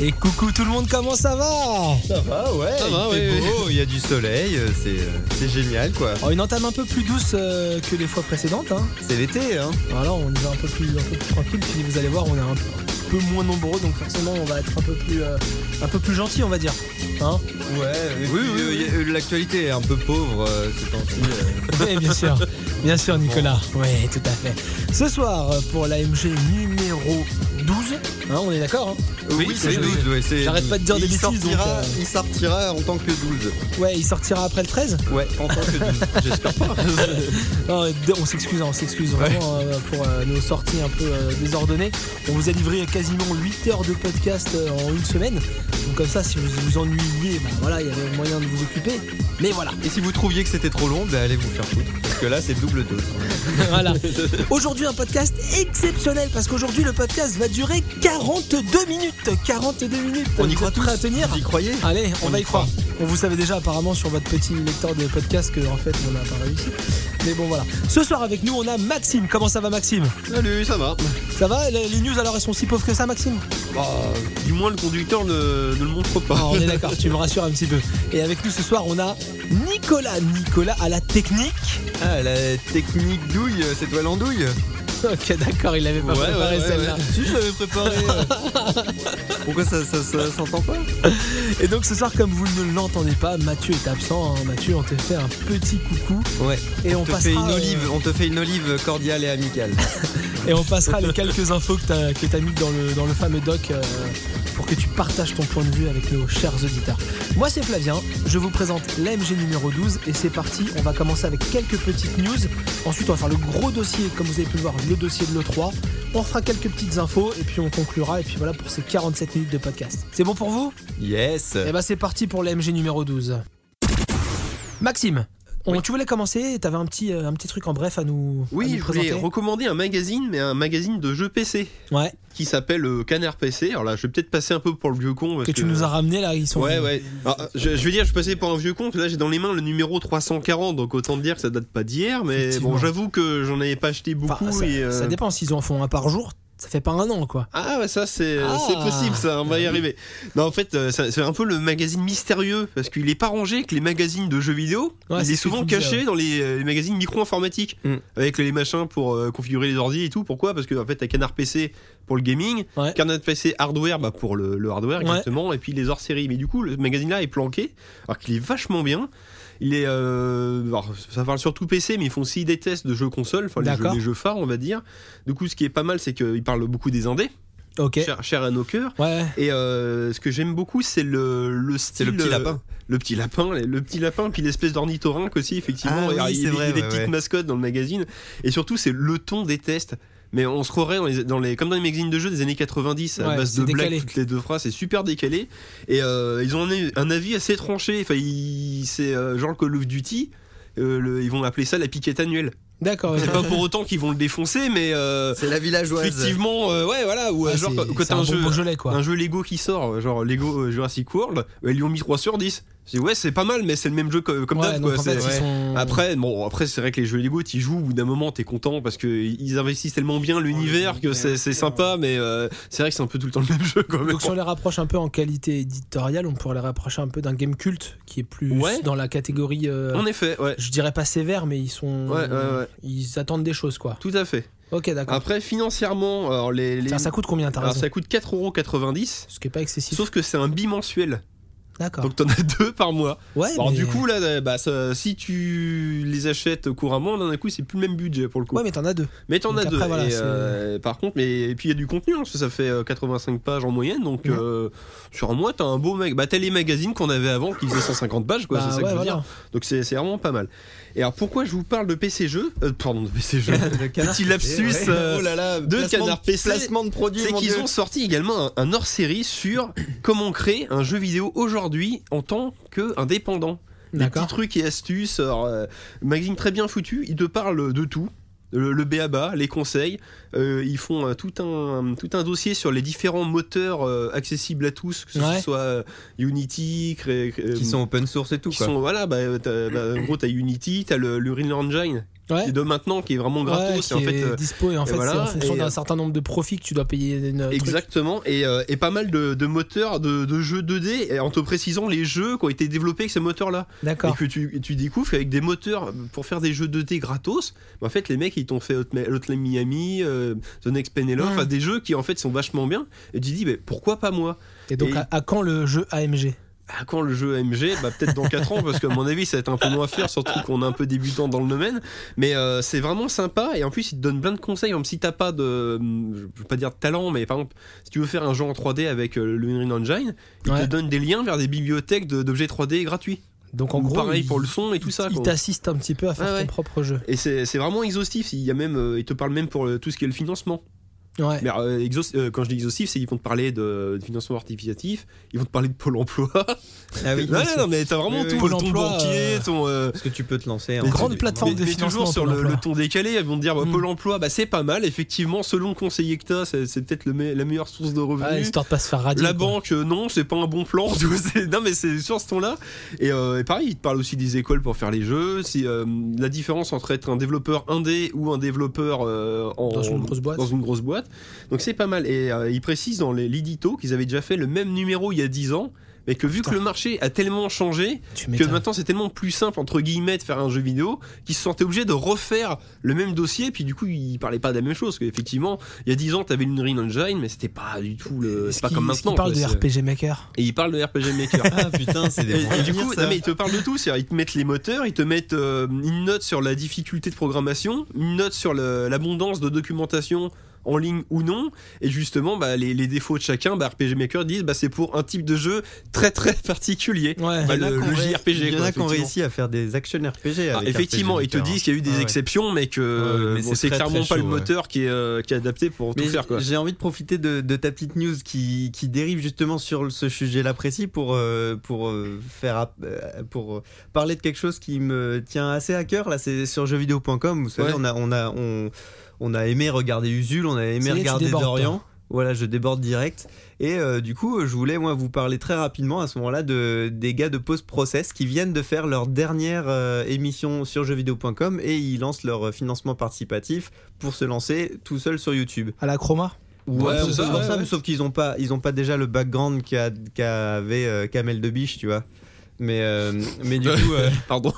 Et coucou tout le monde, comment ça va Ça va, Ah ouais. Ça il va, fait ouais, beau, il y a du soleil, euh, c'est euh, c'est génial quoi. Oh, Une entame un peu plus douce euh, que les fois précédentes. Hein. C'est l'été, hein. Voilà, on y va un peu plus, un peu plus tranquille. Puis vous allez voir, on est un peu moins nombreux, donc forcément on va être un peu plus, euh, un peu plus gentil, on va dire. Hein Ouais. euh, Oui, oui, L'actualité est un peu pauvre euh, ces temps-ci. euh. Oui, bien sûr, bien sûr, Nicolas. Oui, tout à fait. Ce soir, euh, pour l'AMG numéro 12, hein, on est d'accord hein Euh, oui, c'est oui, 12, ouais, c'est J'arrête 12. pas de dire des Il bêtises, donc, sortira- euh. Il sortira en tant que 12. Ouais, il sortira après le 13 Ouais, en tant que 12. J'espère pas. Non, euh, on s'excuse, hein, on s'excuse vraiment euh, pour euh, nos sorties un peu euh, désordonnées. On vous a livré quasiment 8 heures de podcast euh, en une semaine. Donc comme ça, si vous vous ennuyiez, bah, voilà, il y avait moyen de vous occuper. Mais voilà, Et si vous trouviez que c'était trop long, bah, allez vous faire foutre. Parce que là, c'est double dose. voilà. Aujourd'hui, un podcast exceptionnel parce qu'aujourd'hui, le podcast va durer 42 minutes. 42 minutes. On y Vous croit êtes prêts tous à tenir Vous y croyez Allez, on, On va y y croire. On vous savait déjà apparemment sur votre petit lecteur de podcast que en fait on n'a pas réussi. Mais bon voilà. Ce soir avec nous on a Maxime. Comment ça va Maxime Salut, ça va. Bah, Ça va les, les news alors elles sont si pauvres que ça Maxime Du moins, le conducteur ne, ne le montre pas. Ah, On est d'accord, tu me rassures un petit peu. Et avec nous ce soir on a Nicolas. Nicolas à la technique. Ah, la technique douille, euh, c'est toi l'andouille Ok d'accord, il avait pas préparé celle-là. Si, je l'avais préparé. Pourquoi ça, ça, ça s'entend pas Et donc ce soir comme vous ne l'entendez pas, Mathieu est absent. hein. Mathieu on te fait un petit coucou Ouais. et on, On te passera, fait une euh, olive, on te fait une olive cordiale et amicale. Et on passera les quelques infos que t'as que t'as mis dans le, dans le fameux doc euh, pour que tu partages ton point de vue avec nos chers auditeurs. Moi c'est Flavien, je vous présente l'AMG numéro 12 et c'est parti, on va commencer avec quelques petites news. Ensuite on va faire le gros dossier, comme vous avez pu le voir, le dossier de l'E3. On fera quelques petites infos et puis on conclura et puis voilà pour ces 47 minutes de podcast. C'est bon pour vous Yes. Eh ben c'est parti pour l'AMG numéro 12. Maxime, on- tu voulais commencer, t'avais un petit, euh, un petit truc en bref à nous, à nous Oui, je présenter. voulais recommander un magazine, mais un magazine de jeux PC Ouais, qui s'appelle euh, Canard PC. Alors là, je vais peut-être passer un peu pour le vieux con. parce que tu nous as ramené là, ils sont Ouais, ouais. Alors, je, je vais dire, je passais pour un vieux con, parce que là j'ai dans les mains le numéro 340, donc autant dire que ça date pas d'hier, mais Effectivement. bon, j'avoue que j'en avais pas acheté beaucoup. Enfin, ça, et, euh, ça dépend, s'ils en font un par jour, ça fait pas un an quoi. Ah ouais ça c'est Ah. c'est possible ça on va y arriver. Non en fait euh, ça- c'est un peu le magazine mystérieux parce qu'il est pas rangé que les magazines de jeux vidéo. Ouais, il c'est est ce que tu souvent me disais, caché ouais. dans les, euh, les magazines micro informatiques Mm. avec les machins pour euh, configurer les ordi et tout. Pourquoi Parce que en fait t'as Canard PC pour le gaming, Ouais. Canard PC hardware bah, pour le, le hardware Ouais. exactement et puis les hors série. Mais du coup le magazine là est planqué alors qu'il est vachement bien. Il est euh, alors, ça parle surtout PC mais ils font aussi des tests de jeux console, enfin les D'accord. jeux, les jeux phares on va dire. Du coup ce qui est pas mal c'est qu'ils parlent beaucoup des indés Ok. cher, cher à nos cœurs. Ouais. Et euh, ce que j'aime beaucoup, c'est le, le style. le petit euh, lapin. Le petit lapin, le, le petit lapin, puis l'espèce d'ornithorynque aussi, Ah effectivement. Et oui, alors, il y a c'est des- vrai, il y a des ouais, petites ouais. mascottes dans le magazine. Et surtout, c'est le ton des tests. Mais on se croirait dans les, dans les, comme dans les magazines de jeux des années 90, Ouais, à base c'est de blagues décalé. toutes les deux phrases, c'est super décalé. Et euh, ils ont un, un avis assez tranché. Enfin, ils- c'est euh, genre le Call of Duty. euh, le- ils vont appeler ça la piquette annuelle. D'accord. C'est pas pour autant qu'ils vont le défoncer, mais euh, C'est la villageoise. effectivement, euh, ouais, voilà. Ou euh, Ouais, genre c'est- quand- quand c'est t'as un, bon jeu, Beaujolais, quoi. un jeu Lego qui sort, genre Lego euh, Jurassic World, ouais, ils lui ont mis 3 sur 10. Je dis ouais, c'est pas mal, mais c'est le même jeu que- comme Ouais, d'hab. donc, quoi, en fait, c'est- ils sont- Après, bon, après c'est vrai que les jeux Lego, t'y joues, au bout d'un moment, t'es content parce que ils investissent tellement bien l'univers que c'est c'est sympa, mais euh, c'est vrai que c'est un peu tout le temps le même jeu quand même. Donc si on les rapproche un peu en qualité éditoriale, on pourrait les rapprocher un peu d'un game culte qui est plus Ouais. dans la catégorie. euh, En effet, ouais, Je dirais pas sévère, mais ils sont. Ouais, ouais, ouais. Ils attendent des choses quoi. tout à fait. Ok, d'accord. Après, financièrement, alors les, les- Ça, ça coûte combien t'as Ah, alors, raison ça coûte 4,90€. Ce qui est pas excessif. Sauf que c'est un bimensuel, D'accord. donc t'en as deux par mois. Ouais. Alors mais... du coup là, bah, ça- si tu les achètes couramment, d'un coup c'est plus le même budget pour le coup. Ouais, mais t'en as deux. mais t'en donc as après, deux. voilà, et, c'est- euh, par contre, mais et puis il y a du contenu, hein, parce que ça fait euh, 85 pages en moyenne, donc Mhm. euh, sur un mois t'as un beau mec. Bah t'as les magazines qu'on avait avant qui faisaient 150 pages, quoi. Bah, c'est ça que ouais, je veux voilà. dire. Donc c'est c'est vraiment pas mal. Et alors pourquoi je vous parle de PC jeux Euh, Pardon de PC jeux. Petit Eh lapsus. euh, oh là là, de placement Canard PC, Placement de produit, c'est mon qu'ils Dieu. ont sorti également un, un hors-série sur comment créer un jeu vidéo aujourd'hui en tant qu'indépendant. Des petits D'accord. trucs et astuces. Alors, euh, magazine très bien foutu, ils te parlent de tout. Le, le BABA, les conseils, Euh, ils font euh, tout, un, tout un dossier sur les différents moteurs euh, accessibles à tous, que ce Ouais. soit euh, Unity, cré- cré- Qui sont open source et tout qui quoi. euh, sont- voilà, bah, t'as- bah, en gros t'as Unity, t'as le, le Unreal Engine Ouais. qui est de maintenant, qui est vraiment gratos. Ouais, et qui en fait, est euh, dispo et en et fait c'est voilà, en fonction et, d'un euh, certain nombre de profits que tu dois payer. une- un truc. Exactement, et, euh, et pas mal de, de moteurs de, de jeux 2D, et en te précisant les jeux qui ont été développés avec ces moteurs-là. Et D'accord. que tu, et tu découvres qu'avec des moteurs euh, pour faire des jeux 2D gratos, bah, en fait, les mecs, ils t'ont fait Hotma- Hotline Miami, euh, The Next Penelope, Mm. enfin, des jeux qui en fait sont vachement bien. Et tu dis, mais pourquoi pas moi Et donc et- à, à quand le jeu AMG Ah, Quand le jeu AMG bah, Peut-être dans 4 ans, parce qu'à mon avis, ça va être un peu moins faire, surtout qu'on est un peu débutant dans le domaine. Mais euh, c'est vraiment sympa, et en plus, ils te donnent plein de conseils. Même si t'as pas de. euh, Je veux pas dire de talent, mais par exemple, si tu veux faire un jeu en 3D avec euh, le Unreal Engine, ils Ouais. te donnent des liens vers des bibliothèques de- d'objets 3D gratuits. Donc en Ou gros, pareil il- pour le son et tout ça. il quoi. t'assiste un petit peu à faire Ah ouais. ton propre jeu. Et c'est c'est vraiment exhaustif. Il, y a même, euh, il te parle même pour le- tout ce qui est le financement. Ouais. Mais euh, exhaust- euh, quand je dis exhaustif, c'est qu'ils vont te parler de, de financement artificiatif, ils vont te parler de Pôle emploi. Ah oui, Ouais, non, mais t'as vraiment Oui, tout. oui. Pôle ton emploi, banquier, euh, ton. euh, Parce que tu peux te lancer. mais hein. grande tu- plateforme mais- de mais toujours financement, sur Pôle le, le emploi. ton décalé, ils vont te dire bah, Mm. Pôle emploi, bah, c'est pas mal, effectivement, selon le conseiller que t'as, c'est c'est peut-être le me- la meilleure source de revenus. Ouais, histoire de pas se faire radier. La quoi. banque, euh, non, c'est pas un bon plan. tu vois, c'est- non, mais c'est sur ce ton-là. Et, euh, et pareil, il te parle aussi des écoles pour faire les jeux. Si, euh, la différence entre être un développeur indé ou un développeur euh, en- Dans une grosse boîte. dans une grosse boîte. Donc c'est pas mal. Et euh, il précise dans les- l'édito qu'ils avaient déjà fait le même numéro il y a 10 ans. Mais que vu Putain. que le marché a tellement changé, Tu que m'étonnes. maintenant c'est tellement plus simple entre guillemets de faire un jeu vidéo, qu'ils se sentaient obligés de refaire le même dossier, puis du coup ils parlaient pas de la même chose. Parce qu'effectivement, il y a 10 ans t'avais une Unreal Engine, mais c'était pas du tout le. Est-ce C'est euh, pas qu'il- comme est-ce qu'il maintenant. parle quoi, de c'est- RPG Maker. et ils parlent de RPG Maker. Ah putain, c'est des Et, bons et du coup, souvenirs, ça. non, mais ils te parlent de tout, c'est-à-dire ils te mettent les moteurs, ils te mettent euh, une note sur la difficulté de programmation, une note sur le- l'abondance de documentation en ligne ou non, et justement bah, les, les défauts de chacun, bah, RPG Maker disent bah, c'est pour un type de jeu très très particulier. Ouais. Bah, Il y en a le- qui ont le ré- JRPG, Il y en quoi, a qui ont effectivement. réussi à faire des action RPG. Ah, avec effectivement, RPG ils te Maker, disent qu'il y a eu des Ah ouais. exceptions, mais que euh, Ouais, mais bon, c'est c'est très, très clairement pas le chaud, moteur qui, est, euh, qui est adapté pour Mais tout faire. Quoi. J'ai envie de profiter de, de ta petite news qui, qui dérive justement sur ce sujet-là précis pour, euh, pour, euh, faire, app- euh, pour euh, parler de quelque chose qui me tient assez à cœur. Là, c'est sur jeuxvideo.com. Vous savez, Ouais. on, a, on, a, on, on a aimé regarder Usul, on a Ça y aimé est, tu regarder débordes, Dorian. Voilà, je déborde direct. Et euh, du coup, euh, je voulais moi vous parler très rapidement à ce moment-là de, des gars de Post Process qui viennent de faire leur dernière euh, émission sur jeuxvideo.com et ils lancent leur euh, financement participatif pour se lancer tout seul sur YouTube. À la chroma. Ouais, Ouais, c'est on peut ça, voir ouais, ça, ouais. mais sauf qu'ils ont pas, ils ont pas déjà le background qu'a- qu'avait euh, Kamel Debiche, tu vois. Mais euh, mais du coup, euh, Pardon.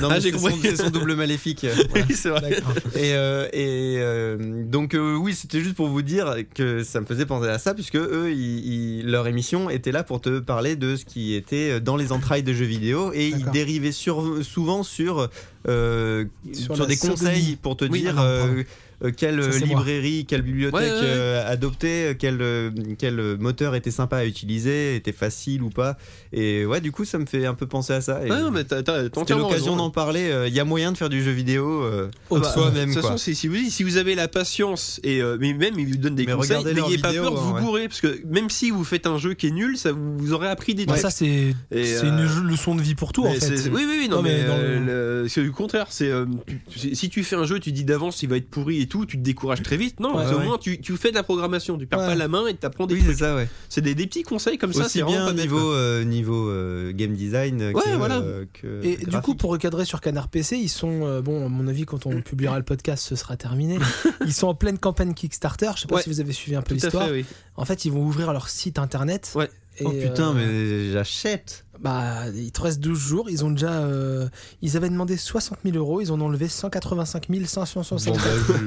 non, Ah, mais j'ai c'est compris. son- c'est son, double maléfique. euh, voilà. Oui, c'est vrai. Et, euh, et euh, donc euh, oui, c'était juste pour vous dire que ça me faisait penser à ça, puisque eux, ils- ils- leur émission était là pour te parler de ce qui était dans les entrailles de jeux vidéo, et ils D'accord. dérivaient sur- souvent sur euh, Sur sur, la des conseils sodomie. pour te Oui, dire. non, non, pardon. euh, euh, quelle Ça, euh, c'est moi. librairie, quelle bibliothèque Ouais, ouais, ouais. euh, adopter, euh, quel, euh, quel euh, moteur était sympa à utiliser, était facile ou pas. Et ouais, du coup, ça me fait un peu penser à ça. Et Ah, non, mais t'as- t'as- t'as c'était entièrement l'occasion raison. d'en parler. euh, Il y a moyen de faire du jeu vidéo euh, Ah bah, de soi-même. De toute quoi. façon, c'est- si vous, si vous avez la patience, et euh, mais même ils vous donnent des Mais conseils, regardez leurs n'ayez pas vidéos, hein, peur de vous ouais. bourrer, parce que même si vous faites un jeu qui est nul, ça vous, vous aurez appris des Bah, trucs. Ça c'est Et, c'est euh, une leçon de vie pour tout en Mais c'est- fait. Oui, oui, oui, non, Non, mais, mais dans euh, le- c'est du contraire. C'est euh, tu- tu- si tu fais un jeu, tu dis d'avance il va être pourri et tout, tu te décourages très vite. Non, Ouais, au ouais. moins tu, tu fais de la programmation, tu perds Ouais. pas la main et t'apprends des Oui, c'est trucs. ça, ouais. C'est des, des petits conseils comme ça, Aussi c'est vraiment bien pas bête, quoi. niveau, euh, niveau euh, game design euh, Ouais, que, voilà. euh, que Et du coup, graphique. pour recadrer sur Canard PC, ils sont, euh, bon, à mon avis, quand on publiera le podcast, ce sera terminé. Ils sont en pleine campagne Kickstarter. Je sais pas Ouais. si vous avez suivi un peu Tout à l'histoire. fait, oui. En fait, ils vont ouvrir leur site internet. Ouais. Et, Oh euh, putain, mais j'achète! Bah, il te reste 12 jours. Ils ont déjà. euh, ils avaient demandé 60 000 euros. Ils en ont enlevé 185 560 Bon, bah,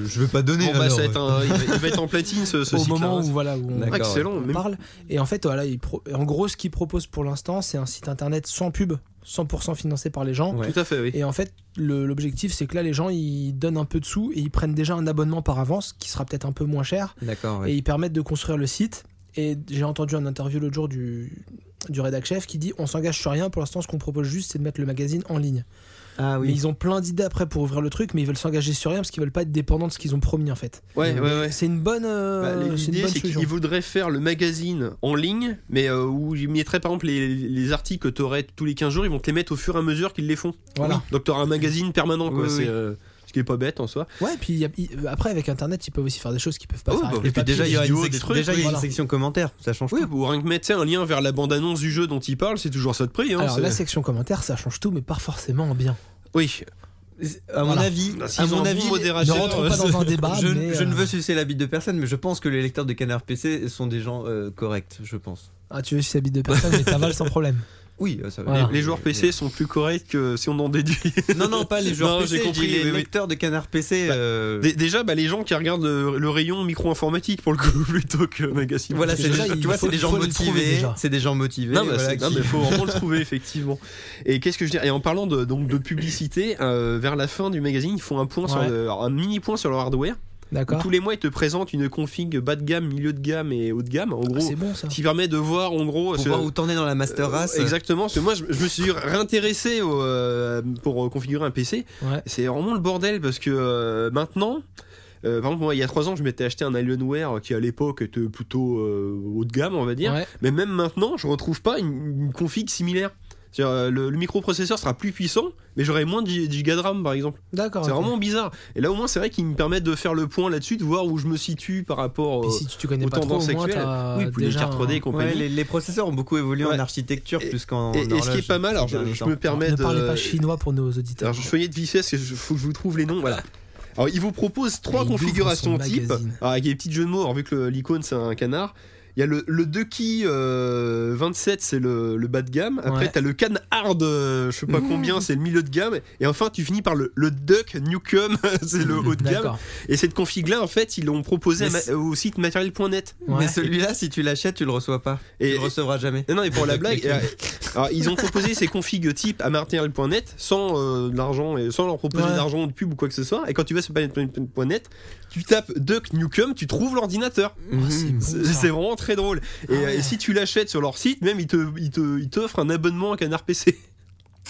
je, je vais pas donner. Bon, bah, alors. ça va être un- il, va, il va être en platine ce, ce au site-là. moment où, voilà, où on- D'accord. Excellent. on même- parle. Et en fait, voilà, ils pro- en gros, ce qu'ils proposent pour l'instant, c'est un site internet sans pub, 100% financé par les gens. Ouais. Tout à fait, oui. Et en fait, le- l'objectif, c'est que là, les gens, ils donnent un peu de sous et ils prennent déjà un abonnement par avance, qui sera peut-être un peu moins cher, euh. D'accord, ouais. et ils permettent de construire le site. Et j'ai entendu un interview l'autre jour du, du rédac chef qui dit on s'engage sur rien, pour l'instant, ce qu'on propose juste, c'est de mettre le magazine en ligne. Ah Mais oui. ils ont plein d'idées après pour ouvrir le truc, mais ils veulent s'engager sur rien parce qu'ils veulent pas être dépendants de ce qu'ils ont promis, en fait. Ouais, ouais, ouais. C'est une bonne, Bah, euh, c'est une L'idée, bonne c'est solution. qu'ils voudraient faire le magazine en ligne, mais euh, où ils mettraient par exemple les, les articles que tu aurais tous les 15 jours, ils vont te les mettre au fur et à mesure qu'ils les font. Voilà. Donc tu auras un magazine permanent, quoi. Oui, c'est, oui. euh, ce qui est pas bête en soi. Ouais, puis il y a- il- euh, après, avec Internet, ils peuvent aussi faire des choses qu'ils peuvent pas Ouais, faire. bah, avec Oh, Et le puis papier. déjà, il y a une, vidéos, sec- des trucs, déjà, il y a une voilà. section commentaire, ça change Oui, tout. ou rien que mettre tu sais, un lien vers la bande-annonce du euh. jeu dont ils parlent, c'est toujours ça de prix. hein, Alors, c'est- la section commentaire, ça change tout, mais pas forcément en bien. Oui. à mon Voilà. avis, S'ils à ont un mon bon avis, Ne modérateur, rentrons pas dans un débat. je, mais, je ne euh, veux sucer la bite de personne, mais je pense que les lecteurs de Canard PC sont des gens euh, corrects, je pense. Ah, tu veux si habite de personne, mais t'avales sans problème. Oui, euh, ça va. Voilà. Les joueurs PC sont plus corrects que si on en déduit. Non, non, pas les joueurs Non, PC, j'ai je dis compris, les oui, oui. lecteurs de Canard PC. Bah, euh, Dé- Déjà, bah, les gens qui regardent le, le rayon micro-informatique pour le coup, plutôt que Magazine. Voilà, Parce c'est que des, déjà, gens- il tu vois, faut- c'est des il gens faut le trouver motivés. déjà. C'est des gens motivés. Non, mais voilà, qui- il faut vraiment le trouver, effectivement. Et qu'est-ce que je dis Et en parlant de, donc, de publicité, euh, vers la fin du magazine, ils font un, point sur Ouais. le- un mini point sur leur hardware. D'accord Tous les mois, ils te présentent une config bas de gamme, milieu de gamme et haut de gamme, en Ah, gros, C'est bon ça. qui permet de voir, en gros, Pour ce- voir où t'en es dans la master race. Euh, Exactement, parce que moi je, je me suis réintéressé au, euh, pour euh, configurer un PC. Ouais. C'est vraiment le bordel parce que euh, maintenant, euh, par exemple, moi il y a 3 ans, je m'étais acheté un Alienware qui à l'époque était plutôt euh, haut de gamme, on va dire. Ouais. Mais même maintenant, je retrouve pas une, une config similaire. C'est-à-dire, euh, Le, le microprocesseur sera plus puissant, mais j'aurai moins de gi- de gigas de RAM par exemple. D'accord. C'est Ah, ok. vraiment bizarre. Et là, au moins, c'est vrai qu'ils me permettent de faire le point là-dessus, de voir où je me situe par rapport. Puis euh, si tu te connais aux pas trop, au tendances moins actuelles. t'as oui, puis les déjà cartes 3D un- et compagnie. Ouais, les, les processeurs ont beaucoup évolué Ouais. en architecture Et- plus Oh, qu'en. Et, et ce qui est horloge pas mal, alors ces je, derniers je temps. me permets Ne de. parlez pas chinois pour nos auditeurs. Alors, je feuillette de vitesse, parce que je- faut que je vous trouve les noms. Voilà. Alors, il vous propose trois Il bouffe configurations son type. magazine. Alors, avec des petits jeux de mots, alors, vu que le- l'icône c'est un canard. Il y a le, le 2 key euh, 27, c'est le, le bas de gamme. Après, Ouais. t'as le can hard, euh, je sais pas Mmh. combien, c'est le milieu de gamme. Et enfin, tu finis par le, le duck newcom, c'est le haut de gamme. Mmh, D'accord. Et cette config-là, en fait, ils l'ont proposé à Mais ma- c'est- au site matériel.net. Ouais. Mais celui-là, si tu l'achètes, tu le reçois pas. Tu Et, le recevras jamais. Non, non, mais pour la blague, euh, alors, ils ont proposé ces configs type à matériel.net sans euh, de l'argent et sans leur proposer Ouais. d'argent ou de pub ou quoi que ce soit. Et quand tu vas sur matériel.net, tu tapes Duck Newcomb, tu trouves l'ordinateur. Ah, c'est Mhm. bon, C'est ça. c'est vraiment très drôle. Et, Ah ouais. euh, si tu l'achètes sur leur site, même ils te- ils te- ils t'offrent un abonnement à Canard PC.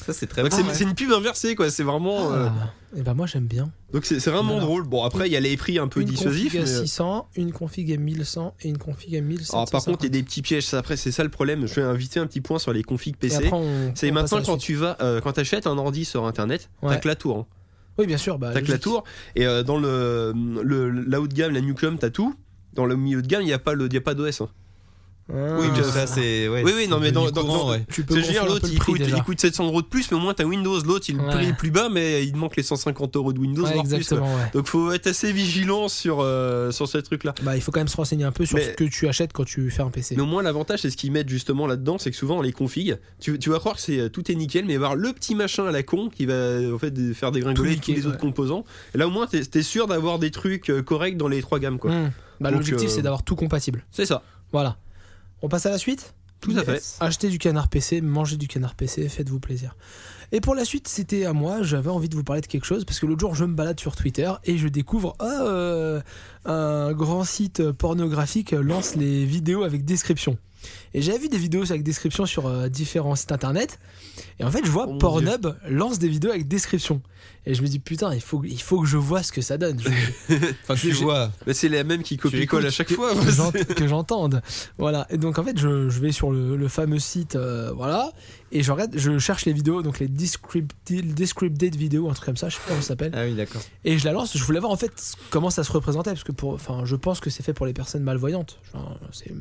Ça, c'est très Donc bon. c'est c'est une pub inversée, quoi. C'est vraiment. euh, Ah Ah, Et bah moi j'aime bien. donc c'est c'est vraiment Voilà. drôle. Bon, après, il y a les prix un peu une dissuasifs. config à mais, euh, 600, une config à 1100 et une config à 1700. alors, par contre, il y a des petits pièges. Ça, Après, c'est ça le problème. Je vais inviter un petit point sur les configs PC. C'est maintenant quand tu vas, euh, quand t'achètes un ordi sur internet, Ouais. t'as que la tour. hein. Oui, bien sûr. Bah, T'as que la logique. tour. Et euh, dans le, le la haut de gamme, la Nucleum, t'as tout. Dans le milieu de gamme, il n'y a pas le, y a pas d'OS. hein. Ah. Oui, mais ça, c'est. ouais, Oui, oui, non, c'est mais dans- devenu dans- courant, dans- ouais. Tu peux C'est je veux dire, gonfler un l'autre peu le il, prix, coûte- déjà. il coûte 700 euros de plus, mais au moins t'as Windows. L'autre il le Ouais. prix est plus bas, mais il te manque les 150 euros de Windows. Ouais, voire plus, quoi. exactement, ouais. Donc faut être assez vigilant sur euh, sur ces trucs là. Bah, il faut quand même se renseigner un peu sur Mais- ce que tu achètes quand tu fais un PC. Mais au moins, l'avantage, c'est ce qu'ils mettent justement là-dedans, c'est que souvent, on les config. Tu, tu vas croire que c'est euh, tout est nickel, mais il va y avoir le petit machin à la con qui va euh, en fait des- faire dégringoler tous niquer, les ouais. autres composants. Et là, au moins, t'es t'es sûr d'avoir des trucs euh, corrects dans les trois gammes, quoi. Hmm. Bah, Donc, L'objectif, euh, c'est d'avoir tout compatible. C'est ça, Voilà. On passe à la suite tout à fait. Yes. Achetez du canard PC, mangez du canard PC, faites-vous plaisir. Et pour la suite, c'était à moi, j'avais envie de vous parler de quelque chose, parce que l'autre jour, je me balade sur Twitter et je découvre Ah, euh, un grand site pornographique lance les vidéos avec description. Et j'avais vu des vidéos avec description sur euh, différents sites internet, et en fait, je vois Oh mon Pornhub lance des vidéos avec description. Et je me dis, putain, il faut, il faut que je vois ce que ça donne. Je- Enfin, tu J'ai- vois. Mais Bah, c'est la même qui copie-colle écoutes à chaque que- fois. que j'en- que j'entende voilà et donc en fait je, je vais sur le, le fameux site euh, voilà et je regarde je cherche les vidéos donc les descriptive descripted vidéos un truc comme ça je sais pas comment ça s'appelle Ah oui, d'accord. et je la lance je voulais voir en fait comment ça se représentait parce que pour enfin je pense que c'est fait pour les personnes malvoyantes Enfin, c'est-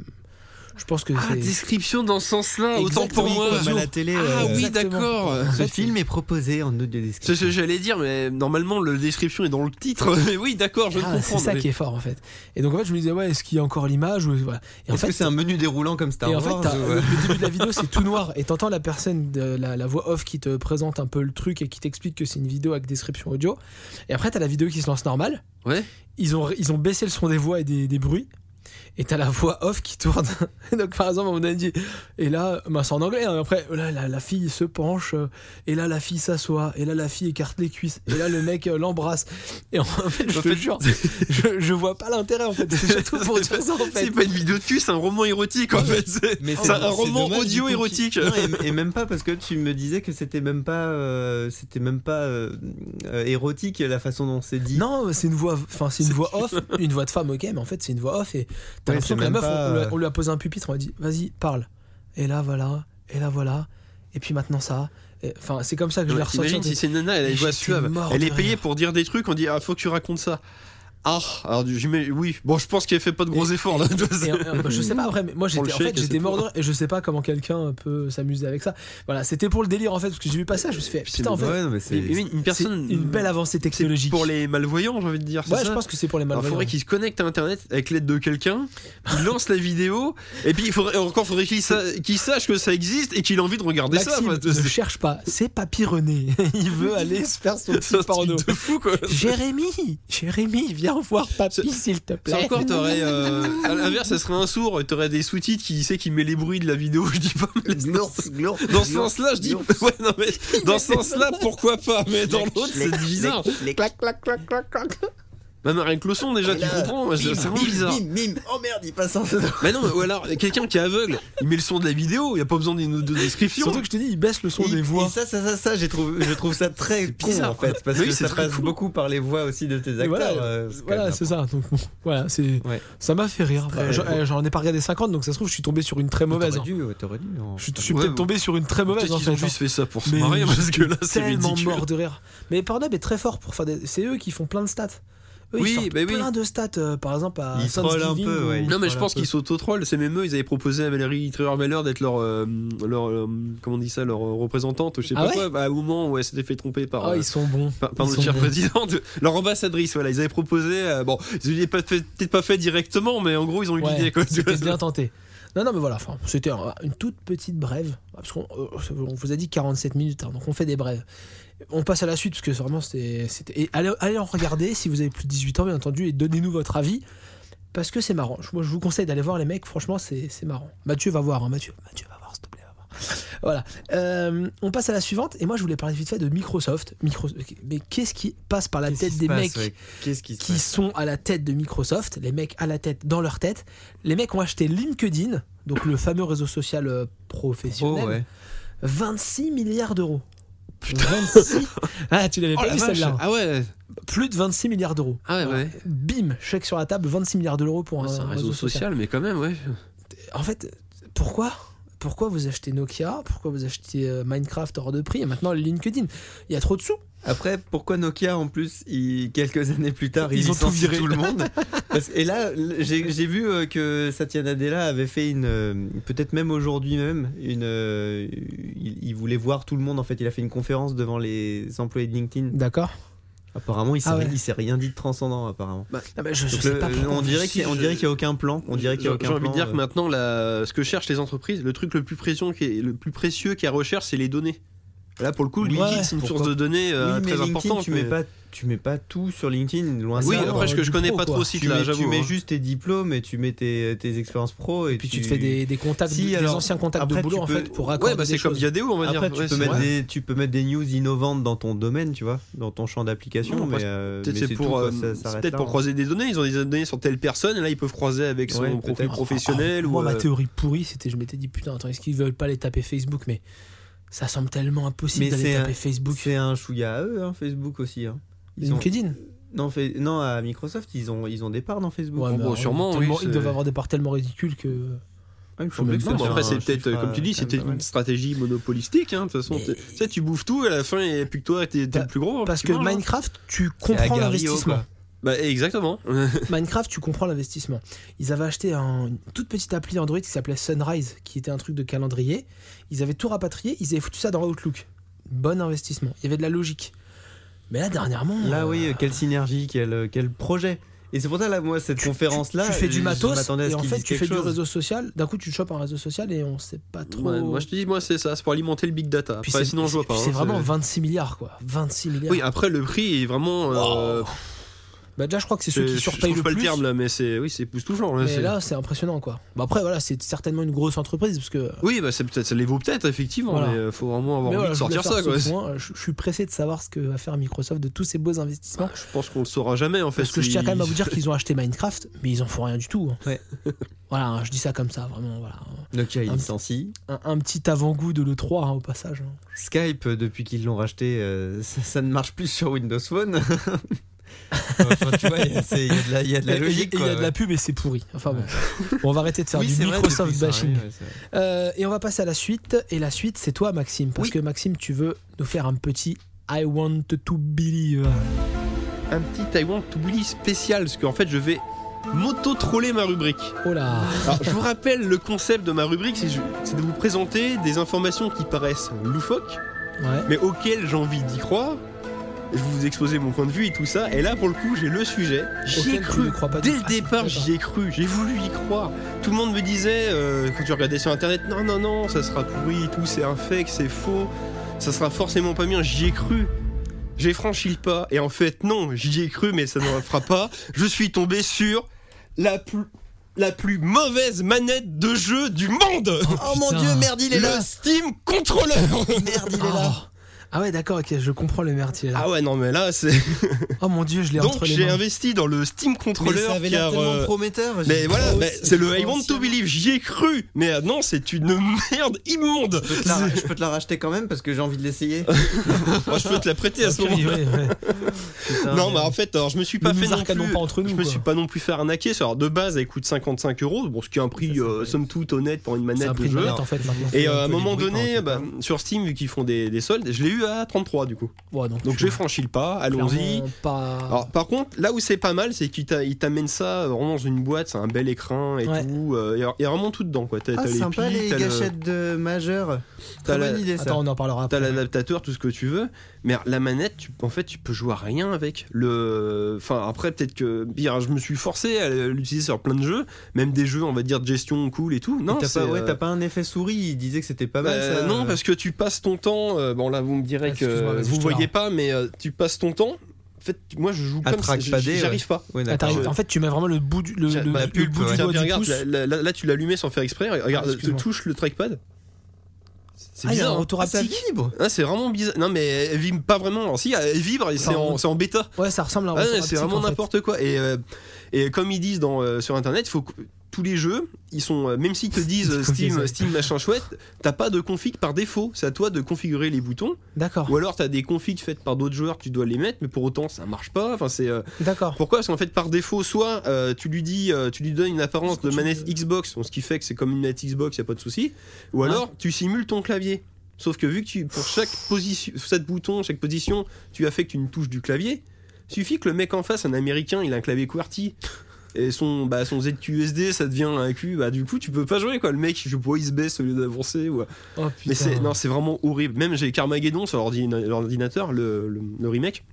je pense que Ah, c'est Ah, description dans ce sens-là, autant pour moi. Comme à la télé. Ah euh, oui, Exactement. d'accord. En fait, Ce film est proposé en audio C'est ce que description. j'allais dire, mais normalement, la description est dans le titre. Mais oui, d'accord, je ah, comprends. c'est ça qui est fort en fait et donc en fait je me disais ouais est-ce qu'il y a encore l'image ou voilà. et en Est-ce fait que c'est un menu déroulant comme Star Et en fait, Wars t'as- ou, le, euh, le début de la vidéo, c'est tout noir. Et t'entends la personne, de, la, la voix off qui te présente un peu le truc et qui t'explique que c'est une vidéo avec description audio. Et après, t'as la vidéo qui se lance normale. Ouais. Ils ont, ils ont baissé le son des voix et des, des bruits. Et t'as la voix off qui tourne. Donc, par exemple, on a dit. Et là, bah, c'est en anglais. hein. Après, là, la, la fille se penche. euh, Et là, la fille s'assoit. Et là, la fille écarte les cuisses. Et là, le mec euh, l'embrasse. Et en fait, je En te fait- jure, je, je vois pas l'intérêt en fait. C'est surtout pour dire ça en fait. C'est pas une vidéo de cul, c'est un roman érotique en fait. C'est- Mais C'est un c'est roman dommage, audio du coup, érotique. qui- Non, et, et même pas parce que tu me disais que c'était même pas, euh, c'était même pas euh, euh, érotique la façon dont c'est dit. Non, c'est une voix, enfin c'est une voix off, une voix de femme, ok, mais en fait c'est une voix off et t'as Ouais, l'impression c'est que la même meuf, pas, on, on lui euh, a, on lui a posé un pupitre, on lui a dit vas-y parle. Et là voilà, et là voilà, et puis maintenant ça. Et- Enfin c'est comme ça que je l'ai ressenti. Imagine si c'est une nana, elle a Mais une voix j'étais suave. mort Elle de est payée rire. pour dire des trucs, on dit ah faut que tu racontes ça. Ah, alors du- j'imagine- oui. Bon, je pense qu'il fait pas de gros efforts là. Et, euh, bah, je sais pas après, mais moi le j'étais en chèque fait et j'étais c'est mort de tout. rire et je sais pas comment quelqu'un peut s'amuser avec ça. Voilà, c'était pour le délire en fait parce que j'ai vu pas ça, je me suis fait putain en fait. Ouais, non, mais c'est- Mais- mais une c'est personne, une belle avancée c'est technologique. pour les malvoyants, j'ai envie de dire. c'est Ouais, ça je pense que c'est pour les Alors, il malvoyants. faudrait qu'il se connecte à internet avec l'aide de quelqu'un, il lance la vidéo, et puis il faudrait, encore faudrait qu'il sa- qu'il sache que ça existe et qu'il a envie de regarder Maxime, ça. ne cherche pas, c'est Papy René. Il veut aller se faire son C'est un petit truc porno. de fou quoi. Jérémy, Jérémy, viens voir Papy C'est- s'il te plaît. Ça encore, t'aurais. euh, à l'inverse, ça serait un sourd et t'aurais des sous-titres qui sait qui met les bruits de la vidéo. Je dis pas. mais dans, Glurf, glurf, dans glurf, ce sens-là, je dis. glurf. Ouais, non, mais dans ce sens-là, pourquoi pas Mais dans l'autre, Les- c'est bizarre. les- les- Clac, clac, clac, clac, clac. Même rien que le son, déjà, Et tu là, comprends. C'est bim, vraiment bim, bizarre. bim, bim. Oh merde, il passe un Mais non, ou alors, quelqu'un qui est aveugle, il met le son de la vidéo, il n'y a pas besoin d'une de description. Surtout que je te dis, il baisse le son Et- des et voix. ça, ça, ça, ça, j'ai trouvé- je trouve ça très C'est con, bizarre. en fait, parce Oui, que c'est ça très passe cool. beaucoup par les voix aussi de tes Et acteurs. voilà, euh, c'est quand voilà, même c'est ça. Donc bon, voilà, c'est Ouais. ça m'a fait rire. Très- J'en- eh, J'en ai pas regardé 50, donc ça se trouve je suis tombé sur une très mauvaise. T'aurais hein. dû, ouais, t'aurais dû. en- Je suis, je suis Ouais, peut-être ou- tombé sur une très mauvaise. Peut-être en qu'ils ont fait, genre. juste fait ça pour se Mais marrer, parce que là, c'est tellement ridicule. mort de rire. Mais Pornhub est très fort pour faire des. C'est eux qui font plein de stats. Eux, Oui, ils sortent bah oui. plein de stats, euh, par exemple à Ils trollent un Thanksgiving peu, ou- ouais. Non mais je Voilà, pense un peu. qu'ils s'auto-trollent, c'est même eux, ils avaient proposé à Valérie Trierweiler d'être leur, euh, leur euh, comment on dit ça, leur euh, représentante, ou je sais Ah pas ouais quoi, bah, à un moment où elle s'était fait tromper par, Ah, euh, ils sont bons. par, par ils notre sont chère bons. présidente, leur ambassadrice, voilà, ils avaient proposé, euh, bon, ils l'avaient pas fait- peut-être pas fait directement, mais en gros ils ont eu Ouais, l'idée quoi. tu vois. C'était bien tenté. Non, non, mais voilà, enfin, c'était un- une toute petite brève. Parce qu'on euh, on vous a dit 47 minutes, hein, donc on fait des brèves. On passe à la suite, parce que vraiment, c'était. c'était- Et allez, allez en regarder si vous avez plus de 18 ans, bien entendu, et donnez-nous votre avis. Parce que c'est marrant. Je- Moi, je vous conseille d'aller voir les mecs, franchement, c'est c'est marrant. Mathieu va voir, hein, Mathieu. Mathieu va voir, s'il te plaît. va voir. Voilà. Euh, on passe à la suivante, et moi, je voulais parler vite fait de Microsoft. Micro... Mais qu'est-ce qui passe par la Qu'est-ce qui tête se des passe, mecs ouais, Qu'est-ce qui se qui passe sont à la tête de Microsoft, les mecs à la tête dans leur tête. Les mecs ont acheté LinkedIn, donc le fameux réseau social euh, Oh, professionnel, ouais. 26 milliards d'euros. 26 Ah, tu l'avais Oh pas la vu vache celle-là. Ah ouais Plus de 26 milliards d'euros. Ah ouais, ouais. Bim, chèque sur la table, 26 milliards d'euros pour un, C'est un réseau social, mais quand même, ouais. En fait, pourquoi pourquoi vous achetez Nokia Pourquoi vous achetez euh, Minecraft hors de prix Et maintenant LinkedIn Il y a trop de sous Après, pourquoi Nokia en plus, ils- quelques années plus tard, ils, Ils ont tout licencient viré. le monde Parce- Et là, l- j'ai j'ai vu euh, que Satya Nadella avait fait une, euh, peut-être même aujourd'hui même, une, euh, il, il voulait voir tout le monde. En fait, il a fait une conférence devant les employés de LinkedIn. D'accord Apparemment, il s'est Ah ouais. il s'est rien dit de transcendant. Apparemment. je, je Donc sais le- pas pourquoi on dirait si qu'il on je- dirait qu'il y a aucun plan. On dirait qu'il y a J'ai aucun j'ai envie de plan, dire euh. que maintenant, la- ce que cherchent les entreprises, le truc le plus précieux qui est- le plus précieux qu'elles recherchent, c'est les données. Là, pour le coup, Ouais, LinkedIn, c'est une pourquoi source de données euh, oui, mais très LinkedIn, importante. tu mets mais- pas, tu mets pas tout sur LinkedIn. Loin de Oui, là. ça, après, euh, je, je du connais pro, pas quoi. trop le site tu là, mets, tu j'avoue. mets hein. juste tes diplômes et tu mets tes, tes expériences pro et, Et puis tu te fais des, des contacts, Si, des alors, anciens contacts après, de boulot tu en peux- fait pour raccorder Ouais, bah des c'est comme choses. Yadéo, on va dire. Après, tu, Ouais, peux c'est mettre vrai. des, tu peux mettre des news innovantes dans ton domaine, tu vois, dans ton champ d'application. Non, mais, parce- euh, Peut-être mais c'est c'est pour, tout, quoi, euh, ça c'est s'arrête peut-être là, pour hein. croiser des données. Ils ont des données sur telle personne, et là ils peuvent croiser avec son Ouais, profil peut-être. professionnel. Moi, ou, ma euh, théorie pourrie, c'était je m'étais dit putain, attends, est-ce qu'ils veulent pas les taper Facebook Mais ça semble tellement impossible Mais d'aller c'est taper un- Facebook. C'est un chouïa à eux, hein, Facebook aussi. hein. Ils ont- LinkedIn non, fait- non, à Microsoft, ils ont, ils ont des parts dans Facebook. Ouais, hein. bon, mais bon, alors, sûrement, oui, tellement- c'est- Ils doivent avoir des parts tellement ridicules que. Ouais, il me Faut semblait même que pas, ça Bon, c'est après, soit c'est un peut-être, chiffre, euh, comme tu dis, euh, c'est quand peut-être même une stratégie monopolistique. hein, De toute façon, Mais- t'es- tu sais, tu bouffes tout, et à la fin, il n'y a plus que toi, t'es t'es Bah, le plus gros. Parce tu que manges, hein. Minecraft, tu C'est comprends Agario, l'investissement. quoi. Bah, exactement. Minecraft, tu comprends l'investissement. Ils avaient acheté un- une toute petite appli Android qui s'appelait Sunrise, qui était un truc de calendrier. Ils avaient tout rapatrié, ils avaient foutu ça dans Outlook. Bon investissement. Il y avait de la logique. Mais là, dernièrement. Là, euh, oui, quelle synergie, quel, euh, quel projet. Et c'est pour ça, là, moi, cette conférence-là. tu fais je- du je matos m'attendais à et ce en qu'ils fait disent tu fais quelque du chose. réseau social d'un coup tu chopes un réseau social et on sait pas trop Ouais, moi, je te dis, moi, c'est ça. C'est pour alimenter le big data. Puis Après, c'est- sinon, je vois puis pas. c'est hein, vraiment 26 milliards quoi 26 milliards Oui, après, le prix est vraiment. euh, bah déjà je crois que c'est ceux qui je- je surpayent trouve le pas plus le terme là, mais c'est oui, c'est époustouflant. Là, mais c'est- là c'est impressionnant quoi bah après voilà c'est certainement une grosse entreprise parce que Oui, bah, c'est peut-être, ça les vaut peut-être, effectivement, Voilà. mais euh, faut vraiment avoir mais envie voilà, de je voulais sortir ça. faire Quoi. ce point. je, je suis pressé de savoir ce que va faire Microsoft de tous ces beaux investissements Je pense qu'on le saura jamais en fait. parce que je tiens si- quand même à vous dire qu'ils ont acheté Minecraft mais ils en font rien du tout hein. Ouais. voilà hein, je dis ça comme ça vraiment voilà Nokia, ils Un- licencient. un, un petit avant-goût de l'E3 hein, au passage hein. Skype, euh, depuis qu'ils l'ont racheté, euh, ça, ça ne marche plus sur Windows Phone. Enfin, tu vois, il y a c'est- il y a de la- il y a de la Et- et- logique. et Il y a quoi, de la pub et c'est pourri. Enfin bon. Bon, on va arrêter de faire Oui, du c'est vrai, Microsoft depuis ça, bashing. oui, ouais, c'est vrai. Euh, et on va passer à la suite. Et la suite, c'est toi, Maxime. Parce Oui. que Maxime, tu veux nous faire un petit I want to believe. un petit Taiwan to Bully spécial, parce qu'en fait, je vais m'auto-troller ma rubrique. Oh là Alors, je vous rappelle le concept de ma rubrique, c'est je- c'est de vous présenter des informations qui paraissent loufoques, Ouais. mais auxquelles j'ai envie d'y croire. Je vais vous exposer mon point de vue et tout ça. Et là, pour le coup, j'ai le sujet. J'y ai Auquel tu ne cru. crois pas du Dès le tout. Ah, départ, d'accord. j'y ai cru. J'ai voulu y croire. Tout le monde me disait, euh, quand tu regardais sur Internet, non, non, non, ça sera pourri et tout, c'est un fake, c'est faux. Ça sera forcément pas bien. J'y ai cru. J'ai franchi le pas. Et en fait, non, j'y ai cru, mais ça ne le fera pas. Je suis tombé sur la plus la plus mauvaise manette de jeu du monde Oh, putain. mon dieu, merde, il est Le là Steam Controller Merde, il est là Ah. Ah ouais, d'accord, ok, je comprends le merde. il est là. Ah ouais, non, mais là, c'est... Oh mon dieu, je l'ai Donc, entre les j'ai mains. investi dans le Steam Controller, Mais ça avait l'air car, tellement euh, prometteur. Mais j'ai- voilà, Oh, mais c'est c'est le I want to potentiel. believe, j'y ai cru Mais euh, non, c'est une merde immonde Je peux te la- Je peux te la racheter quand même parce que j'ai envie de l'essayer. Moi, je peux te la prêter à ce Ok, moment ouais, ouais. Putain. Non, mais en fait, alors, je me suis pas Ne fait nous non arcanons plus... pas entre nous, je me quoi. suis pas non plus fait arnaquer. Alors, de base, elle coûte 55 euros, bon, ce qui est un prix, c'est euh, vrai. somme toute, honnête pour une C'est manette un de prix de jeu. manette en fait maintenant. Et un euh, à un peu moment du bruit donné, quand on fait bah, sur Steam, vu qu'ils font des, des soldes, je l'ai eu à 33 du coup. Ouais, donc Donc j'ai franchi le pas, allons-y. clairement pas. Alors, par contre, là où c'est pas mal, c'est qu'ils t'a- ils t'amènent ça euh, vraiment dans une boîte, c'est un bel écran et Ouais. tout. euh, Il y a- il y a vraiment tout dedans quoi. T'as Ah, t'as les sympa piles, les t'as le- gâchettes de majeur. t'as Très la- bonne idée ça. Attends, on en parlera T'as après. l'adaptateur, tout ce que tu veux, mais la manette, tu- en fait, tu peux jouer à rien avec. Le, enfin, après, peut-être que pire, je me suis forcé à l'utiliser sur plein de jeux, même des jeux, on va dire, de gestion cool et tout. Non, t'as c'est, pas, ouais, euh, t'as pas un effet souris, il disait que c'était pas mal. Euh, ça. non, parce que tu passes ton temps. euh, bon, là, vous me direz que Excuse-moi, vas-y, je vous te voyez largue. pas, mais euh, tu passes ton temps. En fait, moi, je joue À comme ça. trackpadé, j- ouais. J'arrive pas. Ouais, Ah, d'accord. t'arrives- en fait, tu mets vraiment le bout du, le, J'ai- le- ma le pulpe, bout du ouais. doigt bah, Tiens, du regarde, pouce. là, là, là, là, tu l'allumais sans faire exprès. Regarde, Ah, tu excuse-moi. touches le trackpad. C'est Ah, il y a un bizarre. hein. retour Ah, ça haptique. vibre. Ah, c'est vraiment bizarre. Non, mais elle vibre pas vraiment. Alors, si, elle vibre et c'est Enfin, en, c'est en bêta. Ouais, ça ressemble à un Ah, retour c'est haptique, vraiment en fait. n'importe quoi. Et, euh, et comme ils disent dans, euh, sur internet, faut que tous les jeux, ils sont, euh, même s'ils te disent euh, Steam, Steam machin chouette, t'as pas de config par défaut. C'est à toi de configurer les boutons. D'accord, Ou alors t'as des configs faites par d'autres joueurs, tu dois les mettre, mais pour autant ça marche pas. Enfin c'est euh, d'accord. pourquoi Parce qu'en fait par défaut, soit euh, tu lui dis, euh, tu lui donnes une apparence de manette Xbox, donc ce qui fait que c'est comme une manette Xbox, y a pas de souci. Ou Ah. alors tu simules ton clavier. Sauf que vu que tu, pour chaque position, chaque bouton, chaque position, tu affectes une touche du clavier, suffit que le mec en face, un Américain, il a un clavier QWERTY. Et son, bah, son ZQSD, ça devient un Q, bah du coup tu peux pas jouer quoi. Le mec, je vois, il se baisse au lieu d'avancer. Ou... Oh Mais c'est putain. non, c'est vraiment horrible. Même j'ai Carmageddon sur l'ordina- l'ordinateur, le, le- le remake.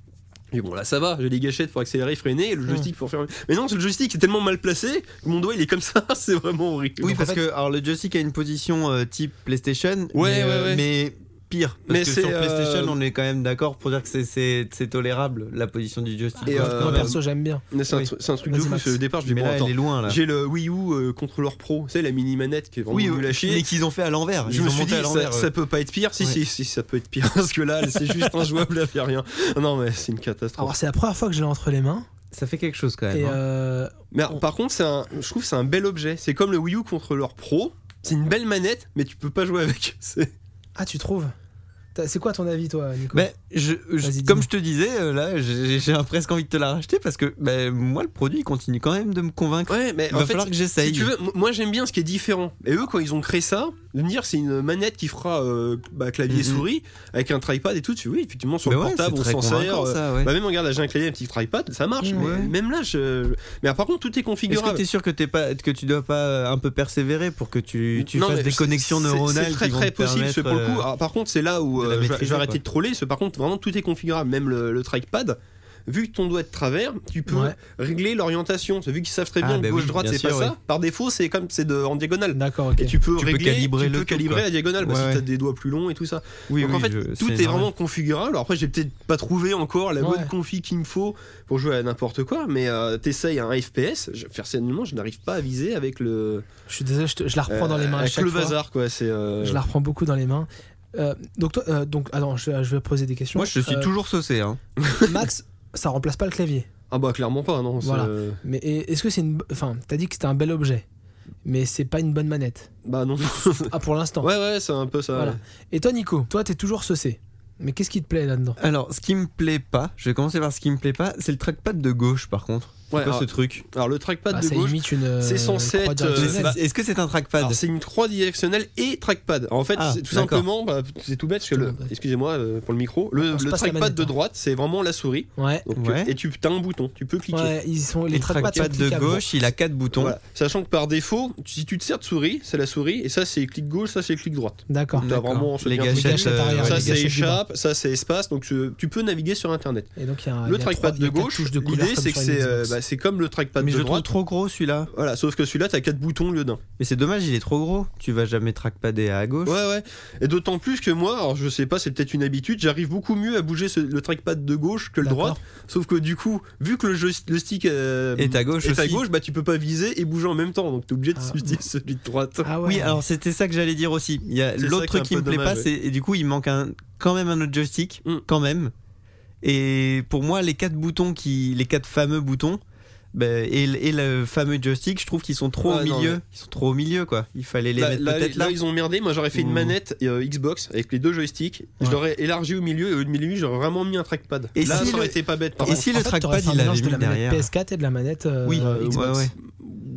Mais bon, là ça va, j'ai les gâchettes pour accélérer, freiner, et le joystick pour faire. Mais non, le joystick est tellement mal placé que mon doigt il est comme ça, c'est vraiment horrible. Oui, Donc, en parce fait- que alors, le joystick a une position euh, type PlayStation, Ouais, mais, ouais, euh, ouais. mais pire. Parce Mais que c'est, sur euh, PlayStation, on est quand même d'accord pour dire que c'est- c'est c'est tolérable la position du joystick. Et, Moi, euh, Moi perso, j'aime bien. Mais c'est un oui. tru- c'est un, truc de Vas-y, fou, Max. parce que au départ je dis mais bon, là, attends, elle est loin là. J'ai le Wii U euh, contrôleur pro, c'est la mini manette qui est vraiment Oui, nulle à euh, chier. mais qu'ils ont fait à l'envers. Je Ils me ont suis dit, monté à ça, l'envers. ça peut pas être pire. Si, Ouais. si, si, ça peut être pire. Parce que là, c'est juste injouable, là, y a rien. Non, mais c'est une catastrophe. Alors, c'est la première fois que je l'ai entre les mains. Ça fait quelque chose quand Bah, même. Et hein. euh, Mais On- par contre, c'est un- je trouve que c'est un bel objet. C'est comme le Wii U contre leur Pro. C'est une belle manette, mais tu peux pas jouer avec. C'est- Ah, tu trouves T'as- C'est quoi ton avis, toi, euh, Nico Bah, Mais je, je- Vas-y, dis-nous. comme je te disais, euh, là, j'ai j'ai presque envie de te la racheter parce que ben, moi, le produit il continue quand même de me convaincre. Ouais, mais Il en va fait, falloir que si j'essaye. tu veux, m- moi j'aime bien ce qui est différent. Et eux, quand ils ont créé ça, de me dire c'est une manette qui fera euh, bah, clavier Mhm. souris avec un tripad et tout. Tu oui, effectivement sur Mais le ouais, portable, on c'est très s'en sert. convaincant, euh, ça, ouais. Bah même regarde, là, j'ai un clavier, un petit tripad, ça marche. Mmh. mais Ouais. Même là, je. Mais alors, par contre, tout est Est-ce que configurable. t'es sûr que t'es pas que tu dois pas euh, un peu persévérer pour que tu, tu Non, fasses mais des c'est- connexions c'est- neuronales C'est très qui vont très te possible. parce que pour le permettre, coup, euh, alors, par contre, c'est là où de la euh, je, vais- je maîtriser, vais arrêter quoi. de troller. C'est par contre vraiment tout est configurable, même le, le trackpad. Vu que ton doigt est de travers, tu peux Ouais. régler l'orientation. C'est vu qu'ils savent très Ah, bien bah que gauche oui, droite bien c'est pas sûr, ouais. ça. Par défaut, c'est comme c'est de en diagonale. D'accord, ok. euh, Et tu peux Tu peux régler, calibrer tu le peux tout, calibrer quoi. la diagonale parce Ouais, que ouais. t'as des doigts plus longs et tout ça. oui, Donc en oui, fait, je- c'est tout est, énorme. vraiment configurable. Alors après, j'ai peut-être pas trouvé encore la bonne Ouais. config qu'il me faut pour jouer à n'importe quoi, mais euh, t'essayes un FPS. Je, personnellement, je n'arrive pas à viser avec le, Je suis désolé, je, te- je la reprends dans les euh, mains à avec chaque le fois. bazar, quoi. C'est euh, Je la reprends beaucoup dans les mains. Euh, donc, toi, euh, donc, attends, je, je vais poser des questions. Moi, je suis Euh, toujours saucé. Hein. Max, ça remplace pas le clavier. ah bah clairement pas, non. c'est- euh, Voilà. Mais et- est-ce que c'est une. bo- Enfin, t'as dit que c'était un bel objet, mais c'est pas une bonne manette. Bah non. Ah, pour l'instant. ouais ouais, c'est un peu ça. Voilà. ouais. Et toi, Nico, toi, t'es toujours saucé. Mais qu'est-ce qui te plaît là-dedans Alors, ce qui me plaît pas, je vais commencer par ce qui me plaît pas, c'est le trackpad de gauche par contre. C'est Ouais, quoi alors, ce truc alors, le trackpad Bah, de ça gauche. imite une. euh, c'est censé croix être, euh, directionnelle. bah, Est-ce que c'est un trackpad alors, c'est une 3 directionnelle et trackpad. En fait, Ah, c'est tout d'accord. simplement, bah, c'est tout bête, parce que le- Ouais. excusez-moi euh, pour le micro, le, On se le passe la trackpad manette, de hein. droite, c'est vraiment la souris. Ouais. Donc, Ouais. Et tu as un bouton, tu peux cliquer. Ouais, ils sont Le les trackpads sont trackpad de cliquables. gauche, il a quatre boutons. Voilà. Sachant que par défaut, si tu te sers de souris, c'est la souris, et ça c'est clic gauche, ça c'est clic droite. D'accord. T'as D'accord. vraiment ce les lien gâchettes. de- euh, Les gâchettes ça les c'est gâchettes du bas. échappe, ça c'est espace, donc euh, tu, tu peux naviguer sur internet. Et donc il y a un- il y Le a trackpad trois- il y de a quatre gauche, touches de couleur l'idée comme c'est que sur une c'est euh, Xbox. bah, c'est comme le trackpad mais je de le trouve droite. trop gros celui-là. Voilà, sauf que celui-là, t'as quatre boutons au lieu d'un. Mais c'est dommage, il est trop gros. Tu vas jamais trackpader à gauche. Ouais, ouais. Et d'autant plus que moi, alors je sais pas, c'est peut-être une habitude, j'arrive beaucoup mieux à bouger ce- le trackpad de gauche que le D'accord. droite. Sauf que du coup, vu que le, jeu- le stick euh, Et à gauche est à aussi. gauche, bah tu peux pas viser et bouger en même temps, donc t'es obligé de Ah. utiliser celui de droite. Ah ouais. Oui, alors c'était ça que j'allais dire aussi. Il y a C'est l'autre ça truc qui est qui un me peu plaît dommage, pas, ouais. c'est et du coup il manque un, quand même un autre joystick, Mm. quand même. Et pour moi, les quatre boutons qui, les quatre fameux boutons, bah, et, le- et le fameux joystick, je trouve qu'ils sont trop au Ouais, non, milieu. mais- Ils sont trop au milieu, quoi. Il fallait les Là, mettre là, peut-être là. Bah, là, ils ont merdé. Moi, j'aurais fait Ouh. une manette euh, Xbox avec les deux joysticks. Je Ouais. l'aurais élargi au milieu et au milieu, j'aurais vraiment mis un trackpad. Et là, si ça le- aurait été pas bête. Par Et contre. si le En fait, t'aurais trackpad fait un il l'avait mélange de mis la manette derrière PS4 et de la manette euh, Oui, ouais, Xbox. ouais.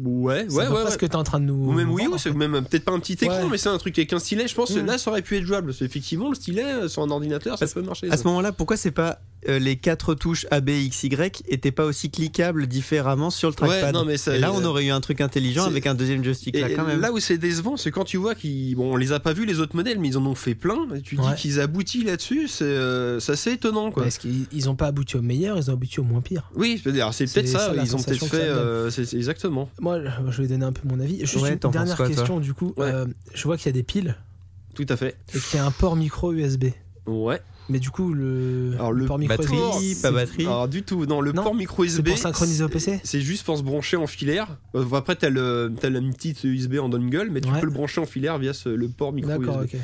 Ouais, C'est ouais, pas ouais. ce que t'es en train de nous. Ou même Wii vendre, U, en c'est fait. même euh, peut-être pas un petit écran, Mmh. Ouais. mais c'est un truc avec un stylet. Je pense que Mm. là, ça aurait pu être jouable. Parce qu'effectivement, le stylet euh, sur un ordinateur, ça peut marcher. À ça. ce moment-là, pourquoi c'est pas euh, les quatre touches A, B, X, Y étaient pas aussi cliquables différemment sur le Ouais, trackpad non, mais ça- euh, Et là, on aurait eu un truc intelligent c'est- avec un deuxième joystick Et là quand même. là où c'est décevant, c'est quand tu vois qu'ils. Bon, on les a pas vus les autres modèles, mais ils en ont fait plein. Et tu Ouais. dis qu'ils aboutissent là-dessus, c'est euh, c'est assez étonnant quoi. Parce qu'ils ils ont pas abouti au meilleur, ils ont abouti au moins pire. Oui, je veux dire, c'est peut-être C'est ça, ça, la ils ont sensation peut-être que fait. ça donne. euh, c'est- c'est exactement. Moi, je- je vais donner un peu mon avis. Juste Ouais, une t'en penses dernière quoi, toi question, du coup. Ouais. Euh, je vois qu'il y a des piles Tout à fait. et qu'il y a un port micro USB. Ouais. Mais du coup, le, Alors, le port micro batterie, USB, pas c'est- batterie. Alors du tout, non, le Non, port micro USB. c'est pour synchroniser au PC C'est juste pour se brancher en filaire. Euh, Après, t'as le, t'as la petite USB en dongle, mais tu Ouais. peux le brancher en filaire via ce- le port micro USB. D'accord, ok.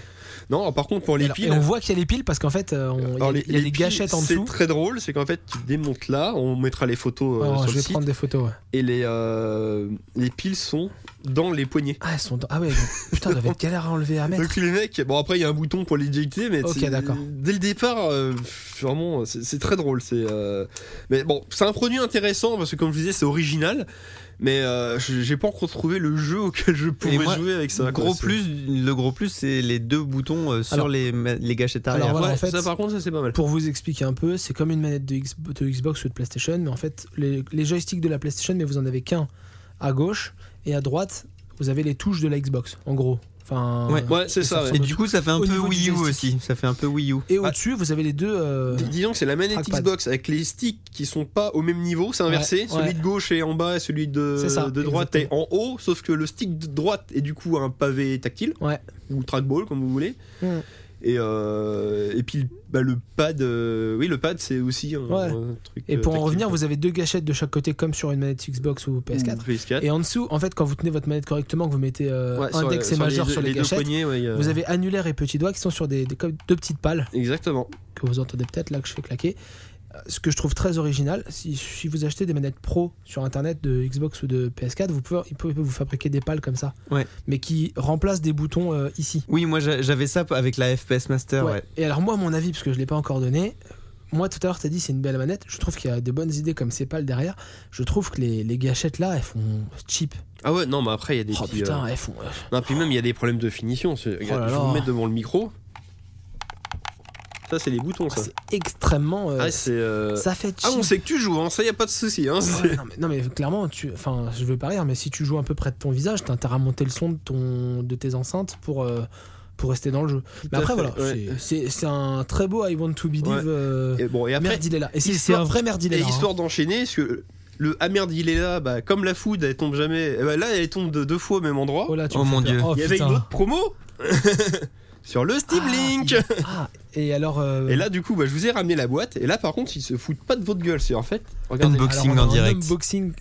Non, alors, par contre pour Et les alors- piles. et on voit qu'il y a les piles parce qu'en fait, euh, on- il y a, alors, les- il y a les des piles, gâchettes en C'est dessous. très drôle, c'est qu'en fait tu démontes là, on mettra les photos euh, Alors, sur je le vais site, prendre des photos. ouais. et les, euh, les piles sont dans les poignées. Ah, elles sont dans- Ah ouais, donc- putain, ça va être galère à enlever à mettre. Donc les mecs, bon après il y a un bouton pour les éjecter, mais Ok, c'est- d'accord. dès le départ, euh, pff, vraiment c'est c'est très drôle. C'est euh, mais bon, c'est un produit intéressant parce que comme je disais, c'est original, mais euh, je- j'ai pas encore trouvé le jeu auquel je pourrais moi, jouer avec ça. gros quoi. C'est- plus, le gros plus, c'est les deux boutons euh, sur Alors- les, ma- les gâchettes Alors, arrière. voilà, Ouais, en fait- ça par contre ça c'est pas mal. Pour vous expliquer un peu, c'est comme une manette de, X- de Xbox ou de PlayStation, mais en fait, les, les joysticks de la PlayStation, mais vous en avez qu'un à gauche et à droite, vous avez les touches de la Xbox, en gros. Enfin, Ouais. Ouais, c'est ça. ça ouais. Et du coup, ça fait un Au peu niveau du Wii U joystick. aussi. Ça fait un peu Wii U. Et au-dessus, vous avez les deux. euh, Dis- Disons que c'est la manette Trackpad. Xbox avec les sticks qui sont pas au même niveau, c'est inversé. Ouais, celui ouais. de gauche est en bas et celui de, C'est ça, de droite exactement. est en haut, sauf que le stick de droite est du coup un pavé tactile Ouais. ou trackball comme vous voulez. Mm. Et, euh, et puis bah, le pad, euh, oui, le pad c'est aussi un, Ouais. un truc. Et euh, pour en tactile, revenir, quoi. vous avez deux gâchettes de chaque côté, comme sur une manette Xbox ou PS4. Ou PS4. Et en dessous, en fait, quand vous tenez votre manette correctement, que vous mettez euh, Euh. Ouais, sur- index et sur majeur deux- sur les, deux gâchettes, poignées, euh. ouais, il y a- vous avez annulaire et petit doigt qui sont sur des, des- comme deux petites pales Exactement. que vous entendez peut-être là que je fais claquer. Euh, Ce que je trouve très original, si, si vous achetez des manettes pro sur internet de Xbox ou de PS4, vous pouvez, ils peuvent vous fabriquer des pales comme ça, Ouais. mais qui remplacent des boutons euh, ici. Oui, moi j'a- j'avais ça avec la FPS Master. Ouais. ouais. Et alors moi, mon avis, parce que je l'ai pas encore donné, euh, moi tout à l'heure t'as dit c'est une belle manette, je trouve qu'il y a des bonnes idées comme c'est pas le derrière, je trouve que les, les gâchettes là, elles font cheap. Ah ouais, non, mais après il y a des. oh petits, putain, euh, elles font... Non, puis même il y a des problèmes de finition. c'est- Regarde, là je là. vais vous mettre devant le micro. Ça c'est les boutons, ça. C'est extrêmement... euh, Ah, c'est. euh, ça fait cheap. Ah, on sait que tu joues, hein, ça y a pas de souci. Hein, c'est- Ouais, non, mais, non, mais clairement, tu, enfin, je veux pas rire, mais si tu joues un peu près de ton visage, t'as intérêt à monter le son de, ton, de tes enceintes pour, euh, pour rester dans le jeu. Mais à après, fait, voilà, ouais. c'est- c'est c'est un très beau I want to believe. Ouais. euh, Et bon, et après, merde, il est là. Et c'est c'est histoire- un vrai merde, il est et là. hein. histoire d'enchaîner, parce que le ah merde, il est là, bah, comme la food, elle tombe jamais. eh ben là, elle tombe de deux fois au même endroit. Oh, là, tu Oh me fais mon peur. Dieu. Oh, il y avait putain. une autre promo sur le Steam Ah, Link. il- ah, et alors. euh, Et là, du coup, bah, je vous ai ramené la boîte. Et là, par contre, ils se foutent pas de votre gueule. C'est en fait, regardez, alors, Unboxing on a en un direct. Unboxing.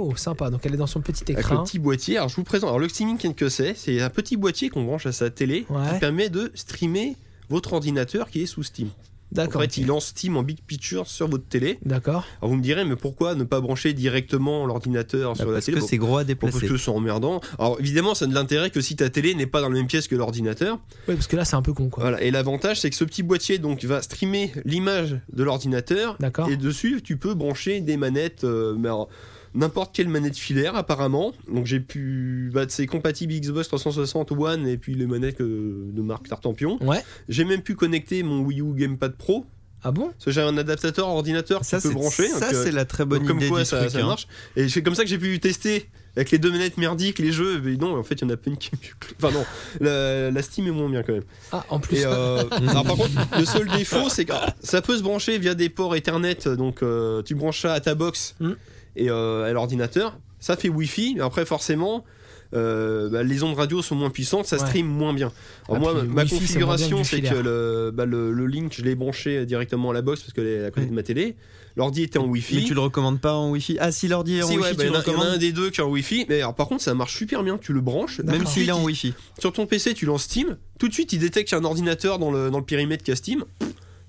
Oh, sympa. Donc elle est dans son petit Eh. avec le écran. petit boîtier. Alors, je vous présente. Alors, le Steam Link, qu'est-ce que c'est C'est un petit boîtier qu'on branche à sa télé Ouais. qui permet de streamer votre ordinateur qui est sous Steam. En D'accord. fait, ils lancent Steam en big picture sur votre télé. D'accord. Alors Ah, vous me direz, mais pourquoi ne pas brancher directement l'ordinateur sur la Bah, Parce télé que Bon, c'est gros à Bon, parce déplacer. que c'est emmerdant. Alors évidemment, ça a de l'intérêt que si ta télé n'est pas dans la même pièce que l'ordinateur. Oui, parce que là, c'est un peu con, quoi. Voilà. Et l'avantage, c'est que ce petit boîtier donc va streamer l'image de l'ordinateur. Ah. D'accord. Et dessus, tu peux brancher des manettes. euh, mais alors, N'importe quelle manette filaire apparemment. Donc j'ai pu... Bah, c'est compatible Xbox 360 One et puis les manettes euh, de marque Tartampion. Ouais. J'ai même pu connecter mon Wii U Gamepad Pro. Ah bon Parce que j'ai un adaptateur ordinateur Ça, qui peut c'est brancher. ça, donc, euh, c'est la très bonne donc, comme idée quoi du ça, truc, ça hein. marche. Et c'est comme ça que j'ai pu tester avec les deux manettes merdiques, les jeux. Mais non, en fait, il y en a pas une qui est mieux que l'autre. Enfin, non, la, la Steam est moins bien quand même. Ah, en plus. Et, euh, alors, par contre, le seul défaut, c'est que ah, ça peut se brancher via des ports Ethernet. Donc, euh, tu branches ça à ta box Mm. et euh, à l'ordinateur. Ça fait Wi-Fi, mais après, forcément. euh, bah, les ondes radio sont moins puissantes, ça Ouais. stream moins bien. Ah, Alors moi, puis le ma Wi-Fi, c'est moins bien configuration, que du c'est que filaire. le, bah, le, le link, je l'ai branché directement à la box parce que est à côté Ouais. de ma télé. L'ordi était en Wi-Fi. Mais tu le recommandes pas en Wi-Fi Ah, si l'ordi est en Si, Wi-Fi, ouais, bah, tu il le y en a- il y en a un recommandes des deux qui est en Wi-Fi. Mais alors, par contre, ça marche super bien. Tu le branches, Même tout de s'il est suite, en il- Wi-Fi. Sur ton PC, tu lances Steam. Tout de suite, il détecte qu'il y a un ordinateur dans le, dans le périmètre qu'a Steam.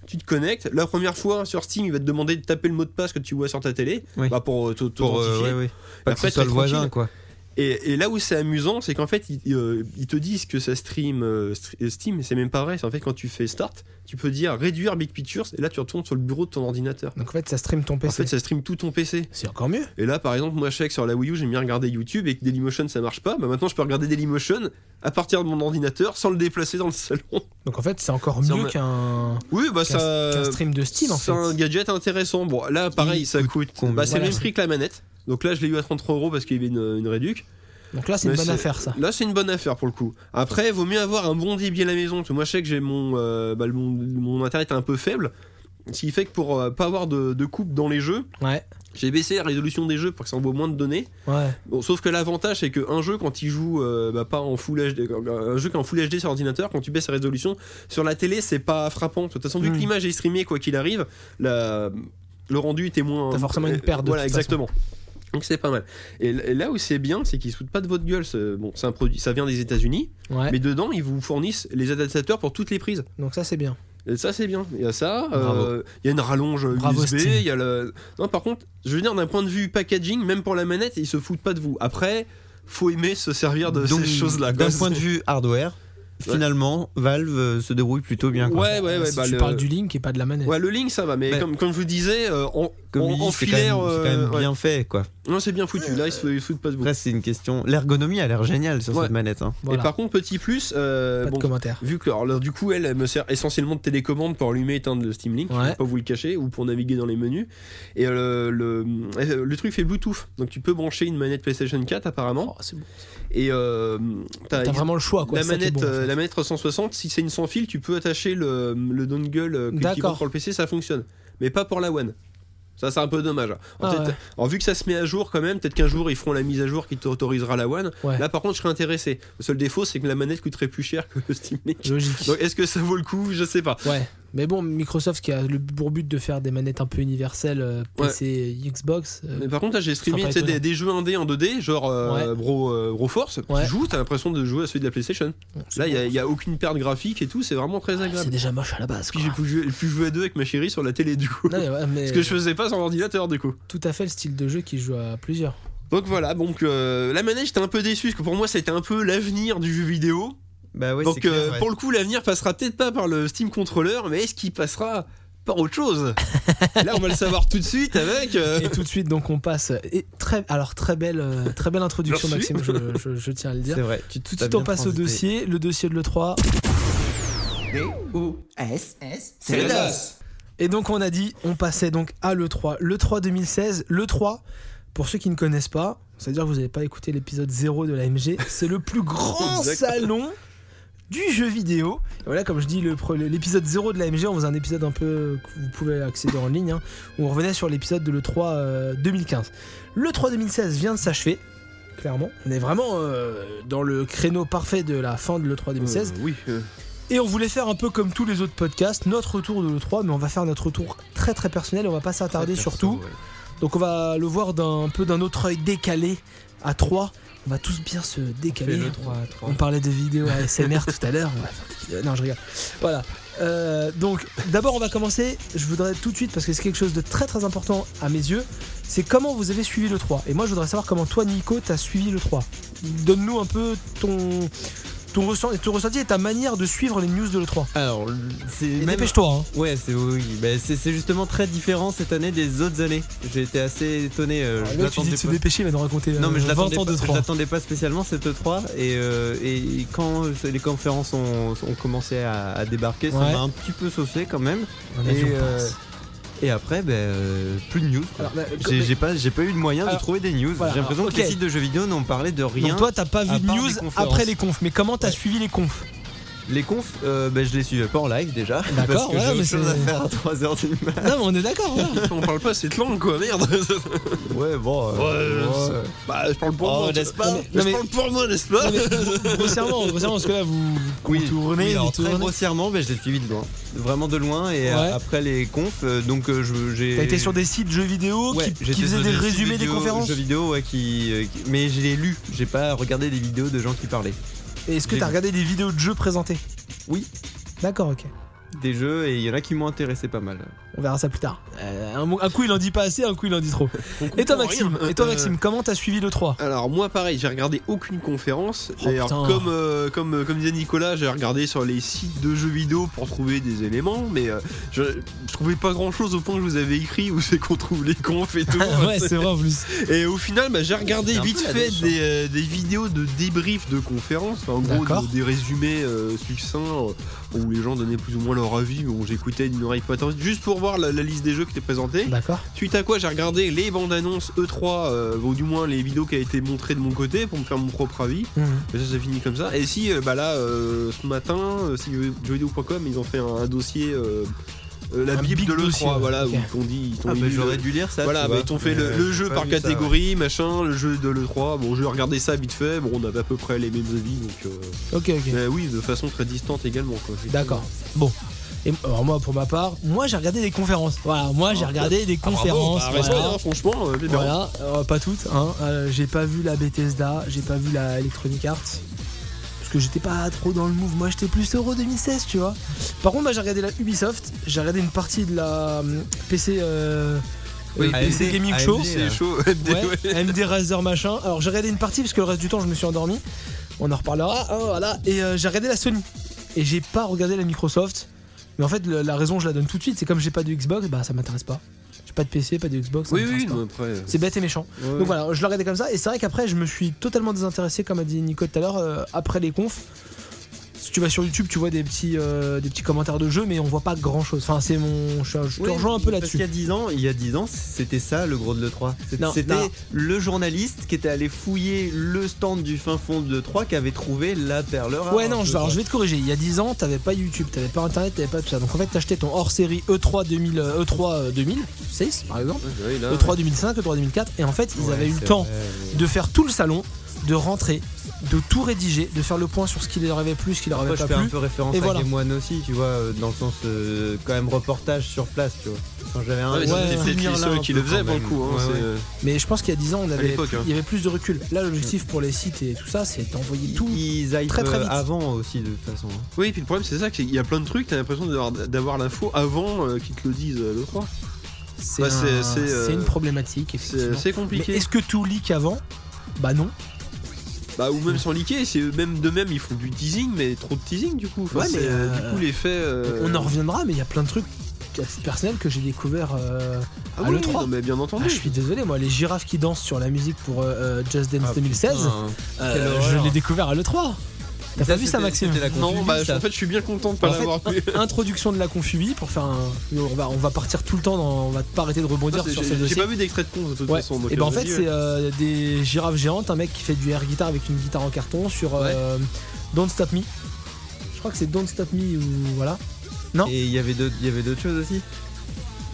Tu te connectes. La première fois sur Steam, il va te demander de taper le mot de passe que tu vois sur ta télé Oui. bah, pour euh, t'au- Pour, euh, t'authentifier. ouais, ouais. Pas que Après, ce soit t'es le voisin, tranquille. quoi. Et, et là où c'est amusant, c'est qu'en fait, ils, euh, ils te disent que ça stream euh, stre- euh, Steam, mais c'est même pas vrai. C'est en fait quand tu fais Start, tu peux dire réduire Big Pictures, et là tu retournes sur le bureau de ton ordinateur. Donc en fait, ça stream ton En PC. fait, ça stream tout ton PC. C'est encore mieux. Et là, par exemple, moi, je sais que sur la Wii U, j'aime bien regarder YouTube et que Dailymotion ça marche pas. Bah, maintenant, je peux regarder Dailymotion à partir de mon ordinateur sans le déplacer dans le salon. Donc en fait, c'est encore C'est mieux en- qu'un Oui, bah qu'un- qu'un ça. stream de Steam, en C'est fait. un gadget intéressant. Bon, là, pareil, Il ça coûte. combien Bah, c'est Voilà. le même prix que la manette. Donc là, je l'ai eu à 33 euros parce qu'il y avait une, une réduc. Donc là, c'est une Mais bonne c'est- affaire, ça. Là, c'est une bonne affaire pour le coup. Après, vaut mieux avoir un bon débit à la maison. Parce que moi, je sais que j'ai mon, euh, bah, le- mon, mon internet est un peu faible. Ce qui fait que pour euh, pas avoir de, de coupe dans les jeux, Ouais. j'ai baissé la résolution des jeux pour que ça envoie moins de données. Ouais. Bon, sauf que l'avantage, c'est qu'un jeu, quand il joue euh, bah, pas en full HD, un jeu qui est en full HD sur ordinateur, quand tu baisses la résolution, sur la télé, c'est pas frappant. De toute façon, vu Mm. que l'image est streamée, quoi qu'il arrive, la- le rendu était moins. euh, T'as forcément une perte de Voilà, toute exactement. Donc c'est pas mal. Et l- et là où c'est bien, c'est qu'ils se foutent pas de votre gueule. ce- Bon, c'est un produit, ça vient des États-Unis, Ouais. mais dedans ils vous fournissent les adaptateurs pour toutes les prises. Donc ça, c'est bien. Et ça c'est bien. Il y a ça, Bravo. euh, il y a une rallonge Bravo, USB, Steam. il y a le. Non par contre, je veux dire d'un point de vue packaging, même pour la manette, ils se foutent pas de vous. Après, faut aimer se servir de Donc, ces choses-là. quoi. D'un point de vue hardware, Ouais. finalement, Valve euh, se débrouille plutôt bien. quoi. Ouais ouais ouais. si bah, tu le... parles du Link et pas de la manette. Ouais, le link ça va, mais Ouais. comme, comme je vous disais, euh, en, Comme en- il dit, en c'est quand même- filaire, c'est quand euh, même ouais. bien fait, quoi. non c'est bien foutu. Là ils se, ils se foutent pas de vous. Après, c'est une question. L'ergonomie a l'air géniale sur Ouais. cette manette. hein. Voilà. Et par contre petit plus, euh, pas bon, de commentaire. Vu que alors, là, du coup elle, elle me sert essentiellement de télécommande pour allumer et éteindre le Steam Link, Ouais. je vais pas vous le cacher, ou pour naviguer dans les menus. Et euh, le, le, le truc fait Bluetooth, donc tu peux brancher une manette PlayStation 4 apparemment. Oh, c'est bon. Et euh, t'as- T'as vraiment le choix, quoi. la c'est ça qui est manette, bon, en fait. euh, la manette 360, si c'est une sans fil, tu peux attacher le, le dongle euh, que- qui D'accord. va pour le PC, ça fonctionne. Mais pas pour la One. Ça, c'est un peu dommage. Alors, Ah, peut-être- ouais. alors, vu que ça se met à jour quand même, peut-être qu'un jour ils feront la mise à jour qui t'autorisera la One. Ouais. Là, par contre, je serais intéressé. Le seul défaut, c'est que la manette coûterait plus cher que le Steam Link. Logique. Donc, est-ce que ça vaut le coup Je sais pas. Ouais. Mais bon, Microsoft qui a le pour but de faire des manettes un peu universelles, euh, PC et Xbox. euh, Mais par contre, là, j'ai streamé pas tu sais, des, étonnant. des jeux indés en 2D, genre euh, Bro, euh, Bro Force. Ouais. Tu joues, t'as l'impression de jouer à celui de la PlayStation. bon, c'est Là, bon. il n'y a, aucune perte graphique et tout, c'est vraiment très Ouais, C'est agréable. déjà moche à la base. Puis Quoi. j'ai pu jouer, pu jouer à deux avec ma chérie sur la télé, du coup. Non, mais ouais, mais Ce que je faisais pas sur l'ordinateur, du coup. tout à fait le style de jeu qui joue à plusieurs. Donc voilà, donc euh, la manette, j'étais un peu déçu, parce que pour moi, c'était un peu l'avenir du jeu vidéo. Bah ouais, c'est donc clair, euh, ouais. pour le coup, l'avenir passera peut-être pas par le Steam Controller, mais est-ce qu'il passera par autre chose Là, on va le savoir tout de suite avec. euh, Et tout de suite, donc on passe. Et très, alors très belle, euh, très belle introduction, Merci. Maxime. Je, je- je tiens à le dire. C'est vrai. Tu Tout de suite, on passe au dossier, le dossier de l'E3. S, S, c'est la- Et donc, on a dit, on passait donc à l'E3. L'E3 2016, l'E3, pour ceux qui ne connaissent pas, c'est-à-dire que vous n'avez pas écouté l'épisode 0 de l'AMG, c'est le plus grand Exact. salon du jeu vidéo. Et voilà, comme je dis, le pre- l'épisode 0 de l'AMG, on faisait un épisode un peu que vous pouvez accéder en ligne, hein, où on revenait sur l'épisode de l'E3 euh, 2015. L'E3 2016 vient de s'achever. Clairement, on est vraiment euh, dans le créneau parfait de la fin de l'E3 2016. Euh, oui. euh, Et on voulait faire un peu comme tous les autres podcasts, notre retour de l'E3, mais on va faire notre retour très très personnel, et on va pas s'attarder sur tout. Donc on va le voir d'un un peu d'un autre œil décalé à 3. On va tous bien se décaler. le 3 à 3. euh, On parlait de vidéos ASMR tout à l'heure. on va faire des vidéos- Non, je regarde. Voilà. Euh, donc, d'abord, on va commencer. Je voudrais tout de suite, parce que c'est quelque chose de très très important à mes yeux, c'est comment vous avez suivi le 3. Et moi, je voudrais savoir comment toi, Nico, t'as suivi le 3. Donne-nous un peu ton, ton, ressenti, ton ressenti et ta manière de suivre les news de le 3. Alors, c'est Et même- Dépêche-toi. hein. Ouais, c'est oui, bah, c'est c'est justement très différent cette année des autres années. J'ai été assez étonné. Ah, euh, je Là, tu dis de l'attendais se pas. dépêcher, mais de raconter Non, mais je euh, 20 l'attendais ans pas, de je 3. l'attendais pas spécialement cette E3 et, euh, et quand euh, les conférences ont, ont commencé à, à débarquer, ça Ouais. m'a un petit peu saucé quand même. Un Et, avion euh, passe. et après, ben, euh, plus de news. quoi. Alors, bah, J'ai j'ai pas, j'ai pas eu de moyen Alors, de trouver des news. voilà, J'ai l'impression alors, que ok. les sites de jeux vidéo n'ont parlé de rien. Donc toi, t'as pas vu à de part des news conférences. après les confs, mais comment t'as suivi les confs les confs, euh, ben, je les suivais pas en live déjà. D'accord, parce que ouais, j'ai mais autre chose c'est- à faire à 3h du mat. Non, mais on est d'accord. voilà. On parle pas cette langue quoi, merde Ouais, bon. euh, Ouais, je- Bah je parle pour Oh, moi, n'est-ce tu- pas Non, Non, mais- mais- Je parle pour moi, n'est-ce pas Non, mais grossièrement, grossièrement, parce que là, vous Oui, contournez, oui, alors, très détournez. grossièrement, mais je l'ai suivi de loin. Vraiment de loin et euh, Ouais. après les confs, euh, donc euh, je- j'ai. T'as été sur des sites jeux vidéo Ouais, qui, j'étais qui faisaient sur des sites résumés des vidéo- conférences Jeux vidéo, ouais, qui, euh, qui- mais je l'ai lu. J'ai pas regardé des vidéos de gens qui parlaient. Et est-ce que J'ai t'as vu. regardé des vidéos de jeux présentés Oui. D'accord, ok. Des jeux et il y en a qui m'ont intéressé pas mal. On verra ça plus tard. Euh, un, mo- un coup il en dit pas assez, un coup il en dit trop. On Et toi comprend Maxime, rien. et toi Euh, Maxime, comment t'as suivi le 3 Alors moi pareil, j'ai regardé aucune conférence. Oh, et alors, putain. comme, euh, comme, euh, comme disait Nicolas, j'ai regardé sur les sites de jeux vidéo pour trouver des éléments, mais euh, je, je trouvais pas grand chose au point que je vous avais écrit où c'est qu'on trouve les confs et tout. Ouais, c'est vrai en plus. et au final, bah, j'ai regardé C'est un peu vite la fait dèche, des, euh, des vidéos de débriefs de conférences, enfin, en gros D'accord. de- des résumés euh, succincts euh, où les gens donnaient plus ou moins leur avis, où j'écoutais d'une oreille pas attentive, juste pour voir la, la liste des jeux qui étaient présentés. D'accord. Suite à quoi j'ai regardé les bandes annonces E3, euh, ou du moins les vidéos qui a été montrées de mon côté pour me faire mon propre avis. Et ça c'est fini comme ça. Et si euh, bah là euh, ce matin, euh, si jeuxvideo.com ils ont fait un, un dossier euh, euh, la Un Bible big de l'E3, dossier, ouais, voilà, ok. où ils t'ont dit, ils t'ont Ah, mis bah, le- j'aurais dû lire ça. Voilà, tu bah, vois. ils t'ont fait le, Mais, le euh, jeu j'ai par pas lu ça, catégorie, machin, le jeu de l'E3. Bon, j'ai regardé ça vite fait, bon, on avait à peu près les mêmes avis, donc. euh, Ok, ok. mais oui, de façon très distante également, quoi. D'accord. Bon. Et alors moi pour ma part, moi j'ai regardé des conférences. Voilà, moi j'ai Ah, regardé des Ah, bravo, conférences. bah, voilà. respect, hein, franchement, euh, bien. Voilà, euh, pas toutes. Hein. Euh, j'ai pas vu la Bethesda, j'ai pas vu la Electronic Arts. Parce que j'étais pas trop dans le move. Moi, j'étais plus Euro 2016, tu vois. Par contre, moi, j'ai regardé la Ubisoft. J'ai regardé une partie de la hum, PC. euh, Oui, euh, AMD, PC Gaming AMD, Show. euh, C'est chaud. Ouais, AMD Razer machin. Alors j'ai regardé une partie parce que le reste du temps je me suis endormi. On en reparlera. hein, voilà. Et euh, j'ai regardé la Sony. Et j'ai pas regardé la Microsoft. Mais en fait le- la raison je la donne tout de suite, c'est comme j'ai pas de Xbox, bah ça m'intéresse pas. J'ai pas de PC, pas de Xbox. ça Oui, m'intéresse oui, pas. non, après. C'est bête et méchant. ouais. Donc voilà, je l'ai regardé comme ça. Et c'est vrai qu'après je me suis totalement désintéressé, comme a dit Nico tout à l'heure, euh, après les confs. Si tu vas sur YouTube, tu vois des petits, euh, des petits commentaires de jeux, mais on voit pas grand chose. Enfin, c'est mon. Je, je te Oui, rejoins un peu bah, parce qu'il là-dessus. y a 10 ans, il y a 10 ans, c'était ça le gros de l'E3. C'était- Non, non. C'était le journaliste qui était allé fouiller le stand du fin fond de l'E3 qui avait trouvé la perle rare. Ouais, non, je, vois. alors je vais te corriger. Il y a 10 ans, t'avais pas YouTube, t'avais pas Internet, t'avais pas tout ça. Donc en fait, t'achetais ton hors série E3 2000, euh, E3 euh, 2006, par exemple, E Ouais, bah là, E3 2005, E3 2004, et en fait, ils Ouais, avaient eu le c'est temps vrai, ouais. de faire tout le salon, de rentrer, de tout rédiger, de faire le point sur ce qui leur avait plu, ce qui leur Après, avait je pas fais un plu. peu référence Et à voilà. Game One aussi, tu vois, euh, dans le sens euh, quand même reportage sur place, tu vois. Quand j'avais un. Ah, mais Ouais, c'était ouais. peut-être les seuls qui le faisaient pour le coup. hein, c'est, euh, Mais je pense qu'il y a 10 ans, on avait, l'époque, hein. il y avait plus de recul. Là, l'objectif pour les sites et tout ça, c'est d'envoyer Ils, tout. ils hype, très, très euh, vite. avant aussi de toute façon. hein. Oui, puis le problème c'est ça, qu'il y a plein de trucs, t'as l'impression d'avoir- d'avoir l'info avant euh, qu'ils te le disent euh, le 3. C'est Bah, c'est- un- c'est, euh, c'est une problématique, C'est effectivement. c'est Mais compliqué. est-ce que tout leak avant Bah non. Bah, ou même sans liquer, c'est eux-mêmes d'eux-mêmes, ils font du teasing, mais trop de teasing du coup. Enfin, Ouais, c'est, mais, euh, euh, du coup, les faits. euh, On en reviendra, mais il y a plein de trucs à titre personnel que j'ai découvert. euh, ah à oui, l'E3. non, mais bien entendu. Ah, je suis désolé, moi, les girafes qui dansent sur la musique pour euh, euh, Just Dance 2016, Ah, euh, quelle je horreur. l'ai découvert à l'E3. T'as pas vu ça, c'était- Maxime c'était la Non, confus, bah ça. en fait, je suis bien content de pas En fait, l'avoir fait. Introduction de la Confubi pour faire un. On va, on va partir tout le temps, dans- on va pas arrêter de rebondir sur ce J'ai j'ai dossier. pas vu d'extrait de con de toute Ouais. façon. donc, Et ben en vas-y, fait, ouais. c'est euh, des girafes géantes, un mec qui fait du air guitare avec une guitare en carton sur euh, Don't Stop Me. Je crois que c'est Don't Stop Me ou voilà. non. Et il y avait d'autres il y avait d'autres choses aussi.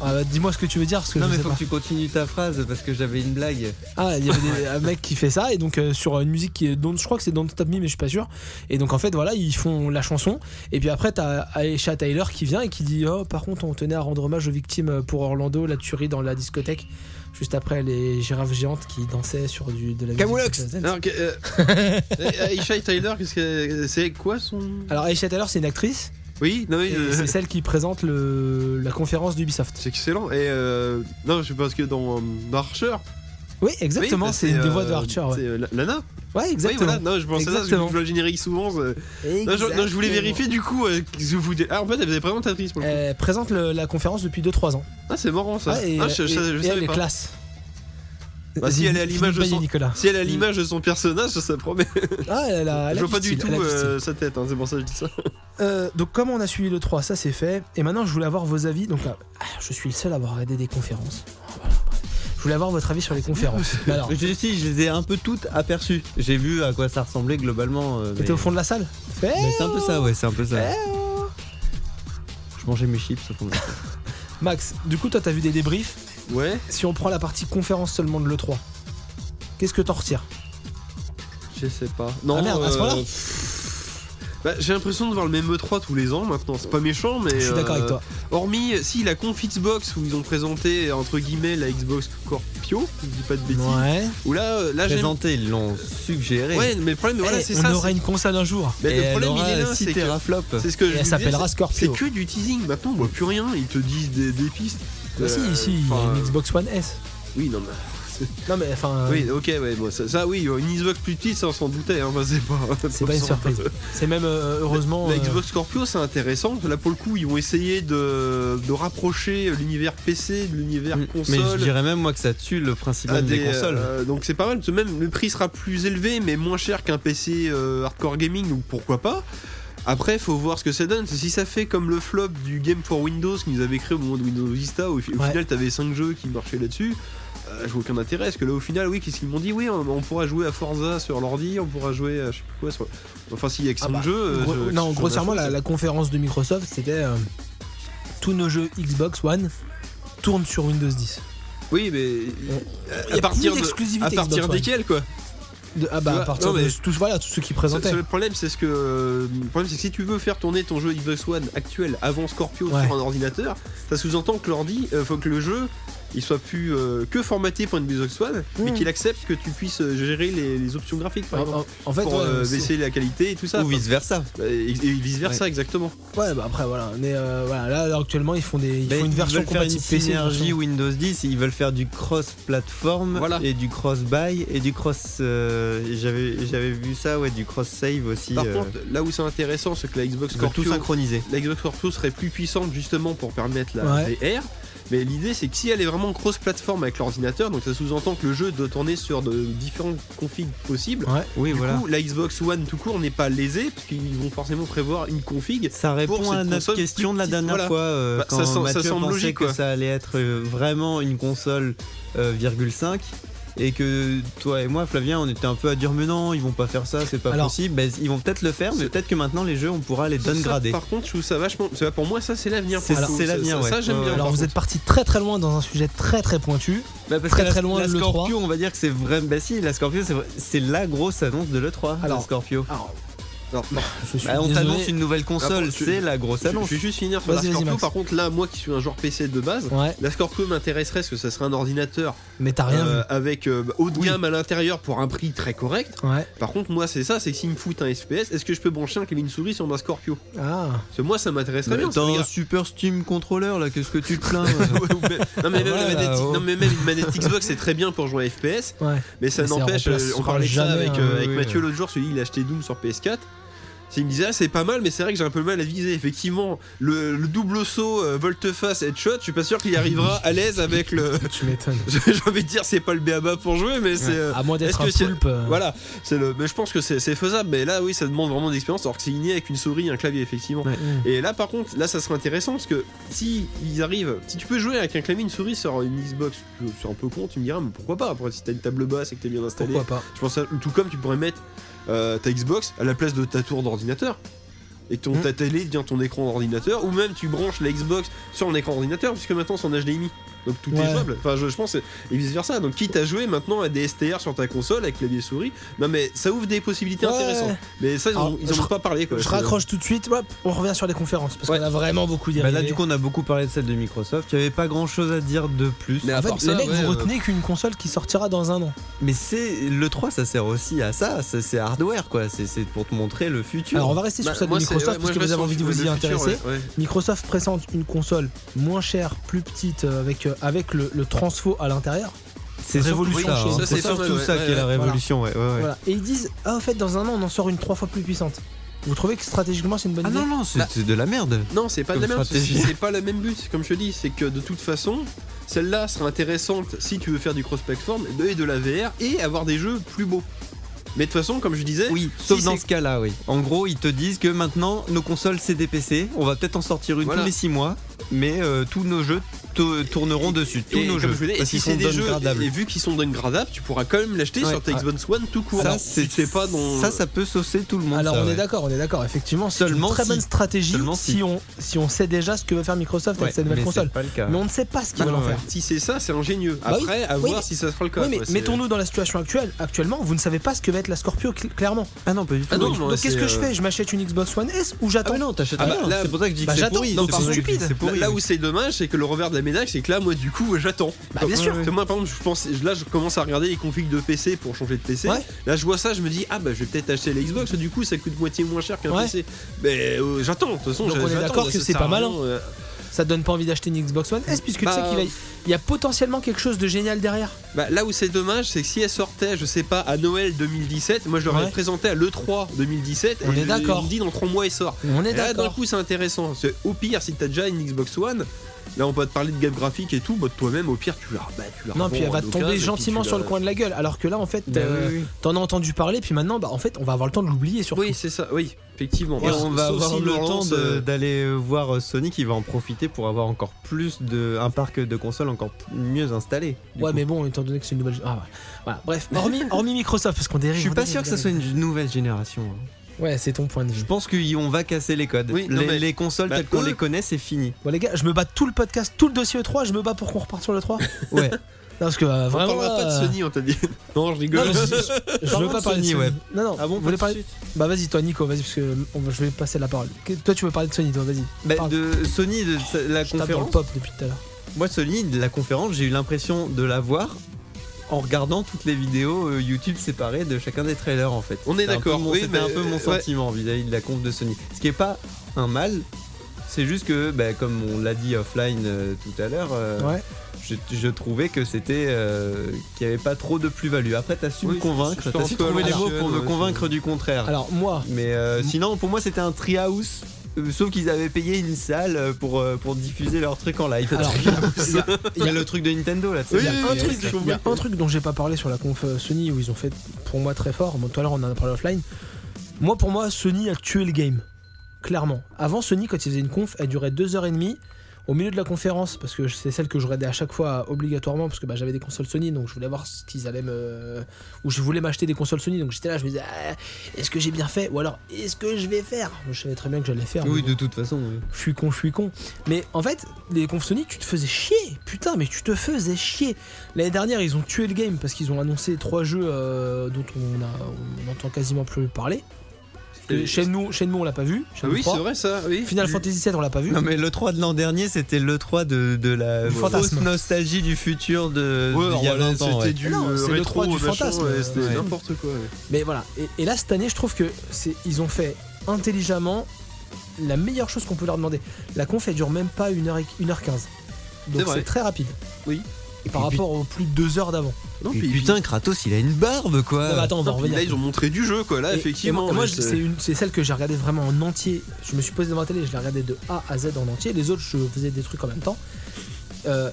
Ah, bah, Dis-moi ce que tu veux dire parce que non je mais sais faut pas. que tu continues ta phrase parce que j'avais une blague. Ah, il y avait des- un mec qui fait ça, et donc euh, sur une musique qui est, dont je crois que c'est Don't Stop Me, mais je suis pas sûr. Et donc en fait, voilà, ils font la chanson, et puis après, t'as Aisha Tyler qui vient et qui dit Oh, par contre, on tenait à rendre hommage aux victimes pour Orlando, la tuerie dans la discothèque, juste après les girafes géantes qui dansaient sur du, de la Camoulox. musique. Alors, que, euh, Aisha Tyler, qu'est-ce que c'est quoi son. Alors, Aisha Tyler, c'est une actrice Oui, non, oui, Ah. Et euh, C'est celle qui présente le- la conférence d'Ubisoft. c'est excellent. Et euh, non, je pense que dans, euh, dans Archer. Oui, exactement, oui, bah, c'est une des voix de euh, Archer. Ouais, C'est euh, La- Lana. Ouais, Oui, exactement. voilà. Non, je pensais ça parce que Exactement. je vois le générique souvent. c'est- Non, je, non, je Exactement. voulais Euh, vérifier du coup. euh, que je vous dis- Ah, en fait, elle faisait présentatrice. Pour le coup. Elle présente le- la conférence depuis 2-3 ans. Ah, c'est marrant ça. Ah, et, Ah, je, je- et- je et elle savais est pas. classe. Bah, si elle est à l'image de Philippe son- Nicolas. Si elle a l'image de son personnage, ça promet. Mm. Ah, elle a, elle je a vois pas du style, tout elle a style. euh, sa tête, hein, c'est pour ça que je dis ça. Euh, donc comme on a suivi le 3, ça c'est fait. Et maintenant je voulais avoir vos avis. Donc là, ah, je suis le seul à avoir regardé des conférences. Je voulais avoir votre avis sur les conférences. Mais Alors, Je, si, je les ai un peu toutes aperçues. J'ai vu à quoi ça ressemblait globalement. euh, t'étais mais- au fond de la salle Eh mais C'est un peu ça, ouais, c'est un peu ça. Eh oh Je mangeais mes chips au fond de Ah, la- Max, du coup toi t'as vu des débriefs. Ouais. Si on prend la partie conférence seulement de l'E3, qu'est-ce que t'en retires Je sais pas. Non, euh, Ah merde, à ce moment-là pff, bah, J'ai l'impression de voir le même E3 tous les ans maintenant. C'est pas méchant, mais. Je suis d'accord euh, avec toi. Hormis, euh, si la conf Xbox où ils ont présenté entre guillemets la Xbox Scorpio, si je dis pas de bêtises. Ouais. Ou là, euh, là j'aime. Présenté, ils l'ont suggéré. Ouais, mais le problème, voilà, Eh, c'est on ça. aura c'est- une console un jour. Mais Et le problème, elle aura il est là, six c'est que. teraflops. C'est ce que Et je elle vous s'appellera disais, c'est- Scorpio. C'est que du teasing. Maintenant, on voit plus rien. Ils te disent des, des pistes. Bah si, Euh, si, il y a enfin, une Xbox One S. Oui, non, mais. Non mais enfin, Oui, ok, ouais, bon, ça, ça, oui, une Xbox plus petite, ça on s'en doutait, hein, bah, c'est pas. c'est pas une surprise. C'est même euh, heureusement. La euh, Xbox Scorpio, c'est intéressant. Là, pour le coup, ils vont essayer de, de rapprocher l'univers PC de l'univers Mm. Mm, Mais je console. dirais même moi que ça tue le principe à même des, des, consoles. euh, donc c'est pas mal, parce que même le prix sera plus élevé, mais moins cher qu'un PC euh, hardcore gaming, donc pourquoi pas. Après, faut voir ce que ça donne. Si ça fait comme le flop du Game for Windows qu'ils avaient créé au moment de Windows Vista, où au fi- au Ouais. final t'avais 5 jeux qui marchaient là-dessus, euh, je vois aucun intérêt. Parce que là, au final, oui, qu'est-ce qu'ils m'ont dit Oui, on, on pourra jouer à Forza sur l'ordi, on pourra jouer à je sais plus quoi. Sur... Enfin, s'il y a que Ah 5 bah, jeux. euh, Gros- je- non, je- grossièrement, la, la conférence de Microsoft, c'était euh, tous nos jeux Xbox One tournent sur Windows 10. Oui, mais. euh, Il y À a partir, plus de- d'exclusivité à partir Xbox One. desquels, quoi De- ah bah Tu à vois, partir non, de mais- tous voilà tous ceux qui présentaient. Seul- seul problème, c'est ce que. euh, Le problème, c'est que si tu veux faire tourner ton jeu Xbox One actuel avant Scorpio Ouais. sur un ordinateur, ça sous-entend que l'ordi, euh, faut que le jeu, il soit plus euh, que formaté pour une Xbox One, mais Mm. qu'il accepte que tu puisses euh, gérer les, les options graphiques, par En, exemple, en- en fait, pour ouais, euh, c'est- baisser la qualité et tout ça. Ou vice versa. Enfin, Et, vice versa, exactement. ouais, bah après voilà, mais euh, voilà, là, là, actuellement ils font des, ils Mais font une ils version veulent faire une compatible PC. une synergie version- Windows 10, ils veulent faire du cross-platform Voilà. et du cross-buy et du cross. euh, J'avais j'avais vu ça, ouais, du cross-save aussi. Par euh, contre, là où c'est intéressant, c'est que la Xbox ils veulent tout Scorpio, synchroniser. la Xbox Scorpio serait plus puissante justement pour permettre la Ouais. VR. Mais l'idée c'est que si elle est vraiment cross-plateforme avec l'ordinateur, donc ça sous-entend que le jeu doit tourner sur de différentes configs possibles. Ouais. Oui, Du voilà. coup, la Xbox One tout court n'est pas lésée parce qu'ils vont forcément prévoir une config. ça pour répond à cette notre console question plus de la petite, dernière voilà. fois euh, Bah, ça quand sem- ça Mathieu semble pensait logique, que quoi. ça allait être euh, vraiment une console euh, 0,5 et que toi et moi Flavien on était un peu à dire mais non ils vont pas faire ça c'est pas Alors- possible Ben, ils vont peut-être le faire mais C'est- peut-être que maintenant les jeux on pourra les Ça, downgrader Par contre, je trouve ça vachement. parce que Pour moi, ça c'est l'avenir. pour C'est- le coup. c'est l'avenir, Ça, ça, ouais. j'aime Ouais, bien. ouais. Alors par vous contre. êtes parti très très loin dans un sujet très très pointu. Bah, parce Très, que la- très loin la de l'E3. Scorpio on va dire que c'est vraiment bah si la Scorpio c'est vrai- c'est la grosse annonce de l'E3 la Alors, Scorpio Alors, Alors, je suis Bah, on désolé. t'annonce une nouvelle console Attends, Ah, tu- c'est la grosse je- annonce je vais juste finir sur la Vas-y, vas-y, Scorpio. Max. Par contre, là, moi qui suis un joueur PC de base, Ouais, la Scorpio m'intéresserait parce que ça serait un ordinateur mais t'as rien euh, avec euh, bah, haut de Oui. gamme à l'intérieur pour un prix très correct. vu. Ouais. Par contre, moi, c'est ça, c'est que s'ils me foutent un FPS, est-ce que je peux brancher un Kevin Souris sur ma Scorpio Ah. Parce que moi, ça m'intéresserait bien. T'as parce que, un regarde, super Steam controller là qu'est-ce que tu te plains non, mais même la Ouais, manette- oh. non, mais même une manette Xbox, c'est très bien pour jouer à FPS. Ouais. Mais ça Mais ça n'empêche, euh, on remplacera parlait de ça jamais avec, un- euh, avec oui, Mathieu ouais. l'autre jour, celui il a acheté Doom sur PS4. Il me disait, ah, c'est pas mal, mais c'est vrai que j'ai un peu mal à viser. Effectivement, le, le double saut euh, volte-face headshot, je suis pas sûr qu'il y arrivera à l'aise avec le. Tu m'étonnes. J'ai envie de dire, c'est pas le BABA pour jouer, mais c'est. euh, À moins d'être est-ce un que c'est- poulpe. euh, Voilà, c'est le. Mais je pense que c'est c'est faisable, mais là, oui, ça demande vraiment d'expérience, alors que c'est inné avec une souris et un clavier, effectivement. Mm. Et là, par contre, là, ça serait intéressant parce que si ils arrivent, si tu peux jouer avec un clavier, une souris sur une Xbox, c'est un peu con, tu me diras, mais pourquoi pas Après, si t'as une table basse et que t'es bien installé, Pourquoi pas je pense à- tout comme tu pourrais mettre euh, ta Xbox à la place de ta tour d'ordinateur. Et que ton, Mm. ta télé devient ton écran d'ordinateur, ou même tu branches la Xbox sur un écran d'ordinateur, puisque maintenant c'est en HDMI. donc tout Ouais. est jouable. Enfin, je, je pense, et vice versa. Donc, quitte à jouer maintenant à des STR sur ta console avec clavier souris, non mais ça ouvre des possibilités Ouais. intéressantes. Mais ça, ils Alors, ont, ils en je- ont pas parlé quoi. Je C'est- raccroche tout de suite, hop, on revient sur les conférences parce Ouais. qu'on a vraiment beaucoup Bah d'idées. là, du coup, on a beaucoup parlé de celle de Microsoft. Il n'y avait pas grand chose à dire de plus. Mais à en fait, part les ça, mecs, ouais, vous euh, retenez qu'une console qui sortira dans un an. Mais c'est le 3, ça sert aussi à ça. C'est c'est hardware, quoi. C'est c'est pour te montrer le futur. Alors, on va rester sur bah, celle de moi, c'est- Microsoft ouais, moi, parce que je vous reste avez sur envie de le vous y futur, intéresser. ouais, ouais. Microsoft présente une console moins chère, plus petite, euh, avec, euh, avec le, le transfo à l'intérieur. c'est surtout révolution ça, chez hein. eux. C'est Ça, c'est surtout pas mal, ça ouais, qui est la ouais. révolution, ouais. ouais, ouais. Voilà. Et ils disent, ah, en fait, dans un an, on en sort une trois fois plus puissante. Vous trouvez que stratégiquement, c'est une bonne Ah idée non, non, c'est Bah- c'est de la merde. Non, c'est pas de Comme la même stratégie. c'est- C'est pas le même but, comme je te dis, c'est que de toute façon, celle-là sera intéressante si tu veux faire du cross-platform et de la VR et avoir des jeux plus beaux. Mais de toute façon, comme je disais, Oui, eh, si sauf dans c'est- ce cas-là, oui. En gros, ils te disent que maintenant, nos consoles, c'est des PC. On va peut-être en sortir une Voilà. tous les 6 mois, mais euh, tous nos jeux to- tourneront Et- dessus. Tous et nos comme jeux. je vous dis, et parce si qu'ils c'est sont des jeux, downgradables. et, et vu qu'ils sont downgradables, tu pourras quand même l'acheter Ouais. sur ta Xbox One tout court. Ça, Alors, c'est- tu sais pas dans- ça, ça peut saucer tout le monde. Alors ça, on ouais. est d'accord, on est d'accord. Effectivement, c'est une Seulement très si. bonne stratégie Seulement si. si. on si on sait déjà ce que veut faire Microsoft Ouais, avec sa mais nouvelle c'est console. pas le cas. Mais on ne sait pas ce qu'ils Euh, Ouais, veulent en ouais, faire. Si c'est ça, c'est ingénieux. Bah oui. Après, à Oui, voir mais- si ça sera le cas. Oui, mais quoi, c'est- mettons-nous dans la situation actuelle. Actuellement, vous ne savez pas ce que va être la Scorpio, cl- clairement. Ah non, pas du tout. Ah non, donc, non, donc qu'est-ce c'est, que je euh, fais Je m'achète une Xbox One S ou Ah j'attends oui, non, t'achètes Ah bah, rien. là- c'est pour ça que je dis que Bah, c'est j'attends, pourri. donc C'est pour c'est ça que je dis que stupide. C'est pourri. Là, là où c'est dommage, c'est que le revers de la médaille, c'est que là, moi, du coup, euh, j'attends. Bah, bien sûr. Parce que moi, par exemple, je pense, là, je commence à regarder les configs de PC pour changer de PC. Ouais. Là, je vois ça, je me dis, ah bah, je vais peut-être acheter la Xbox, du coup, ça coûte moitié moins cher qu'un Ouais. PC. Mais euh, j'attends, de toute façon, Donc, j'a- on est j'attends, d'accord ça- que ça c'est sert pas à malin. rien, euh. Ça te donne pas envie d'acheter une Xbox One S puisque Bah, tu sais qu'il va y- il y a potentiellement quelque chose de génial derrière. Bah, là où c'est dommage, c'est que si elle sortait, je sais pas, à Noël 2017, moi, je l'aurais Ouais. présenté à l'E3 2017. On et est je- d'accord. On me dit, dans 3 mois, il sort. On Eh, est Et là, Eh, d'un d'accord. coup, c'est intéressant. C'est- Au pire, si t'as déjà une Xbox One, là, on peut te parler de game graphique et tout. Bah, toi-même, au pire, tu la bah, tu la Non, revends puis elle va à te l'occasion, tomber et puis gentiment tu sur la- le coin de la gueule. Alors que là, en fait, euh, Bah euh, oui, oui. t'en as entendu parler, puis maintenant, bah en fait, on va avoir le temps de l'oublier surtout. Oui, c'est ça, oui, effectivement. Et Bah, on va sauf avoir s'il le nous temps relance, de- euh, d'aller voir euh, Sony qui va en profiter pour avoir encore plus de un parc de consoles encore p- mieux installé. du ouais, coup. mais bon, étant donné que c'est une nouvelle. Ah, ouais. Voilà. Bref, hormis, hormis Microsoft, parce qu'on dérive. je suis on pas dérive, sûr on que ça soit dérive. une nouvelle génération. hein. Ouais, c'est ton point de vue. Je pense qu'on va casser les codes. Oui, non, les, mais- les consoles Bah, telles qu'on eux- les connaît, c'est fini. Bon, les gars, je me bats tout le podcast, tout le dossier E3, je me bats pour qu'on reparte sur le 3. Non, Ouais. parce que euh, On vraiment. parlera pas euh, de Sony, on t'a dit. Non, je non, rigole. mais je, je veux Parlons pas de parler de Sony, Sony. ouais. Non, non, vous voulez parler Bah vas-y, toi, Nico, vas-y, parce que on va- je vais passer la parole. Que- Toi, tu veux parler de Sony, toi, vas-y. Bah, Parle. de Sony de sa- la Je tape dans le conférence. pop depuis tout à l'heure. Moi Sony de la conférence, j'ai eu l'impression de la voir en regardant toutes les vidéos euh, YouTube séparées de chacun des trailers en fait. On est C'était un peu d'accord, mon- oui, C'était mais- euh, un peu mon ouais. sentiment vis-à-vis de la conf de Sony. Ce qui est pas un mal. C'est juste que, bah, comme on l'a dit offline euh, tout à l'heure, euh, Ouais. je, je trouvais que c'était euh, qu'il n'y avait pas trop de plus-value. Après, t'as su Oui, me convaincre, c'est- c'est t'as su un peu trouver les mots émotionnel, pour me ouais, convaincre c'est- du contraire. Alors, moi, Mais Mm. euh, sinon, pour moi, c'était un treehouse. euh, Sauf qu'ils avaient payé une salle euh, pour, euh, pour diffuser leur truc en live. Alors, il y a- il y a- il y a le truc de Nintendo là, tu sais. Oui, il y a oui, un oui, truc, je il y a un truc dont j'ai pas parlé sur la conf euh, Sony où ils ont fait pour moi très fort. Bon, tout à l'heure, on en a parlé offline. Moi, pour moi, Sony a tué le game. Clairement. Avant, Sony, quand ils faisaient une conf, elle durait 2h30. Au milieu de la conférence, parce que c'est celle que je regardais à chaque fois euh, obligatoirement, parce que bah, j'avais des consoles Sony, donc je voulais voir ce qu'ils allaient me. Ou je voulais m'acheter des consoles Sony, donc j'étais là, je me disais, Ah, est-ce que j'ai bien fait Ou alors, est-ce que je vais faire Je savais très bien que j'allais faire. mais Oui, bon de toute façon. oui. je suis con, je suis con. Mais en fait, les confs Sony, tu te faisais chier. Putain, mais tu te faisais chier. L'année dernière, ils ont tué le game parce qu'ils ont annoncé trois jeux euh, dont on, a- on entend quasiment plus parler. Et- Ah Chez nous, chez nous, on l'a pas vu. Shenmue Oui, 3. c'est vrai, ça, oui. Final Fantasy VII, on l'a pas vu. Non, mais l'E3 de l'an dernier, c'était l'E3 de, de la Du fausse fantasme. nostalgie du futur de Ouais, d'il y a voilà, 20 ans. c'était ouais. du Non, euh, c'est le rétro, 3 du machin, fantasme, ouais, euh, c'était ouais. n'importe quoi. ouais. Mais voilà. Et, et là, cette année, je trouve que c'est, ils ont fait intelligemment la meilleure chose qu'on peut leur demander. La conf, elle dure même pas 1h15. Donc C'est vrai. c'est très rapide. Oui. Et par Et puis- rapport aux plus de 2 heures d'avant. Non, Mais puis- putain, Kratos, il a une barbe quoi. Non, mais attends, on va Ah, Non, puis revenir. Là, ils ont montré du jeu, quoi. Là, Et- et Ah, effectivement. moi, moi, ouais, je- c'est une- c'est celle que j'ai regardée vraiment en entier. Je me suis posé devant la télé, je l'ai regardée de A à Z en entier. Les autres, je faisais des trucs en même temps. Euh,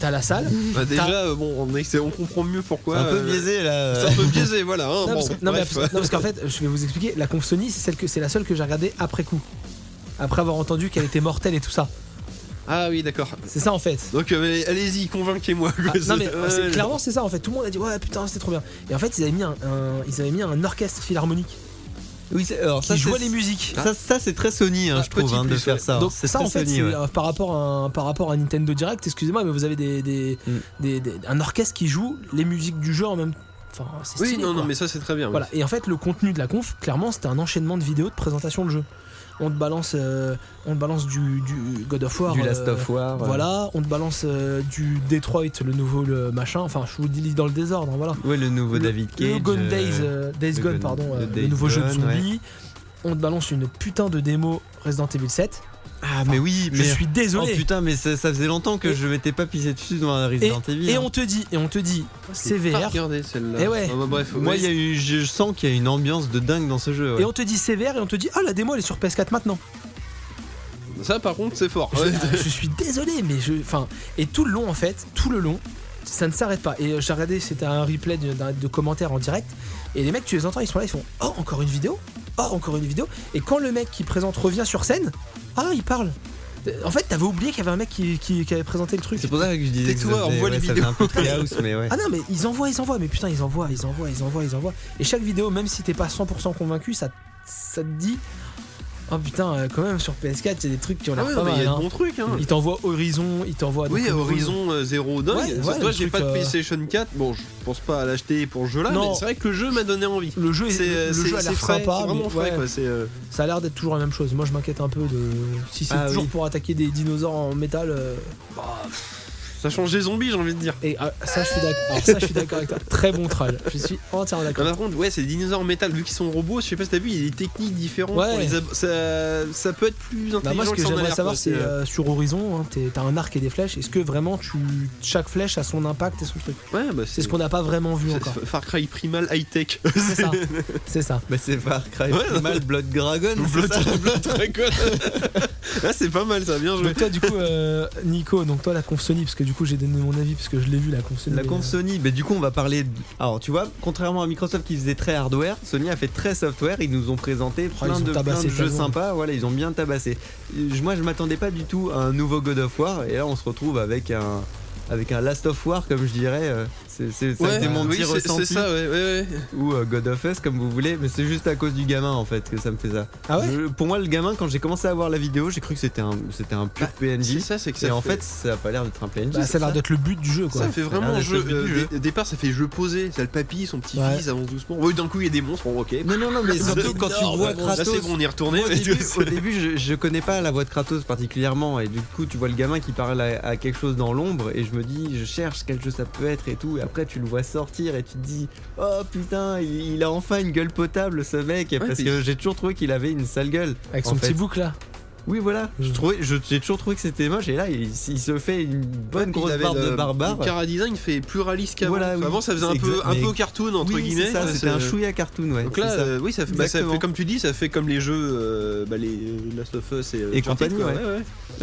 T'as la salle. Bah, déjà, euh, bon, on, est- c'est- on comprend mieux pourquoi. C'est un peu euh, biaisé là. C'est un peu biaisé, voilà. hein, Non, bon, parce, que- non, mais bref. parce- non, parce qu'en fait, je vais vous expliquer. La conf Sony, c'est celle que c'est la seule que j'ai regardée après coup. Après avoir entendu qu'elle était mortelle et tout ça. Ah oui, d'accord. C'est ça en fait. Donc, euh, allez- allez-y, convainquez-moi. quoi. Ah, non mais Ouais, c'est- ouais, clairement c'est ça en fait. Tout le monde a dit ouais putain c'était trop bien. Et en fait ils avaient mis un, un- ils avaient mis un orchestre philharmonique. Oui, c'est- alors ça, qui c'est- jouaient les musiques. ça, ça, c'est très Sony, hein, Ah, je trouve, petit hein, de plus, faire ouais. ça. Donc C'est ça très en fait Sony, c'est ouais. euh, par rapport à un- par rapport à Nintendo Direct, excusez-moi mais vous avez des des, Mm. des- des- un orchestre qui joue les musiques du jeu en même enfin c'est Oui, stylé, non, non, quoi. mais ça c'est très bien. oui. Voilà, et en fait le contenu de la conf, clairement, c'était un enchaînement de vidéos de présentation de jeu. On te balance euh, on te balance du, du God of War Du Last euh, of War. euh, Voilà, on te balance euh, du Detroit, le nouveau le machin. Enfin, je vous dis dans le désordre, hein, voilà. Ouais, le nouveau Le- David Cage. le Gone euh, Days, euh, Days le Gone, Gone- pardon, le euh, le Days nouveau jeu de Gone, ouais. zombies. On te balance une putain de démo Resident Evil 7. Ah, mais oui, mais. Je suis Oh désolé. putain, mais ça, ça faisait longtemps que Et- je m'étais pas pissé dessus dans un Resident Evil. Et hein. on te dit, et on te dit, c'est Pas VR. regardé, Ah, celle-là. Eh ouais. Ah, bah, bref, Moi, oui. il y a eu, je sens qu'il y a une ambiance de dingue dans ce jeu. ouais. Et on te dit sévère et on te dit ah la démo elle est sur PS4 maintenant. ça par contre c'est fort. Je, ah, Ouais. je suis désolé mais je enfin et tout le long en fait tout le long ça ne s'arrête pas et euh, j'ai regardé c'était un replay de, d'un- de commentaires en direct et les mecs tu les entends ils sont là ils font oh encore une vidéo oh encore une vidéo et quand le mec qui présente revient sur scène ah il parle Euh, en fait t'avais oublié qu'il y avait un mec qui, qui- qui avait présenté le truc C'est pour ça que je disais que ça Tais-toi, faisait- envoie les ouais, ça faisait vidéos. un peu Treehouse, mais ouais. Ah non, mais ils envoient, ils envoient, mais putain, ils envoient, ils envoient, ils envoient, ils envoient. Et chaque vidéo, même si t'es pas 100% convaincu, ça, ça te dit Oh putain, euh, quand même, sur PS4, il y a des trucs qui ont Ah l'air ouais, pas mais il mal. y a de hein. bons trucs. Hein. Ils t'envoient Horizon, ils t'envoient. Oui, donc, euh, Horizon euh, Zéro dingue. Ouais, Sauf ouais, toi, le j'ai truc, pas de euh, PlayStation 4. Bon, je pense pas à l'acheter pour ce jeu-là, Non. mais c'est vrai que le jeu m'a donné envie. Le jeu, est, C'est euh, le c'est- jeu a c'est l'air frais, sympa, c'est mais vraiment frais ouais, quoi. C'est euh, ça a l'air d'être toujours la même chose. Moi, je m'inquiète un peu de si c'est Ah toujours oui. pour attaquer des dinosaures en métal. euh, bah, ça change des zombies, j'ai envie de dire. et ah, ça, je suis d'accord. alors ça, je suis d'accord avec toi. Très bon troll. Je suis entièrement Non, d'accord. par contre, ouais, c'est des dinosaures métal. Vu qu'ils sont robots, je sais pas si t'as vu, il y a des techniques différentes. Ouais. pour les ab- ça, ça peut être plus Bah, intelligent. moi, ce que ça en a j'aimerais l'air, savoir, quoi. c'est euh, sur Horizon, hein, t'es- t'as un arc et des flèches. Est-ce que vraiment tu chaque flèche a son impact et son truc euh, Ouais, bah, C'est ce qu'on n'a pas vraiment vu c'est- encore. Far Cry Primal High Tech. C'est ça. C'est ça. Bah, c'est Far Cry, Ouais. mal Blood Dragon. c'est Blood, ça Blood Dragon. ah, c'est pas mal, ça bien joué. Donc toi du coup euh, Nico, donc toi la conf Sony parce que du coup j'ai donné mon avis parce que je l'ai vu la conf Sony. La conf Euh, Sony, mais du coup on va parler. de- Alors tu vois, contrairement à Microsoft qui faisait très hardware, Sony a fait très software. Ils nous ont présenté plein, Oh, ils ont de, tabassé plein de jeux tellement. sympas. Voilà, ils ont bien tabassé. Je- Moi je m'attendais pas du tout à un nouveau God of War et là on se retrouve avec un avec un Last of War comme je dirais. euh, C'est c'est- ça a été mon oui, petit c'est- ressenti C'est ça, ouais, ouais, ouais. ou euh, God of Us comme vous voulez, mais c'est juste à cause du gamin en fait que ça me fait ça. Ah ouais Je- Pour moi le gamin quand j'ai commencé à voir la vidéo, j'ai cru que c'était un c'était un pur C'est PNJ. ça, c'est que Et ça en fait, ça a pas l'air d'être un PNJ. bah, ça a l'air d'être le but du jeu quoi. Ça fait Ah, vraiment la jeu. chef euh, du dé- jeu. Au départ, ça fait jeu posé. C'est le papy, son petit-fils Ouais. avance doucement. Ouais, d'un coup, il y a des monstres. Bon, ok. Non, non, non, mais surtout quand tu vois Kratos. Là, c'est bon, on y est retourné. Moi, au début, au début, je, je connais pas la voix de Kratos particulièrement, et du coup, tu vois le gamin qui parle à, à quelque chose dans l'ombre, et je me dis, je cherche quel jeu ça peut être et tout, et après, tu le vois sortir, et tu te dis, oh putain, il, il a enfin une gueule potable ce mec, parce puis- que j'ai toujours trouvé qu'il avait une sale gueule. Avec en son petit fait. bouc là. Oui, voilà, je Mm. trouvais- je- j'ai toujours trouvé que c'était moche, et là, il, il se fait une bonne Il grosse avait barbe le- de barbare. Le cara design fait plus réaliste qu'avant. Voilà, oui. Avant, ça faisait un C'est peu, exact- un peu mais- cartoon entre Oui, c'est guillemets. ça, Ouais, c'était c'est- un chouïa cartoon, ouais. Donc c'est là, ça. euh, oui, ça fait, bah, ça fait Exactement. comme tu dis, ça fait comme les jeux, euh, bah, les Last of Us et, euh, Et Uncharted, compagnie, quoi.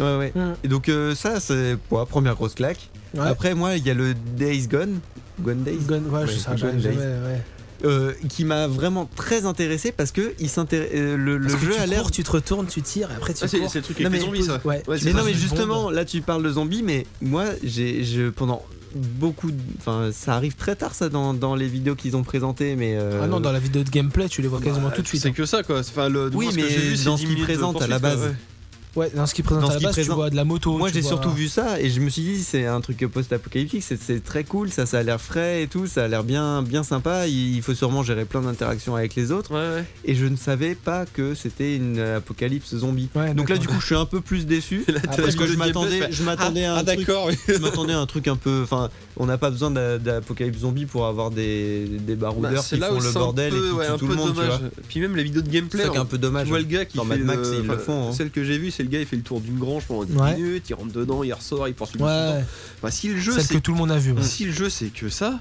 ouais. Ouais, ouais. Mm. Et donc euh, ça, c'est pour la première grosse claque. Ouais. Après, moi, il y a le Days Gone, Gone Days, Gun, ouais, je Ouais, sais, Gun jamais, Days. jamais, ouais. euh, qui m'a vraiment très intéressé parce que il s'intér- euh, le, le Parce que jeu tu a l'air. cours, tu te retournes, tu tires et après tu Ah, c'est cours. c'est le truc Non, avec les mais- zombies, ça. Ouais. Ouais, c'est Mais pas non, mais une justement, là, tu parles de zombies, mais moi, j'ai je, pendant beaucoup, de- enfin, ça arrive très tard ça dans, dans les vidéos qu'ils ont présentées, mais euh, Ah non, dans la vidéo de gameplay, tu les vois quasiment Bah, tout de suite. C'est que ça, quoi. Enfin, le, Oui, moi, ce que mais j'ai vu, c'est dans 10 ce qu'ils minutes de présentent à la poursuite, base. ouais. hein. Ouais, dans ce qu'ils présentent Dans à ce la qu'ils base, tu présentent- vois de la moto. Moi tu j'ai vois- surtout vu ça et je me suis dit c'est un truc post-apocalyptique, c'est- c'est très cool, ça ça a l'air frais et tout, ça a l'air bien bien sympa, il il faut sûrement gérer plein d'interactions avec les autres Ouais, ouais. et je ne savais pas que c'était une apocalypse zombie. Ouais, Donc là du d'accord. coup je suis un peu plus déçu t'as parce vu que le je m'attendais gameplay, je m'attendais à Ah, un truc d'accord. oui. je m'attendais à un truc un peu enfin on n'a pas besoin d'a- d'apocalypse zombie pour avoir des des baroudeurs Bah, qui font le c'est bordel un peu, et qui ouais, tuent un tout peu le monde tu dommage. vois. Puis même la vidéo de C'est gameplay. ça qui est un peu Tu dommage. vois le gars qui Dans fait Mad Max, le- ils le enfin, font, hein. Celle que j'ai vue, c'est le gars, il fait le tour d'une grange pendant 10 Ouais. minutes, il rentre dedans, il ressort, il poursuit. Ouais, ouais. Enfin, si le jeu, celle que c'est Mm. tout le monde a vu. ouais. si le jeu, c'est que ça.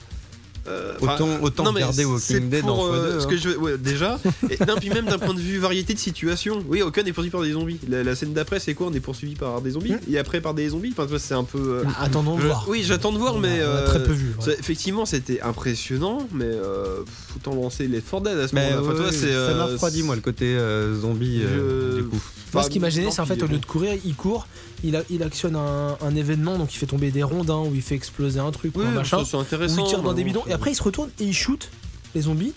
euh, enfin, Autant autant non, mais regarder c'est Walking Dead pour, dans euh, x2, ce hein. que je veux- ouais, déjà. Et, non, puis même d'un point de vue variété de situation. Oui, aucun n'est poursuivi par des zombies. La, la scène d'après, c'est quoi On est poursuivi par des zombies Hmm. et après par des zombies. Enfin, tu vois, c'est un peu. euh, Bah, attendons de je- voir. Oui, j'attends de voir, On a- mais on a euh, très peu vu. ouais. ça- effectivement, c'était impressionnant, mais euh, pff, autant lancer les Ford Dead à ce Mais moment-là. Enfin, ouais, tu vois, ouais, c'est, ça m'a euh, refroidi moi le côté euh, zombie euh, je- du coup. Moi, Enfin, ce qui m'a gêné, non, c'est en fait, puis, au lieu bon. de courir, il court, il, a- il actionne un, un événement, donc il fait tomber des rondins, ou il fait exploser un truc, ou Oui, un machin, ça, c'est ou intéressant. hein. il tire dans des mais bon, bidons, et après il se retourne et il shoot les zombies.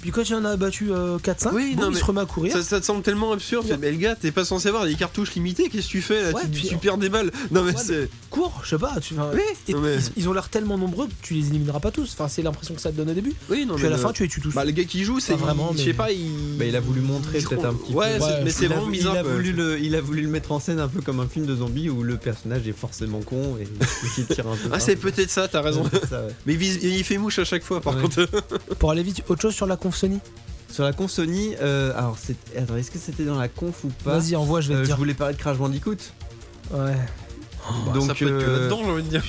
Puis quand il en a battu euh, 4-5, Oui, boum, non, il mais se remet à courir. Ça, ça te semble tellement absurde. Ouais. Mais le gars, t'es pas censé avoir des cartouches limitées. Qu'est-ce que tu fais là Ouais, Tu- tu, puis- tu perds des balles. Non, mais Ouais, c'est. Cours, je sais pas. Tu, enfin, et- non, mais- ils, ils ont l'air tellement nombreux que tu les élimineras pas tous. Enfin, c'est l'impression que ça te donne au début. Oui, non, Puis mais à la le- fin, tu les tues tous. Bah, le gars qui joue, c'est. Pas vraiment, vraiment Je mais- sais pas, il. Bah, il a voulu montrer Je peut-être crois- un petit Ouais, peu. c'est- Il mais a- c'est vraiment bizarre, Il a, quoi. voulu le, il a voulu le mettre en scène un peu comme un film de zombie où le personnage est forcément con et qui tire un peu. Ah, c'est peut-être ça, t'as raison. Ça, ouais. Mais il, vise- il fait mouche à chaque fois, par Ouais. contre. Pour aller vite, autre chose sur la conf Sony Sur la conf Sony, euh, alors c'est- attends, est-ce que c'était dans la conf ou pas Vas-y, envoie, je vais Euh, te je dire. voulais parler de Crash Bandicoot. Ouais. Donc, Oh, bah, ça peut être que euh, là-dedans, j'ai envie de dire.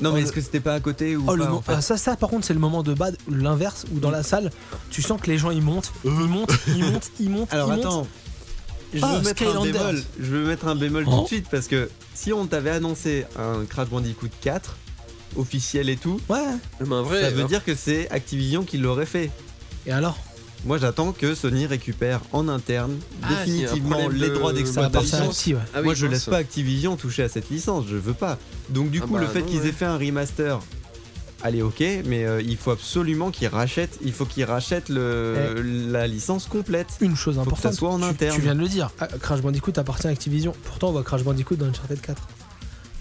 Non, Oh, mais le- est-ce que c'était pas à côté ou Oh, le pas, mo- en fait ah, ça, ça, par contre, c'est le moment de bad, l'inverse, où dans la salle, tu sens que les gens ils montent, ils montent, ils montent, ils montent. Euh. Alors ils montent. attends, je Ah, veux mettre un Skylanders. bémol. Je veux mettre un bémol Oh. tout de suite parce que si on t'avait annoncé un Crash Bandicoot 4 officiel et tout, Ouais. Mais un vrai. ça veut hein. dire que c'est Activision qui l'aurait fait. Et alors Moi, j'attends que Sony récupère en interne Ah, c'est un définitivement problème les de- droits Ça Ça bah, appartient d'exploitation. à licence. qui, ouais. Ah oui, Moi, je mince. laisse pas Activision toucher à cette licence, je veux pas. Donc, du Ah coup, le bah, fait non, qu'ils ouais. aient fait un remaster, allez, ok, mais euh, il faut absolument qu'ils rachètent, il faut qu'ils rachètent le, Eh. la licence complète. Une chose que importante. ça soit en tu- interne. Tu viens de le dire. ah, Crash Bandicoot appartient à Activision. Pourtant, on voit Crash Bandicoot dans Uncharted 4.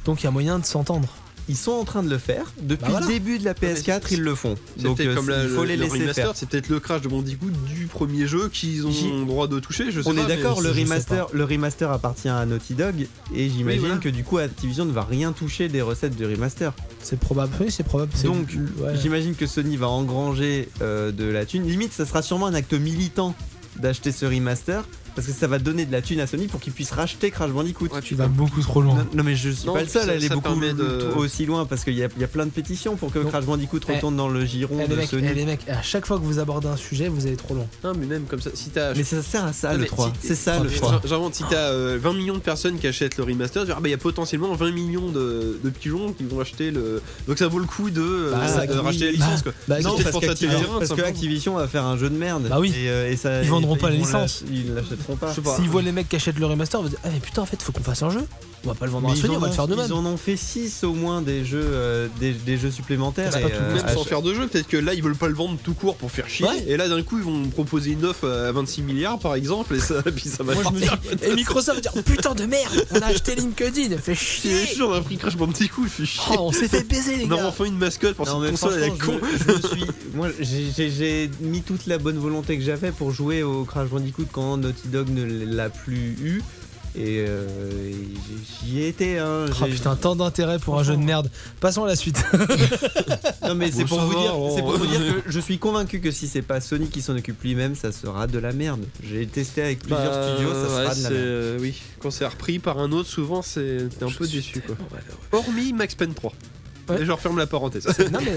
Donc, il y a moyen de s'entendre. Ils sont en train de le faire depuis Bah voilà. le début de la PS4, c'est- ils le font. C'est Donc, peut-être euh, comme la- il faut le- les le laisser remaster, faire. c'est peut-être le crash de Bandicoot du premier jeu qu'ils J'y- ont droit de toucher. Je sais On pas, est mais d'accord, le je sais remaster, le remaster appartient à Naughty Dog et j'imagine voilà. que du coup Activision ne va rien toucher des recettes du remaster. C'est probable. Oui, c'est probable. c'est- Donc, ouais. J'imagine que Sony va engranger euh, de la thune. Limite, ça sera sûrement un acte militant d'acheter ce remaster parce que ça va donner de la thune à Sony pour qu'ils puissent racheter Crash Bandicoot. Ouais, tu putain. vas beaucoup trop loin. Non, non, mais je suis Non, pas le seul à ça- aller ça beaucoup permet de- tout- aussi loin parce qu'il y, a- il y a plein de pétitions pour que Non. Crash Bandicoot Eh, retourne dans le giron Eh, de les, mecs, Sony. eh, les mecs, à chaque fois que vous abordez un sujet, vous allez trop loin. Non, mais même comme ça, si t'as. Mais ça sert à ça Non, Ah, le mais 3. si- C'est ça le Mais 3. genre- Genre, si t'as euh, 20 millions de personnes qui achètent le remaster, il ah bah, il y a potentiellement 20 millions de, de pigeons qui vont acheter le. Donc ça vaut le coup de, euh, Bah, ça- de oui. racheter la licence quoi. Bah, Non, écoute, c'est parce pour ça que tu qu'Activision- les diras, parce que simplement. Activision va faire un jeu de merde. Bah oui. Et, euh, et ça, Ils vendront et- pas la vont licence. l'ach- Ils l'achèteront pas. Je sais pas. S'ils voient les mecs qui achètent le remaster, ils vont se dire Ah, mais putain, en fait, faut qu'on fasse un jeu. On va pas le vendre Mais à ils, Sony, on en va le ont- faire nous ils en ont fait 6 au moins des jeux, euh, des, des jeux supplémentaires. Bah, C'est et, pas tout le euh, Même à sans ch- faire de jeu, peut-être que là ils veulent pas le vendre tout court pour faire chier. Ouais. Et là d'un coup ils vont proposer une offre à 26 milliards par exemple et ça, puis ça va Moi, je me partir. dis- Et Microsoft va dire oh, Putain de merde, on a acheté LinkedIn, fait C'est chier. sûr, on a pris Crash Bandicoot, fait chier. Oh, on s'est fait baiser, les on a gars. enfin une mascotte pour Non, cette mais console à la franchement, con. je, me- je me suis, moi j'ai- j'ai j'ai mis toute la bonne volonté que j'avais pour jouer au Crash Bandicoot quand Naughty Dog ne l'a plus eu et, euh, et j'y ai été. Hein, Oh J'ai- putain, tant d'intérêt pour un jeu de merde. Passons à la suite. Non mais c'est Bon, pour, ça vous va, dire, alors. c'est pour vous dire que je suis convaincu que si c'est pas Sony qui s'en occupe lui-même, ça sera de la merde. J'ai testé avec plusieurs Bah, studios, ça ouais, sera de la c'est- merde. euh, oui, quand c'est repris par un autre, souvent c'est t'es un peu déçu quoi. Hormis Max Payne 3. Ouais. Et je referme la parenthèse. non, mais.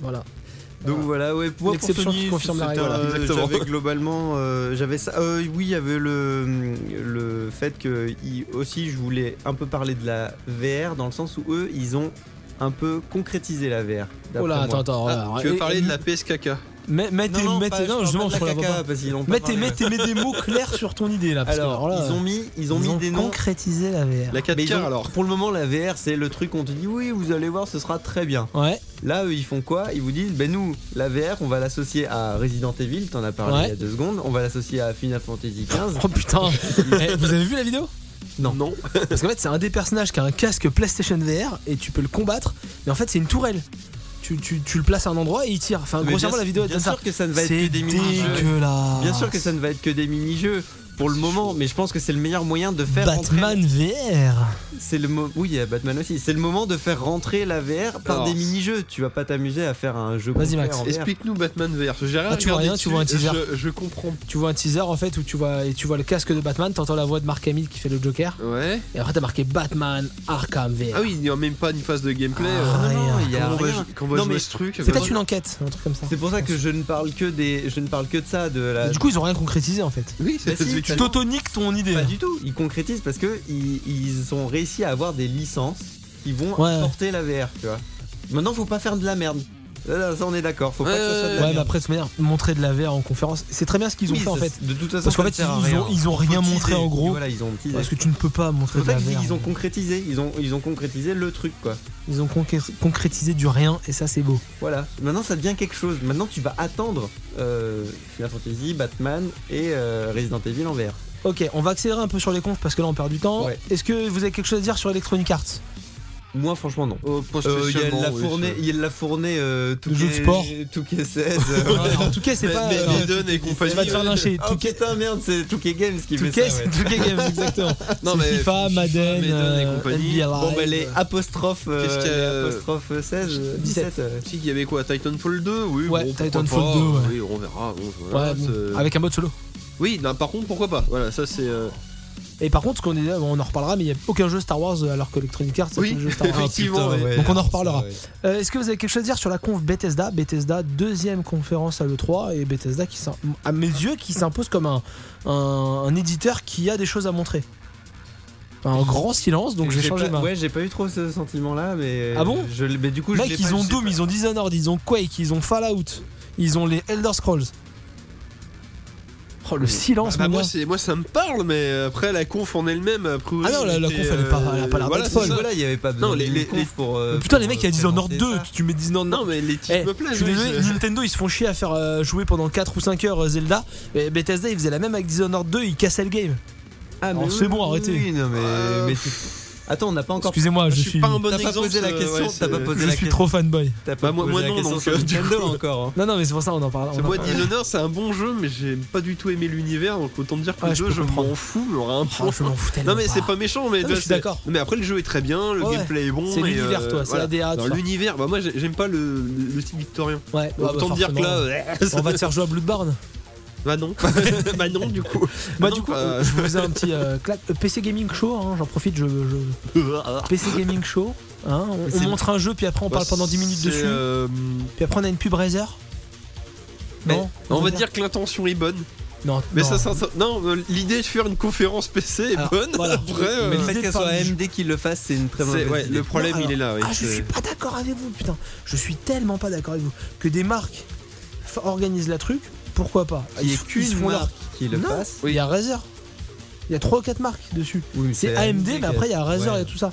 Voilà. Donc voilà, ouais, moi pour L'exception Sony, qui confirme la c'était, règle, euh, voilà. Exactement. J'avais globalement, euh, j'avais ça. Euh, oui, il y avait le le fait que il- aussi, je voulais un peu parler de la VR dans le sens où eux, ils ont un peu concrétisé la VR. Oh là, d'après moi. attends, attends. Ah, voilà. tu veux Et- parler et- de la PSKK Mets, mets tes- non, non, mets pas- tes- je non, parle justement, pas je de la la vois caca, pas. parce qu'ils l'ont pas Mets tes- parlé. mets tes- mets des mots clairs sur ton idée là. parce que, Alors, là, ils ont mis, ils ont mis des noms. concrétisé la VR. La 4K Mais ils ont- alors Pour le moment, la VR, c'est le truc on te dit oui, vous allez voir, ce sera très bien. Ouais, Là, eux, ils font quoi Ils vous disent, ben nous, la VR, on va l'associer à Resident Evil, t'en as parlé Ouais. il y a deux secondes, on va l'associer à Final Fantasy XV. oh putain, Eh, vous avez vu la vidéo Non. Non. Parce qu'en fait, c'est un des personnages qui a un casque PlayStation VR et tu peux le combattre, mais en fait, c'est une tourelle. Tu, tu- tu le places à un endroit et il tire. Enfin, Mais grossièrement, bien- la vidéo elle bien donne sûr ça. que ça ne va être C'est que des mini-jeux. dégueulasse. Bien sûr que ça ne va être que des mini-jeux pour le moment, mais je pense que c'est le meilleur moyen de faire rentrer. Batman VR. C'est le mo- oui, il y a Batman aussi. C'est le moment de faire rentrer la VR par Alors, des mini-jeux. Tu vas pas t'amuser à faire un jeu. Vas-y, complet Max, en VR. Explique-nous Batman VR. J'ai rien Ah, tu vois regardé rien, tu vois un dessus, teaser. Je, je comprends. Tu vois un teaser en fait où tu vois et tu vois le casque de Batman, t'entends la voix de Mark Hamill qui fait le Joker Ouais. et après t'as marqué Batman Arkham VR. Ah oui, il n'y a même pas une phase de gameplay. Ah, euh, Non, non, il y a comment on va, rien. jou- comment on va Non, jouer mais ce truc C'est peut-être une enquête, un truc comme ça. C'est pour ça que je ne parle que des, je ne parle que de ça, de la. Mais Du coup, ils ont rien concrétisé en fait. Oui, c'est Bah si, tu- T'autoniques ton idée. Pas du tout. Ils concrétisent parce que ils, ils ont réussi à avoir des licences qui vont Ouais. porter la VR, tu vois. Maintenant, faut pas faire de la merde. Euh, Là, ça, on est d'accord. Faut pas que ça soit de Ouais, la mais merde. après, de toute manière, montrer de la VR en conférence, c'est très bien ce qu'ils ont Oui, fait en ça- fait. De toute façon, Parce qu'en ça fait, sert à ils rien. ont- ils ont Faut rien teaser. montré, en gros. Voilà, ils ont teasé. Parce que tu ne peux pas C'est montrer pour de ça la qu'ils VR. ils ont concrétisé. Ils ont, ils ont concrétisé le truc, quoi. Ils ont concré- concrétisé du rien et ça, c'est beau. Voilà. Maintenant, ça devient quelque chose. Maintenant, tu vas attendre euh, Final Fantasy, Batman et euh, Resident Evil en VR. Ok, on va accélérer un peu sur les confs parce que là, on perd du temps. Ouais. Est-ce que vous avez quelque chose à dire sur Electronic Arts Moi, franchement, non. Oh, Euh, pas Il y a spécialement, la oui, fournée, il y a la fournée euh, tout jeu de sport. tout 16. euh, Ouais, En tout cas, c'est Mais- pas. mais- euh, mais- Maiden et compagnie. Tu vas te faire lyncher. Oh 2K putain, merde, c'est 2K Games qui fait 2K, ça. ouais. c'est 2K Games, exactement. Non, C'est FIFA, mais FIFA, Madden, Madden et euh, compagnie. NBA Live. Bon, bah, les apostrophes, euh, Qu'est-ce qu'il y a, les euh, apostrophes 16, euh, 17. euh, Si, il y avait quoi Titanfall 2 Oui, Ouais, bon, pourquoi Titanfall pas, 2, ouais. Oui, on verra. bon, voilà, Ouais, bon, c'est- avec un mode solo. Oui, non, par contre, pourquoi pas Voilà, ça c'est. euh, Et par contre, ce qu'on est, on en reparlera, mais il n'y a aucun jeu Star Wars euh, alors que Electronic Arts, c'est Oui, un jeu Star Wars. effectivement. putain, Ah, ouais. ouais, Donc on en ça, reparlera. ouais. Euh, Est-ce que vous avez quelque chose à dire sur la conf Bethesda Bethesda, deuxième conférence à l'E3, et Bethesda, qui s'im- à mes yeux, qui s'impose comme un, un, un éditeur qui a des choses à montrer. Un grand silence, donc je vais J'ai changer pas- ma. Ouais, j'ai pas eu trop ce sentiment-là, mais. Ah bon je, l'ai- mais du coup, je Mec, l'ai pas- ils ont je sais Doom, pas. ils ont Dishonored, ils ont Quake, ils ont Fallout, ils ont les Elder Scrolls. Euh, Oh, le silence, bah, mon moi, gars. c'est- moi ça me parle, mais après la conf en elle-même, a priori. Ah non, la- la c'était, conf, elle est pas- elle a pas l'air voilà, d'être c'est folle. ça. Ah, Voilà, il y avait pas besoin. Non, les- d'une les- conf les- pour. euh, Putain, les pour, mecs, il euh, y a Dishonored présenter 2, ça. tu tu mets Dishonored Non, mais les titres Eh, me plaisent. je suis oui, désolé, c'est- Nintendo ils se font chier à faire euh, jouer pendant 4 ou 5 heures euh, Zelda. Et Bethesda ils faisaient la même avec Dishonored 2, ils cassaient le game. Ah, mais Alors, oui, Eh, oh, c'est bon, oui, arrêtez. oui, non, mais. Euh, mais tu- Attends, on n'a pas encore. Excusez-moi, je, je suis, suis pas un bon T'as pas exemple. posé la euh, question, ouais, t'as pas c'est- posé je la suis question. trop fanboy. T'as pas Bah, moi- posé moi la non, question donc, sur euh, du Nintendo coup- encore. hein. Non, non, mais c'est pour ça on en parle. on en Moi, parle. Dishonored, c'est un bon jeu, mais j'ai pas du tout aimé l'univers, donc autant te dire que Ouais, le je jeu, peux je comprendre. m'en fous, mais on aura un Oh, point. je m'en foutais. Non même mais c'est pas méchant mais Non, mais tu vois, je suis c'est- d'accord. Mais après le jeu est très bien, le Ouais, gameplay est bon. C'est et, l'univers, euh, toi, c'est voilà. la DA. Dans tout ça. l'univers, bah moi j'ai- j'aime pas le, le style victorien. Ouais, ouais, Autant bah, te dire que là, forcément. euh, On va te faire jouer à Bloodborne. bah non, bah non du coup. Bah, non, du coup, bah, je vous faisais un petit euh, clap. Euh, PC Gaming Show, hein, j'en profite, je, je- PC Gaming Show. hein, on- on C'est- Bah, montre un jeu, puis après on parle pendant 10 minutes C'est, dessus. euh, Puis après on a une pub Razer. Mais Non on va dire que l'intention est bonne, Non, mais non. ça, ça- ça- non, euh, l'idée de faire une conférence PC est Alors, bonne. Ah, voilà. Après, euh, Mais le l'idée fait de qu'elle soit parler du jeu. AMD qui le fasse, c'est une très c'est- mauvaise ouais, idée. le problème alors- il est là. oui, Ah, je c'est- suis pas d'accord avec vous, putain. Je suis tellement pas d'accord avec vous. Que des marques f- organisent la truc, pourquoi pas Il n'y a se- ils se qu'une font leur- marque qui le Non. fasse. Il y a Razer. Il y a 3 ou 4 marques dessus. Oui, mais C'est AMD, mais qui a- après il y a Razer Ouais. et tout ça.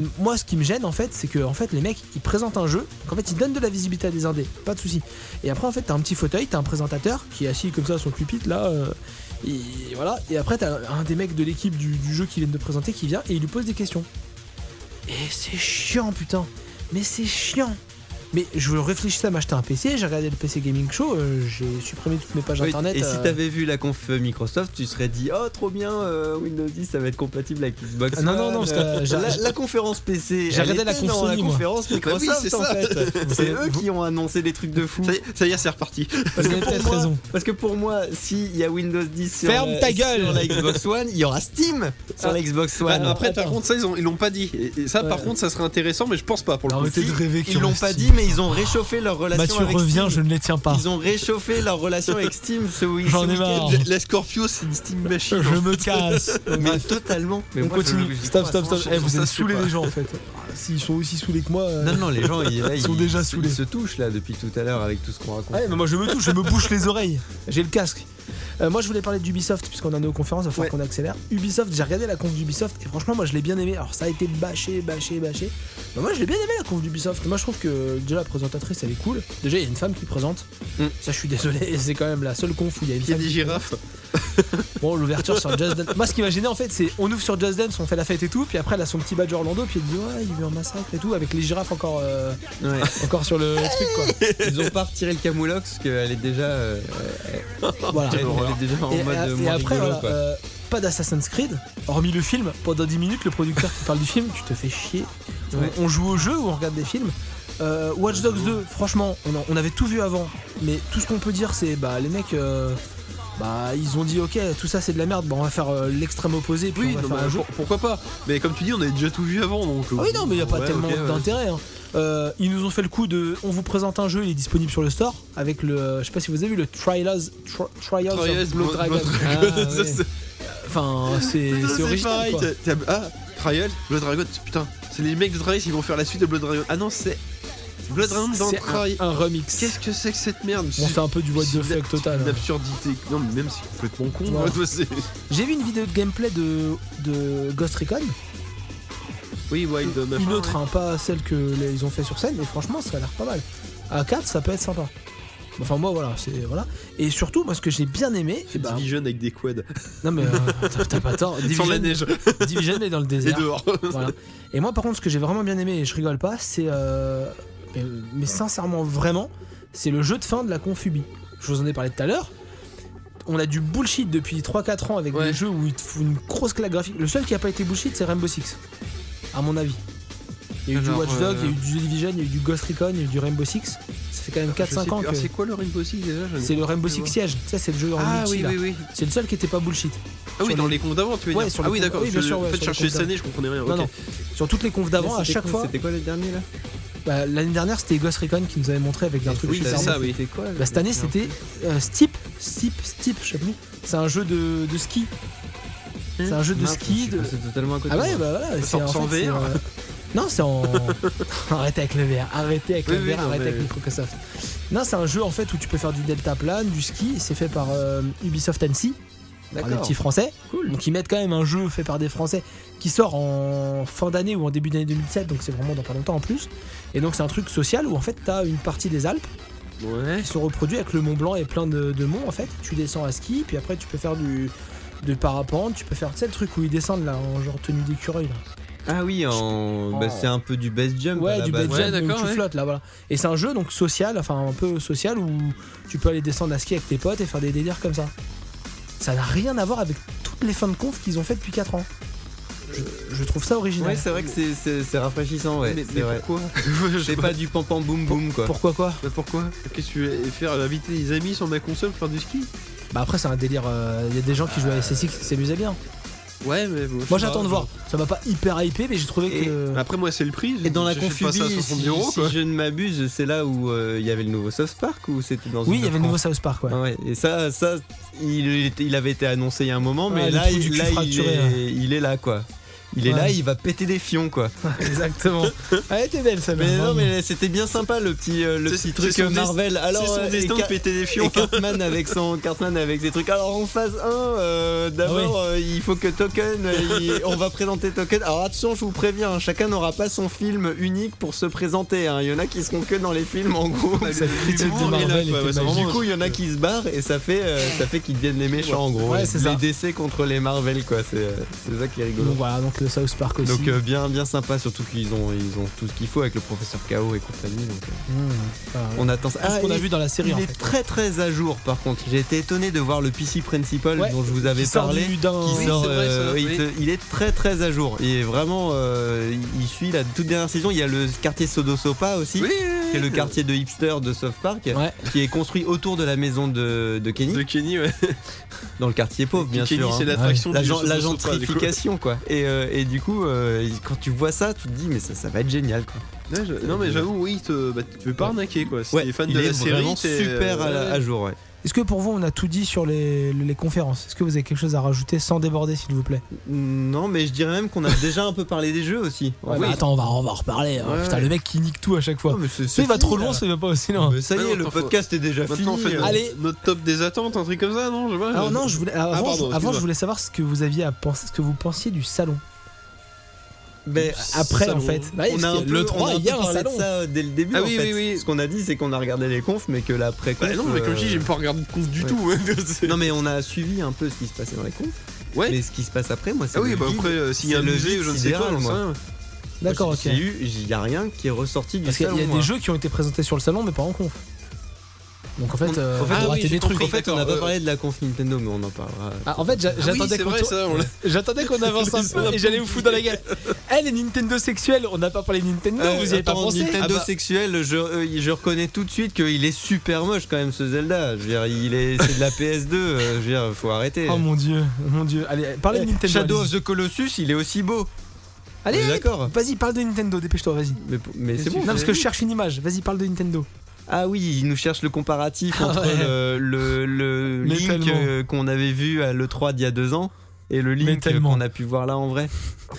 M- Moi, ce qui me gêne en fait, c'est que en fait, les mecs ils présentent un jeu, qu'en fait ils donnent de la visibilité à des indés, pas de souci. Et après, en fait, t'as un petit fauteuil, t'as un présentateur qui est assis comme ça à son pupitre là, euh, et voilà. Et après, t'as un des mecs de l'équipe du, du jeu qui vient de présenter qui vient et il lui pose des questions. Et c'est chiant, putain. Mais c'est chiant. Mais je réfléchissais à m'acheter un PC, j'ai regardé le PC Gaming Show, euh, j'ai supprimé toutes mes pages Oui, internet. et euh, si t'avais vu la conf Microsoft, tu serais dit oh trop bien euh, Windows 10 ça va être compatible avec Xbox. Ah, non, One, non, non, parce que, euh, euh, j'ai- la, la conférence PC. j'ai elle regardé la était conf dans la Sony, moi. conférence Bah oui, Microsoft c'est en ça. euh, fait. C'est eux qui ont annoncé des trucs de fou. Ça y est- Ça y est, c'est reparti. Vous avez que pour peut-être moi- raison. Parce que pour moi, s'il y a Windows 10 sur, Ferme la, ta gueule. sur la Xbox One, il y aura Steam sur Ah. la Xbox Ouais, One. non. après, attends. par contre, ça, ils, ont- ils l'ont pas dit. Et, et ça, Ouais. par contre, ça serait intéressant, mais je pense pas pour le coup. Arrêtez de rêver qu'il y Ah, ils l'ont aura pas Steam. dit, mais ils ont réchauffé leur relation Mathieu avec reviens, je Steam. ne les tiens pas. Ils ont réchauffé leur relation avec Steam ce week- J'en ce ai week-end. marre. La- La Scorpio, c'est une Steam Machine. Je me casse. Mais totalement. hein. Mais on moi, je- continue. j'y Stop, crois stop, à stop. 100%, Eh, vous ça, allez je sais saouler pas. les gens en fait. S'ils sont aussi saoulés que moi. euh, Non, non, les gens, ils, là, Ils sont déjà saoulés. Ils se touchent là depuis tout à l'heure avec tout ce qu'on raconte. Ouais, mais moi je me touche, je me bouche les oreilles. J'ai le casque. Euh, moi je voulais parler d'Ubisoft puisqu'on en est aux conférences, il va falloir qu'on accélère. Ubisoft, j'ai regardé la conf d'Ubisoft et franchement moi je l'ai bien aimé. Alors ça a été bâché, bâché, bâché. Mais moi je l'ai bien aimé la conf d'Ubisoft. Moi je trouve que déjà la présentatrice elle est cool. Déjà il y a une femme qui présente. Mm. Ça je suis désolé, c'est quand même la seule conf où il y a une Il y a femme. des qui présente. girafes. Bon, l'ouverture sur Just Dance. Moi, ce qui m'a gêné en fait, c'est on ouvre sur Just Dance, on fait la fête et tout, puis après, elle a son petit badge Orlando, puis elle dit ouais, il y a eu un massacre et tout, avec les girafes encore, euh, Ouais. encore sur le truc quoi. Ils ont pas retiré le camoulox parce qu'elle est déjà, euh, Voilà. elle, elle est déjà en Ah, Et, mode et- euh, et moins après, rigolo, voilà, quoi. euh, pas d'Assassin's Creed, hormis le film, pendant 10 minutes, le producteur qui parle du film, tu te fais chier. On- Ouais. On, joue au jeu ou on regarde des films. Euh, Watch Dogs 2, franchement, on, en- on avait tout vu avant, mais tout ce qu'on peut dire, c'est bah les mecs. euh, bah, ils ont dit ok tout ça c'est de la merde bah on va faire euh, l'extrême opposé puis Oui, on va non, faire mais un jeu pour- pourquoi pas Mais comme tu dis, on avait déjà tout vu avant. Donc, euh, Ah oui, non, mais il n'y a pas ouais, tellement ok, ouais. d'intérêt. hein. Euh, ils nous ont fait le coup de. On vous présente un jeu, il est disponible sur le store. Avec le. euh, Je sais pas si vous avez vu le Trials, Tri- Trials, Trials of Blood Blood Dragon. Dragon. Ah, Ça, ouais. c'est- Enfin, c'est ça, c'est c'est original. pareil, quoi. t'as- t'as- Ah, Trial, Blood Dragon, putain. C'est les mecs de Trials qui vont faire la suite de Blood Dragon. Ah non, c'est Blood Round dans C'est le Cry. un, un remix. Qu'est-ce que c'est que cette merde Bon, c'est un peu du what c'est the une fuck total. Une hein. absurdité. Non, mais même si c'est complètement con. Ouais. hein, toi, c'est- J'ai vu une vidéo de gameplay de, de Ghost Recon, Oui, Wild. euh, machin, une autre, ouais. hein, pas celle que les- ils ont fait sur scène, mais franchement, ça a l'air pas mal. À 4, ça peut être sympa. Enfin, moi, voilà, c'est voilà. Et surtout, moi, ce que j'ai bien aimé, et bah, Division avec des quads. non mais euh, t'as- t'as pas tort. Sans la Division, neige. Division mais dans le Et désert. dehors. Voilà. Et moi, par contre, ce que j'ai vraiment bien aimé, et je rigole pas, c'est. euh, mais, mais sincèrement, vraiment, c'est le jeu de fin de la Confubie. Je vous en ai parlé tout à l'heure. On a du bullshit depuis 3-4 ans avec Ouais. des jeux où il te faut une grosse claque graphique. Le seul qui a pas été bullshit, c'est Rainbow Six. À mon avis. Il y a eu Alors, du Watch Dogs, euh, il y a eu du The Division, il y a eu du Ghost Recon, il y a eu du Rainbow Six. Ça fait quand même Je sais 4-5 ans plus. que. Ah, C'est quoi le Rainbow Six déjà Je ne- C'est le Rainbow je Six vois. Siege. Ça, c'est le jeu en Ah multi, oui, là. oui, oui. C'est le seul qui était pas bullshit. Ah oui, Sur dans les- les comptes d'avant, tu veux Ouais, dire. sur Ah les oui, comptes- d'accord. oui, bien parce que sûr, ouais, En sur fait, les chercher comptes cette année, je comprenais rien. Non, ok. non. Sur toutes les confs d'avant, à C'était chaque quoi- fois. C'était quoi les derniers là bah, L'année dernière, c'était Ghost Recon qui nous avait montré avec un truc Oui, c'est super ça, oui. C'était quoi Bah, cette année, c'était euh, Steep, Steep, Steep, je sais plus. C'est un jeu de, de ski. C'est un jeu de Mince, je ski. suis de- passé totalement à côté. Ah ouais, bah voilà. C'est sort sans en fait, c'est, VR. euh, Non, c'est en. arrêtez avec le VR, arrêtez avec Oui, le oui, VR, non, arrêtez mais- avec Microsoft. Non, c'est un jeu en fait où tu peux faire du delta plane, du ski. C'est fait par euh, Ubisoft Annecy, par des D'accord. petits Français. Cool. Donc ils mettent quand même un jeu fait par des Français qui sort en fin d'année ou en début d'année 2007, donc c'est vraiment dans pas longtemps en plus. Et donc c'est un truc social où en fait t'as une partie des Alpes bah. Ouais. qui sont reproduits avec le Mont Blanc et plein de, de monts en fait. Tu descends à ski, puis après tu peux faire du de parapente, tu peux faire tu sais, le truc où ils descendent là en genre tenue d'écureuil là. Ah oui, en... bah, c'est un peu du best jump. à Ouais, la du base. bed ouais, jump où d'accord, tu ouais. flottes là voilà. Et c'est un jeu donc social, enfin un peu social où tu peux aller descendre à ski avec tes potes et faire des délires comme ça. Ça n'a rien à voir avec toutes les fins de conf qu'ils ont fait depuis 4 ans. Je, je trouve ça original. Ouais, c'est vrai que c'est- c'est c'est rafraîchissant, ouais. Mais- c'est mais vrai. pourquoi C'est pas du pam pam boum boum quoi. Pourquoi quoi Bah pourquoi Qu'est-ce que tu veux faire Inviter les amis sur ma console pour faire du ski Bah après c'est un délire, euh, il y a des gens qui jouent à SSX qui s'amusaient bien. Ouais, mais bon, je sais Moi pas, j'attends de je- voir, ça m'a pas hyper hypé mais j'ai trouvé Et- que... Après, moi, c'est le prix. Et dans la J'achète pas confubie, ça à 70 si, euros, si quoi. je ne m'abuse, c'est là où euh, il y avait le nouveau South Park ou c'était dans Oui il y une avait le autre nouveau South Park ouais. Ah ouais, et ça, ça il, était- il avait été annoncé il y a un moment, Ouais, mais le là, trou du il, cul là, il fracturé, est, ouais. il est là, quoi. Il est Ouais. là, il va péter des fions, quoi. Exactement. Ah, Elle était belle celle-là. Mais non, vraiment. mais c'était bien sympa le petit, euh, le C'est- petit c'est truc son euh, dest- Marvel. Alors, c'est son euh, et destin de Ca- péter des fions. et Cartman avec son Cartman avec ses trucs. Alors en phase 1, euh, d'abord euh, il faut que Token, euh, il- on va présenter Token. Alors attention, je vous préviens, hein, chacun n'aura pas son film unique pour se présenter. hein. Il y en a qui seront que dans les films en gros. Cette critique de l'humour, il est là, Marvel quoi, était ouais, c'est magique. Ah, Du coup, il y en a qui se barrent et ça fait, euh, ça fait qu'ils deviennent les méchants en gros. Ouais, c'est les ça. DC contre les Marvel, quoi. C'est euh, c'est ça qui est rigolo. Donc voilà, donc le South Park aussi. Donc euh, bien, bien sympa, surtout qu'ils ont, ils ont tout ce qu'il faut avec le professeur KO et compagnie. donc, euh, Mmh, voilà. on attend ça. Tout ce qu'on Ah, a et vu dans la série il en est fait. très très à jour par contre. J'ai été étonné de voir le PC Principal Ouais, dont je vous avais Qui sort parlé. du- d'un- Qui Oui, sort, c'est vrai, ça, euh, oui. il, te- il est très très à jour. Il est vraiment, euh, il- il suit la toute dernière saison. Il y a le quartier Sodosopa aussi, qui est le quartier de hipster de South Park, Ouais. qui est construit autour de la maison de, de Kenny, De Kenny, ouais. dans le quartier pauvre bien Kenny, sûr. hein. c'est l'attraction La, du gen- jeu la de Sopa, du coup. gentrification quoi. Et, euh, et du coup, euh, quand tu vois ça, tu te dis mais ça, ça va être génial quoi. Ouais, je- Non, mais j'avoue, oui, te... bah, tu peux pas Ouais. arnaquer, quoi. Si t'es Ouais, fan il de est la série, vraiment t'es- euh, super à, la- ouais. à jour. ouais. Est-ce que pour vous on a tout dit sur les, les conférences Est-ce que vous avez quelque chose à rajouter sans déborder s'il vous plaît Non, mais je dirais même qu'on a déjà un peu parlé des jeux aussi. en Ouais, fait. bah, Attends, on va, on va en reparler. hein. Ouais, Putain, ouais. le mec qui nique tout à chaque fois. Non, mais c'est- Ça c'est il va fini, trop loin, hein. là. ça va pas aussi loin. Mais ça y Ah est, non, le attends, faut- podcast est déjà Maintenant, fini. fais euh. Allez. notre top des attentes, un truc comme ça, non Je vois. Alors non, je voulais, Ah, avant, pardon, je- avant, excuse-moi. je voulais savoir ce que vous aviez à penser, ce que vous pensiez du salon. Mais Bah, Après salon. en fait, Ouais, on a parce un que peu, le on a 3 un peu Ah, il y a un parlé de salon. ça euh, dès le début. Ah en oui, fait. oui, oui. Ce qu'on a dit, c'est qu'on a regardé les confs, mais que l'après conf. Bah non, mais comme je dis, j'ai pas regardé de conf du tout. hein. C'est- Non, mais on a suivi un peu ce qui se passait dans les confs. Ouais. Mais ce qui se passe après, moi, c'est. Ah oui, le bah vide. après, euh, s'il y a C'est un le musée, vide je ne sais quoi, sidéral, j'en sais moi. rien. D'accord, ok. J'ai eu, il y a rien qui est ressorti du Parce qu'il y a- salon. il y a moi. des jeux qui ont été présentés sur le salon mais pas en conf. Donc en fait, On- euh, en fait, on a ah oui, raté j'ai des trucs. En fait, on n'a D'accord, pas ouais. euh. parlé de la conf Nintendo, mais on en parlera. Ah, en fait, j'a- Ah oui, j'attendais c'est qu'on vrai, tourne- ça, on l'a- J'attendais qu'on avance un peu et j'allais vous foutre dans la gueule. Eh les Nintendo sexuels, on n'a pas parlé de Nintendo, Euh, vous y avez pas attends, pensé Nintendo Ah bah. sexuel, je, euh, je reconnais tout de suite qu'il est super moche quand même ce Zelda. Je veux dire, il est, c'est de la PS2. euh, Je veux dire, faut arrêter. Oh mon dieu, mon dieu. Allez, parlez de Eh, Nintendo. Shadow of allez-y. the Colossus, il est aussi beau. Allez, On est allez, d'accord. vas-y, parle de Nintendo, dépêche-toi, vas-y. Mais, mais c'est Qu'est-ce bon. Non, parce que je cherche une image, vas-y, parle de Nintendo. Ah oui, il nous cherche le comparatif Ah entre ouais. le, le- le Mais Link tellement. euh, qu'on avait vu à l'E3 d'il y a deux ans et le Mais Link euh, tellement. qu'on a pu voir là en vrai.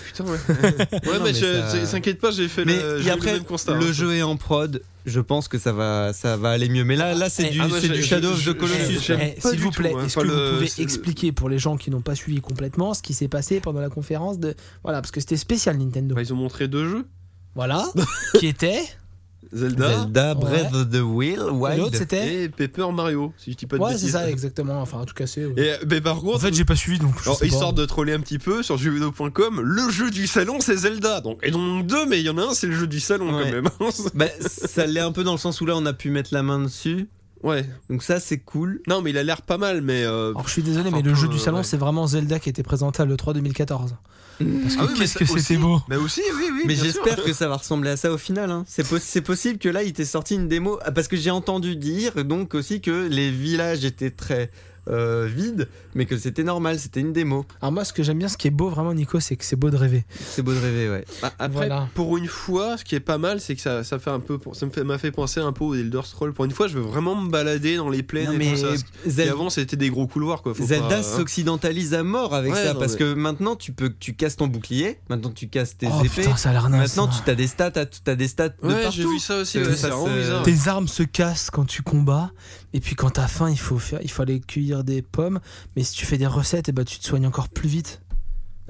Putain, ouais. ouais, Non, mais mais je- ça- je- t'inquiète pas, j'ai fait Mais le, et j'ai eu après, le même constat. le hein. jeu est en prod. Je pense que ça va, ça va aller mieux. Mais là, là, c'est Eh, du, ah, moi, c'est je- du je- Shadow of je- the Colossus. je- Eh, j'aime eh, pas S'il du vous tout, plaît, hein. est-ce Enfin, que le- vous c'est pouvez le- expliquer pour les gens qui n'ont pas suivi complètement ce qui s'est passé pendant la conférence de voilà parce que c'était spécial Nintendo. Bah, ils ont montré deux jeux Voilà, qui était Zelda, Zelda Breath of the Wild. et l'autre Wild. c'était et Paper Mario, si je dis pas de Ouais, c'est bêtises. ça exactement. Enfin en tout cas c'est ouais. Et mais par contre, j'ai pas suivi donc alors, histoire de troller un petit peu sur jeuxvideo.com, le jeu du salon c'est Zelda. Donc, et donc deux, mais il y en a un, c'est le jeu du salon Ouais. quand même. Bah, ça l'est un peu dans le sens où là, on a pu mettre la main dessus. ouais. Donc ça, c'est cool. Non, mais il a l'air pas mal, mais. euh, Alors je suis désolé mais Enfin, le jeu euh, du salon ouais. c'est vraiment Zelda qui était présenté à le 3 2014. Parce que Ah oui, mais qu'est-ce ça que aussi- c'était beau. Mais aussi, oui, oui. Mais bien sûr. j'espère que ça va ressembler à ça au final. hein. C'est pos- c'est possible que là, il t'ait sorti une démo. ah, Parce que j'ai entendu dire donc aussi que les villages étaient très euh, vides, mais que c'était normal, c'était une démo. Alors moi ce que j'aime bien ce qui est beau vraiment Nico c'est que c'est beau de rêver. C'est beau de rêver, ouais. Ah, Bah, après, Voilà. pour une fois, ce qui est pas mal, c'est que ça, ça fait un peu, ça me fait- m'a fait penser un peu au Elder Scrolls. Pour une fois, je veux vraiment me balader dans les plaines Non, et mais tout ça. Parce Zelda- qu'avant, c'était des gros couloirs, quoi. Faut Zelda pas, hein. s'occidentalise à mort avec Ouais, ça non, parce mais- que maintenant tu peux tu casses ton bouclier, maintenant tu casses tes Oh épées, putain ça a l'air naze. maintenant ça. tu as des stats, à- t'as des stats de hein. Ouais, j'ai partout. vu ça aussi. Euh, ouais, ça, c'est vraiment c'est- bizarre. Tes armes se cassent quand tu combats, et puis quand t'as faim, il faut faire, il faut aller cueillir des pommes. Mais si tu fais des recettes, et bah tu te soignes encore plus vite.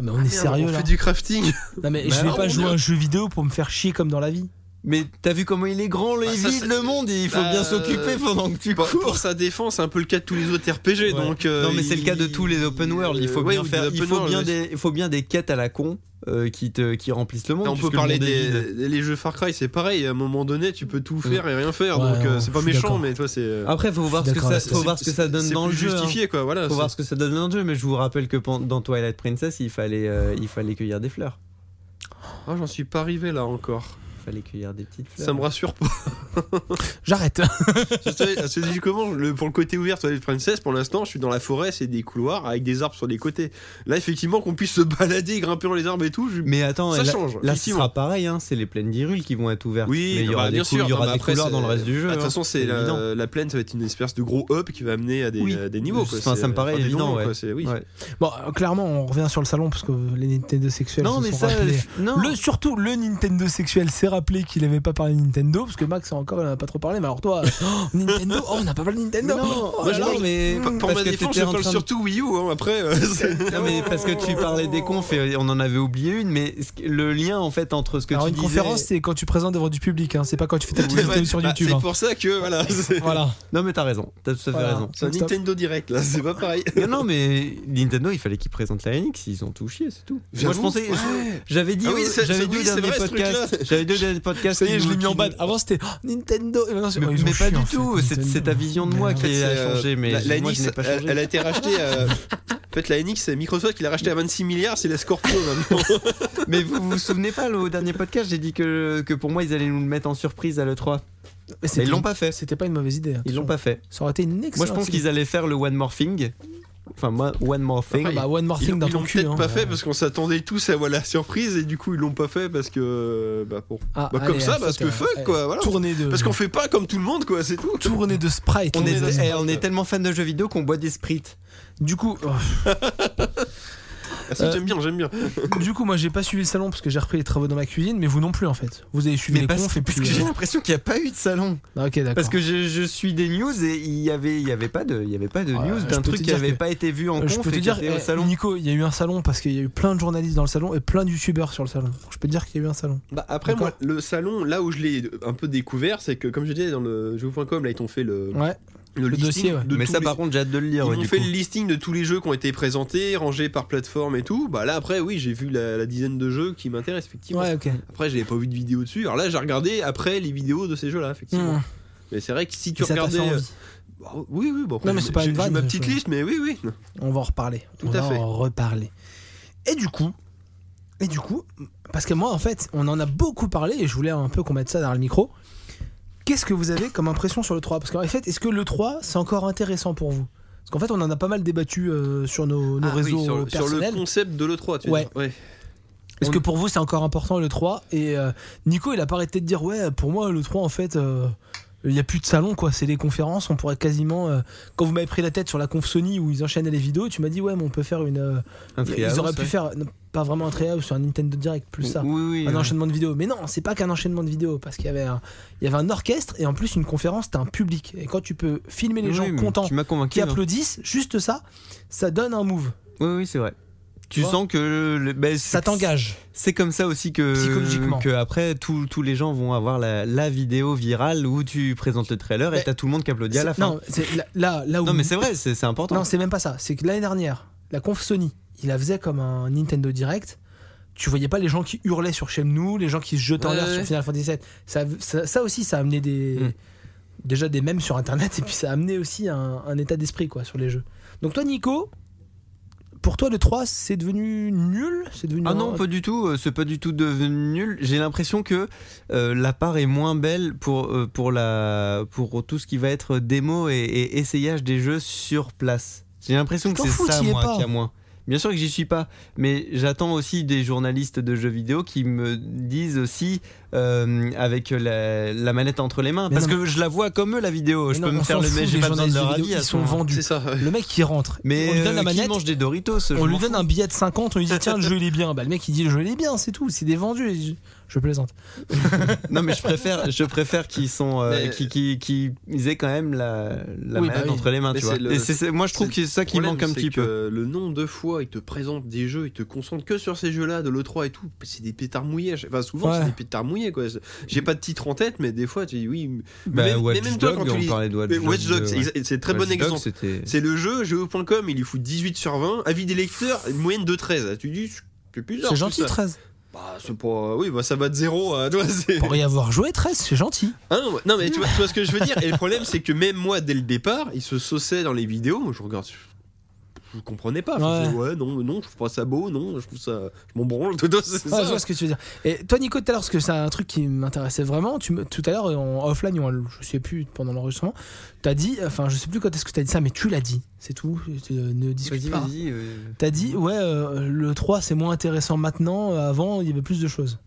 Non mais on est Ah, Merde, sérieux on là. fait du crafting. Non mais Bah je vais non, pas on jouer est- à un jeu vidéo pour me faire chier comme dans la vie. Mais t'as vu comment il est grand, le Bah, ça, vide c'est- le monde, et il faut Bah, bien s'occuper pendant que tu Pour, cours. pour sa défense, c'est un peu le cas de tous les autres RPG. Ouais. Donc, euh, non mais c'est le cas de il- tous les open world. Il faut Ouais, bien ou des faire, il open faut world, bien ouais. des, il faut bien des quêtes à la con euh, qui te, qui remplissent le monde. on peut puisque le parler monde est vide. des les jeux Far Cry, c'est pareil. À un moment donné, tu peux tout faire et rien faire. Ouais, donc, euh, ouais, c'est pas je suis méchant, d'accord. mais toi, c'est. euh, Après faut voir Je ce suis que d'accord ça, avec toi. Ah, faut voir ce que ça donne c'est dans le plus jeu. hein. justifié, quoi. Voilà. Faut c'est- voir ce que ça donne dans le jeu. Mais je vous rappelle que pen- dans Twilight Princess, il fallait, euh, il fallait cueillir des fleurs. Ah, j'en suis pas arrivé là encore. Il fallait cueillir des petites fleurs. Ça me rassure pas. J'arrête. Je te- je te dis comment le- Pour le côté ouvert, Twilight Princess, pour l'instant, je suis dans la forêt, c'est des couloirs avec des arbres sur les côtés. Là, effectivement, qu'on puisse se balader, grimper dans les arbres et tout, je- Mais attends, ça là, change. là ce effectivement. sera pareil, hein, c'est les plaines d'Irul qui vont être ouvertes. Oui, mais il y bah, aura des, bien cou- sûr. il y aura Non, mais des après, couleurs c'est- dans le reste du jeu. Ah, De toute hein. façon, c'est évident. la, la plaine, ça va être une espèce de gros up qui va amener à des, Oui. à des niveaux. quoi. Enfin, ça C'est- me paraît enfin, des évident, donjons, ouais. quoi, c'est- oui. Ouais. Bon, euh, clairement, on revient sur le salon parce que les Nintendo sexuels. Non, se mais sont ça. rappelés. Non. Le surtout le Nintendo sexuel s'est rappelé qu'il avait pas parlé de Nintendo parce que Max encore il en a pas trop parlé. Mais alors toi, oh, Nintendo, oh on n'a pas parlé de Nintendo. Non, Oh moi, là je là. parle, mais. Pour- Pour parce ma que défense, t'étais je en parle train de- surtout Wii U. hein, après, euh, c'est- Non, mais parce que tu parlais des confs et on en avait oublié une, mais ce que- le lien en fait entre ce que Alors tu une disais- conférence c'est quand tu présentes devant du public, hein, c'est pas quand tu fais ta petite Ouais, vidéo sur bah, YouTube. C'est hein. pour ça que voilà. c'est- Voilà. Non, mais t'as raison, t'as tout à fait Voilà. raison. C'est un Donc, stop. Nintendo Direct là, c'est pas pareil. Non, non, mais Nintendo, il fallait qu'ils présentent la NX, ils ont tout chié, c'est tout. Moi, je J'avoue. pensais. Ouais. J'avais dit, Ah oui, au- c'est- j'avais c'est- dit oui, au c'est dernier vrai, ce podcast. truc-là. J'avais dit au dernier podcast. Ça y est, qui je l'ai nous- mis en qui bad. Avant, c'était oh, Nintendo. Et maintenant, c'est, Mais, oh, ils ont mais pas chié, du en fait, tout, c'est Nintendo. c'est ta vision de Mais moi non. qui fait, a c'est, euh, changé, mais la, la moi NX, je n'ai pas elle, changé. elle a été rachetée. à- en fait, la NX, c'est Microsoft qui l'a rachetée à 26 milliards, c'est la Scorpio maintenant. Mais vous vous souvenez pas, au dernier podcast, j'ai dit que, que pour moi ils allaient nous le mettre en surprise à l'E3. Mais Mais c'était- ils l'ont pas fait. C'était pas une mauvaise idée. hein. Ils l'ont pas fait. Ça aurait été une excellente. Moi je pense idée. qu'ils allaient faire le One More Thing. Enfin, moi, One More Thing. Ah bah, one more Ils thing l'ont dans ils ton l'ont cul. peut-être hein. pas fait parce qu'on s'attendait tous à voir la surprise et du coup ils l'ont pas fait parce que euh, bah, bon. Ah, Bah, allez, comme ça en parce fait, que euh, fuck euh, quoi voilà. Tournée de. Parce qu'on fait pas comme tout le monde quoi c'est tout. Tournée de Sprite. on, les est, amis. eh, on est tellement fan de jeux vidéo qu'on boit des sprites. Du coup, oh, Ah, ça, Euh, j'aime bien j'aime bien. du coup, moi j'ai pas suivi le salon parce que j'ai repris les travaux dans ma cuisine, mais vous non plus en fait. Vous avez suivi Mais les parce, confs et parce puis. que j'ai euh, l'impression qu'il n'y a pas eu de salon. ah, ok, d'accord. Parce que je, je suis des news et il y avait, il y avait pas de, il y avait pas de Ouais, news je d'un peux truc te qui dire n'avait que- pas été vu en Euh, je conf peux te et qui dire, était au eh, salon. Nico, il y a eu un salon parce qu'il y a eu plein de journalistes dans le salon et plein de youtubeurs sur le salon. Je peux te dire qu'il y a eu un salon. Bah après D'accord. moi le salon là où je l'ai un peu découvert c'est que comme je disais dans le jeu.com là ils t'ont fait le, Ouais. le listing dossier, ouais. de Mais tous ça les- par contre j'ai hâte de le lire. Ils ouais, ont du fait coup. le listing de tous les jeux qui ont été présentés, rangés par plateforme et tout. Bah là après oui j'ai vu la, la dizaine de jeux qui m'intéressent effectivement. Ouais, ok. Après j'avais pas vu de vidéo dessus. Alors là j'ai regardé après les vidéos de ces jeux là effectivement. Mmh. Mais c'est vrai que si tu Et ça t'a fait euh, regardais, envie. bah, oui oui bon. après, Non, mais j'ai- c'est pas une j'ai- vanne, j'ai ma petite je- liste mais oui oui. On va en reparler. Tout on à va fait. en reparler. Et du coup, et du coup, parce que moi en fait, on en a beaucoup parlé et je voulais un peu qu'on mette ça dans le micro. Qu'est-ce que vous avez comme impression sur le 3 Parce qu'en fait, est-ce que le 3 c'est encore intéressant pour vous Parce qu'en fait, on en a pas mal débattu euh, sur nos, nos Ah, oui, réseaux sur, le- sur personnels. le concept de l'E3 tu veux Ouais. dire. ouais. Est-ce que pour vous c'est encore important le 3 Et euh, Nico, il a pas arrêté de dire ouais, pour moi le 3 en fait, euh, Il n'y a plus de salon, quoi. C'est des conférences. On pourrait quasiment. euh, quand vous m'avez pris la tête sur la conf Sony où ils enchaînaient les vidéos, tu m'as dit, ouais, mais on peut faire une. euh, Un ils Treehouse, auraient pu ouais. faire. non, pas vraiment un tryout sur un Nintendo Direct, plus ça. Oui, oui, un ouais. enchaînement de vidéos. Mais non, c'est pas qu'un enchaînement de vidéos, parce qu'il y avait un, il y avait un orchestre et en plus une conférence, t'as un public. Et quand tu peux filmer les Oui, gens mais contents Tu m'as qui convaincu. hein. applaudissent, juste ça, ça donne un move, Oui, oui, c'est vrai. Tu vois sens que le- ben, ça c'est- t'engage. C'est comme ça aussi que Psychologiquement. que après tous tous les gens vont avoir la, la vidéo virale où tu présentes le trailer Mais- et t'as tout le monde qui applaudit à la C'est- fin. Non, c'est là, là, là où. Non, mais c'est vrai, c'est c'est important. Non, c'est même pas ça. C'est que l'année dernière, la conf Sony, il la faisait comme un Nintendo Direct. Tu voyais pas les gens qui hurlaient sur chez nous, les gens qui se jetaient en Ouais, l'air ouais. sur Final Fantasy VII. Ça, ça, ça aussi, ça a amené des. Mm. Déjà des mèmes sur internet, et puis ça a amené aussi un, un état d'esprit quoi sur les jeux. Donc, toi, Nico, pour toi, le 3, c'est devenu nul C'est devenu. Ah un- non, pas du tout. euh, C'est pas du tout devenu nul. J'ai l'impression que euh, la part est moins belle pour euh, pour la pour tout ce qui va être démo et, et essayage des jeux sur place. J'ai l'impression Je que t'en c'est fous, ça t'y es moi pas. qui a moins. Bien sûr que j'y suis pas, mais j'attends aussi des journalistes de jeux vidéo qui me disent aussi euh, avec la, la manette entre les mains, Mais parce non, que je la vois comme eux la vidéo. Mais je non, peux me on faire s'en le, fout mais j'ai des pas besoin de journalistes leur de vidéo, avis à ils ce sont moment. vendus. C'est ça. ouais. Le mec qui rentre, Mais on lui donne la euh, qui manette, mange des Doritos je on lui m'en donne un billet de 50, on lui dit tiens le jeu il est bien. Bah le mec il dit le jeu il est bien, c'est tout, c'est des vendus. Je, je plaisante. Non mais je préfère, je préfère qu'ils sont, euh, Mais- qui, qui, qui- ils aient quand même la, la Oui, manette bah oui. entre les mains, Mais tu vois. c'est le- Et c'est- c'est- moi je trouve c'est que c'est ça qui problème, manque un c'est petit que peu. Le nombre de fois, ils te présentent des jeux, ils te concentrent que sur ces jeux-là, de l'E3 et tout. C'est des pétards mouillés. Enfin, souvent, Ouais. c'est des pétards mouillés, quoi. J'ai pas de titre en tête, mais des fois, tu dis oui. Bah, mais même- Watch mais même toi, Dogs, quand tu on lis- parlait de Watch mais Dogs. Watch Dogs, deux, c'est ouais. ex- c'est très Watch bon Dogs, exemple. c'était- C'est le jeu, jeu.com, il y fout 18 sur 20. Avis des lecteurs, une moyenne de 13. Tu dis, c'est bizarre. C'est tout gentil ça. 13. Bah, c'est pas. Oui, bah, ça va de zéro à. tu vois, c'est- Pour y avoir joué 13, c'est gentil. Hein, ouais. non, mais tu vois, tu vois ce que je veux dire. Et le problème, c'est que même moi, dès le départ, il se sauçait dans les vidéos. Moi, je regarde. je- Je comprenais pas. Enfin, Ouais. je dis, ouais, non, non, je trouve pas ça beau, non, je trouve ça. Je m'en branle, tout c'est Ouais, ça. je vois ce que tu veux dire. Et toi, Nico, tout à l'heure, parce que c'est un truc qui m'intéressait vraiment, tu me- tout à l'heure, en offline, ou en- je sais plus, pendant l'enregistrement, t'as dit, enfin, je sais plus quand est-ce que t'as dit ça, mais tu l'as dit, c'est tout, euh, ne discute Vas-y, pas. vas-y, euh. T'as dit, ouais, euh, le 3, c'est moins intéressant maintenant, euh, avant, il y avait plus de choses.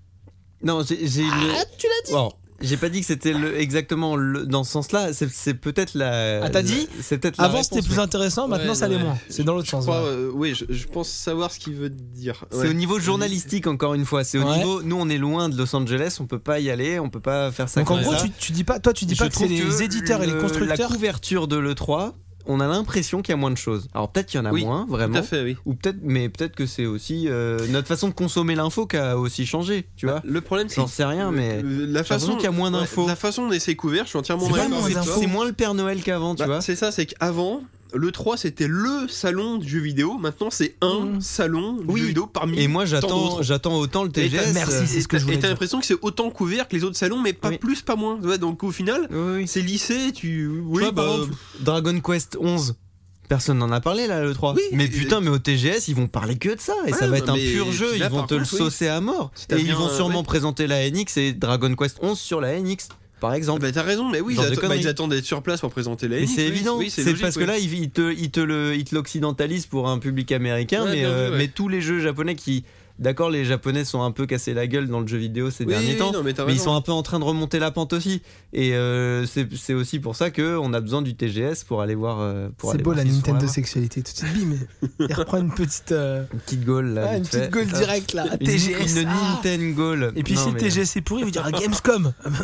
Non, j'ai, j'ai le- Ah, tu l'as dit Bon, j'ai pas dit que c'était le- exactement le- dans ce sens-là. C'est, c'est peut-être la. Ah, t'as la- dit C'est peut-être la Avant, réponse, c'était plus ouais. intéressant, maintenant, Ouais, ça l'est ouais. moins. C'est dans l'autre Je sens. crois, ouais. euh, oui, je, je pense savoir ce qu'il veut dire. C'est Ouais. au niveau journalistique encore une fois. C'est au Ouais. niveau. Nous, on est loin de Los Angeles. On peut pas y aller. On peut pas faire ça. Donc, en comme gros, ça. tu, tu dis pas, toi, tu dis pas Je que c'est trouve les éditeurs et les le- La constructeurs. couverture de l'E3, on a l'impression qu'il y a moins de choses. Alors peut-être qu'il y en a Oui, moins, Tout à vraiment. fait, oui. Ou peut-être, mais peut-être que c'est aussi euh, notre façon de consommer l'info qui a aussi changé, tu vois. Le problème, c'est. J'en sais rien, mais Euh, La l'impression façon. qu'il y a moins d'infos. ouais, la façon dont c'est couvert, je suis entièrement C'est pas d'accord moins avec toi. d'infos. c'est moins le Père Noël qu'avant, tu Bah, vois. C'est ça, c'est qu'avant, le 3 c'était le salon du jeu vidéo, maintenant c'est un Mhm. salon du Mm. Oui. jeu vidéo parmi Et moi, tant j'attends, d'autres. j'attends autant le TGS. merci, euh, c'est ce que Et je t'as- voulais Et t'as dire. l'impression que c'est autant couvert que les autres salons, mais pas Oui. plus, pas moins. Ouais, donc au final, euh, oui, oui. c'est lycée, tu. Tu Oui, vois, par bah, exemple, Dragon Quest 11. Personne n'en a parlé là le 3. Oui, mais et- putain, mais au TGS, ils vont parler que de ça et Ouais, ça va être un mais pur jeu, là, ils vont par te le contre, oui. saucer à mort. Si t'as Et ils bien, vont euh, sûrement ouais. présenter la NX et Dragon Quest 11 sur la NX par ah exemple. bah, t'as raison, mais oui, ils, Genre de atte- bah, conneries. ils attendent d'être sur place pour présenter la mais NX, c'est oui, évident, oui, c'est logique, parce oui. que là ils ils te ils te le ils te l'occidentalisent pour un public américain Ouais, mais bien euh, vu, ouais. mais tous les jeux japonais qui d'accord les japonais sont un peu cassés la gueule dans le jeu vidéo ces Oui, derniers oui, temps. non, mais t'as Mais ils raison. sont un peu en train de remonter la pente aussi. Et euh, c'est c'est aussi pour ça qu'on a besoin du TGS pour aller voir. euh, pour C'est aller beau voir la ce qu'ils sont Nintendo là-bas. sexualité, tout de suite bim, il reprend une petite, euh, Une petite goal là. ah, une vite fait. petite goal Ça. directe là, Une, TGS. une ah. Nintendo goal. Et puis Non, si le mais- TGS est pourri, il vous dira Gamescom.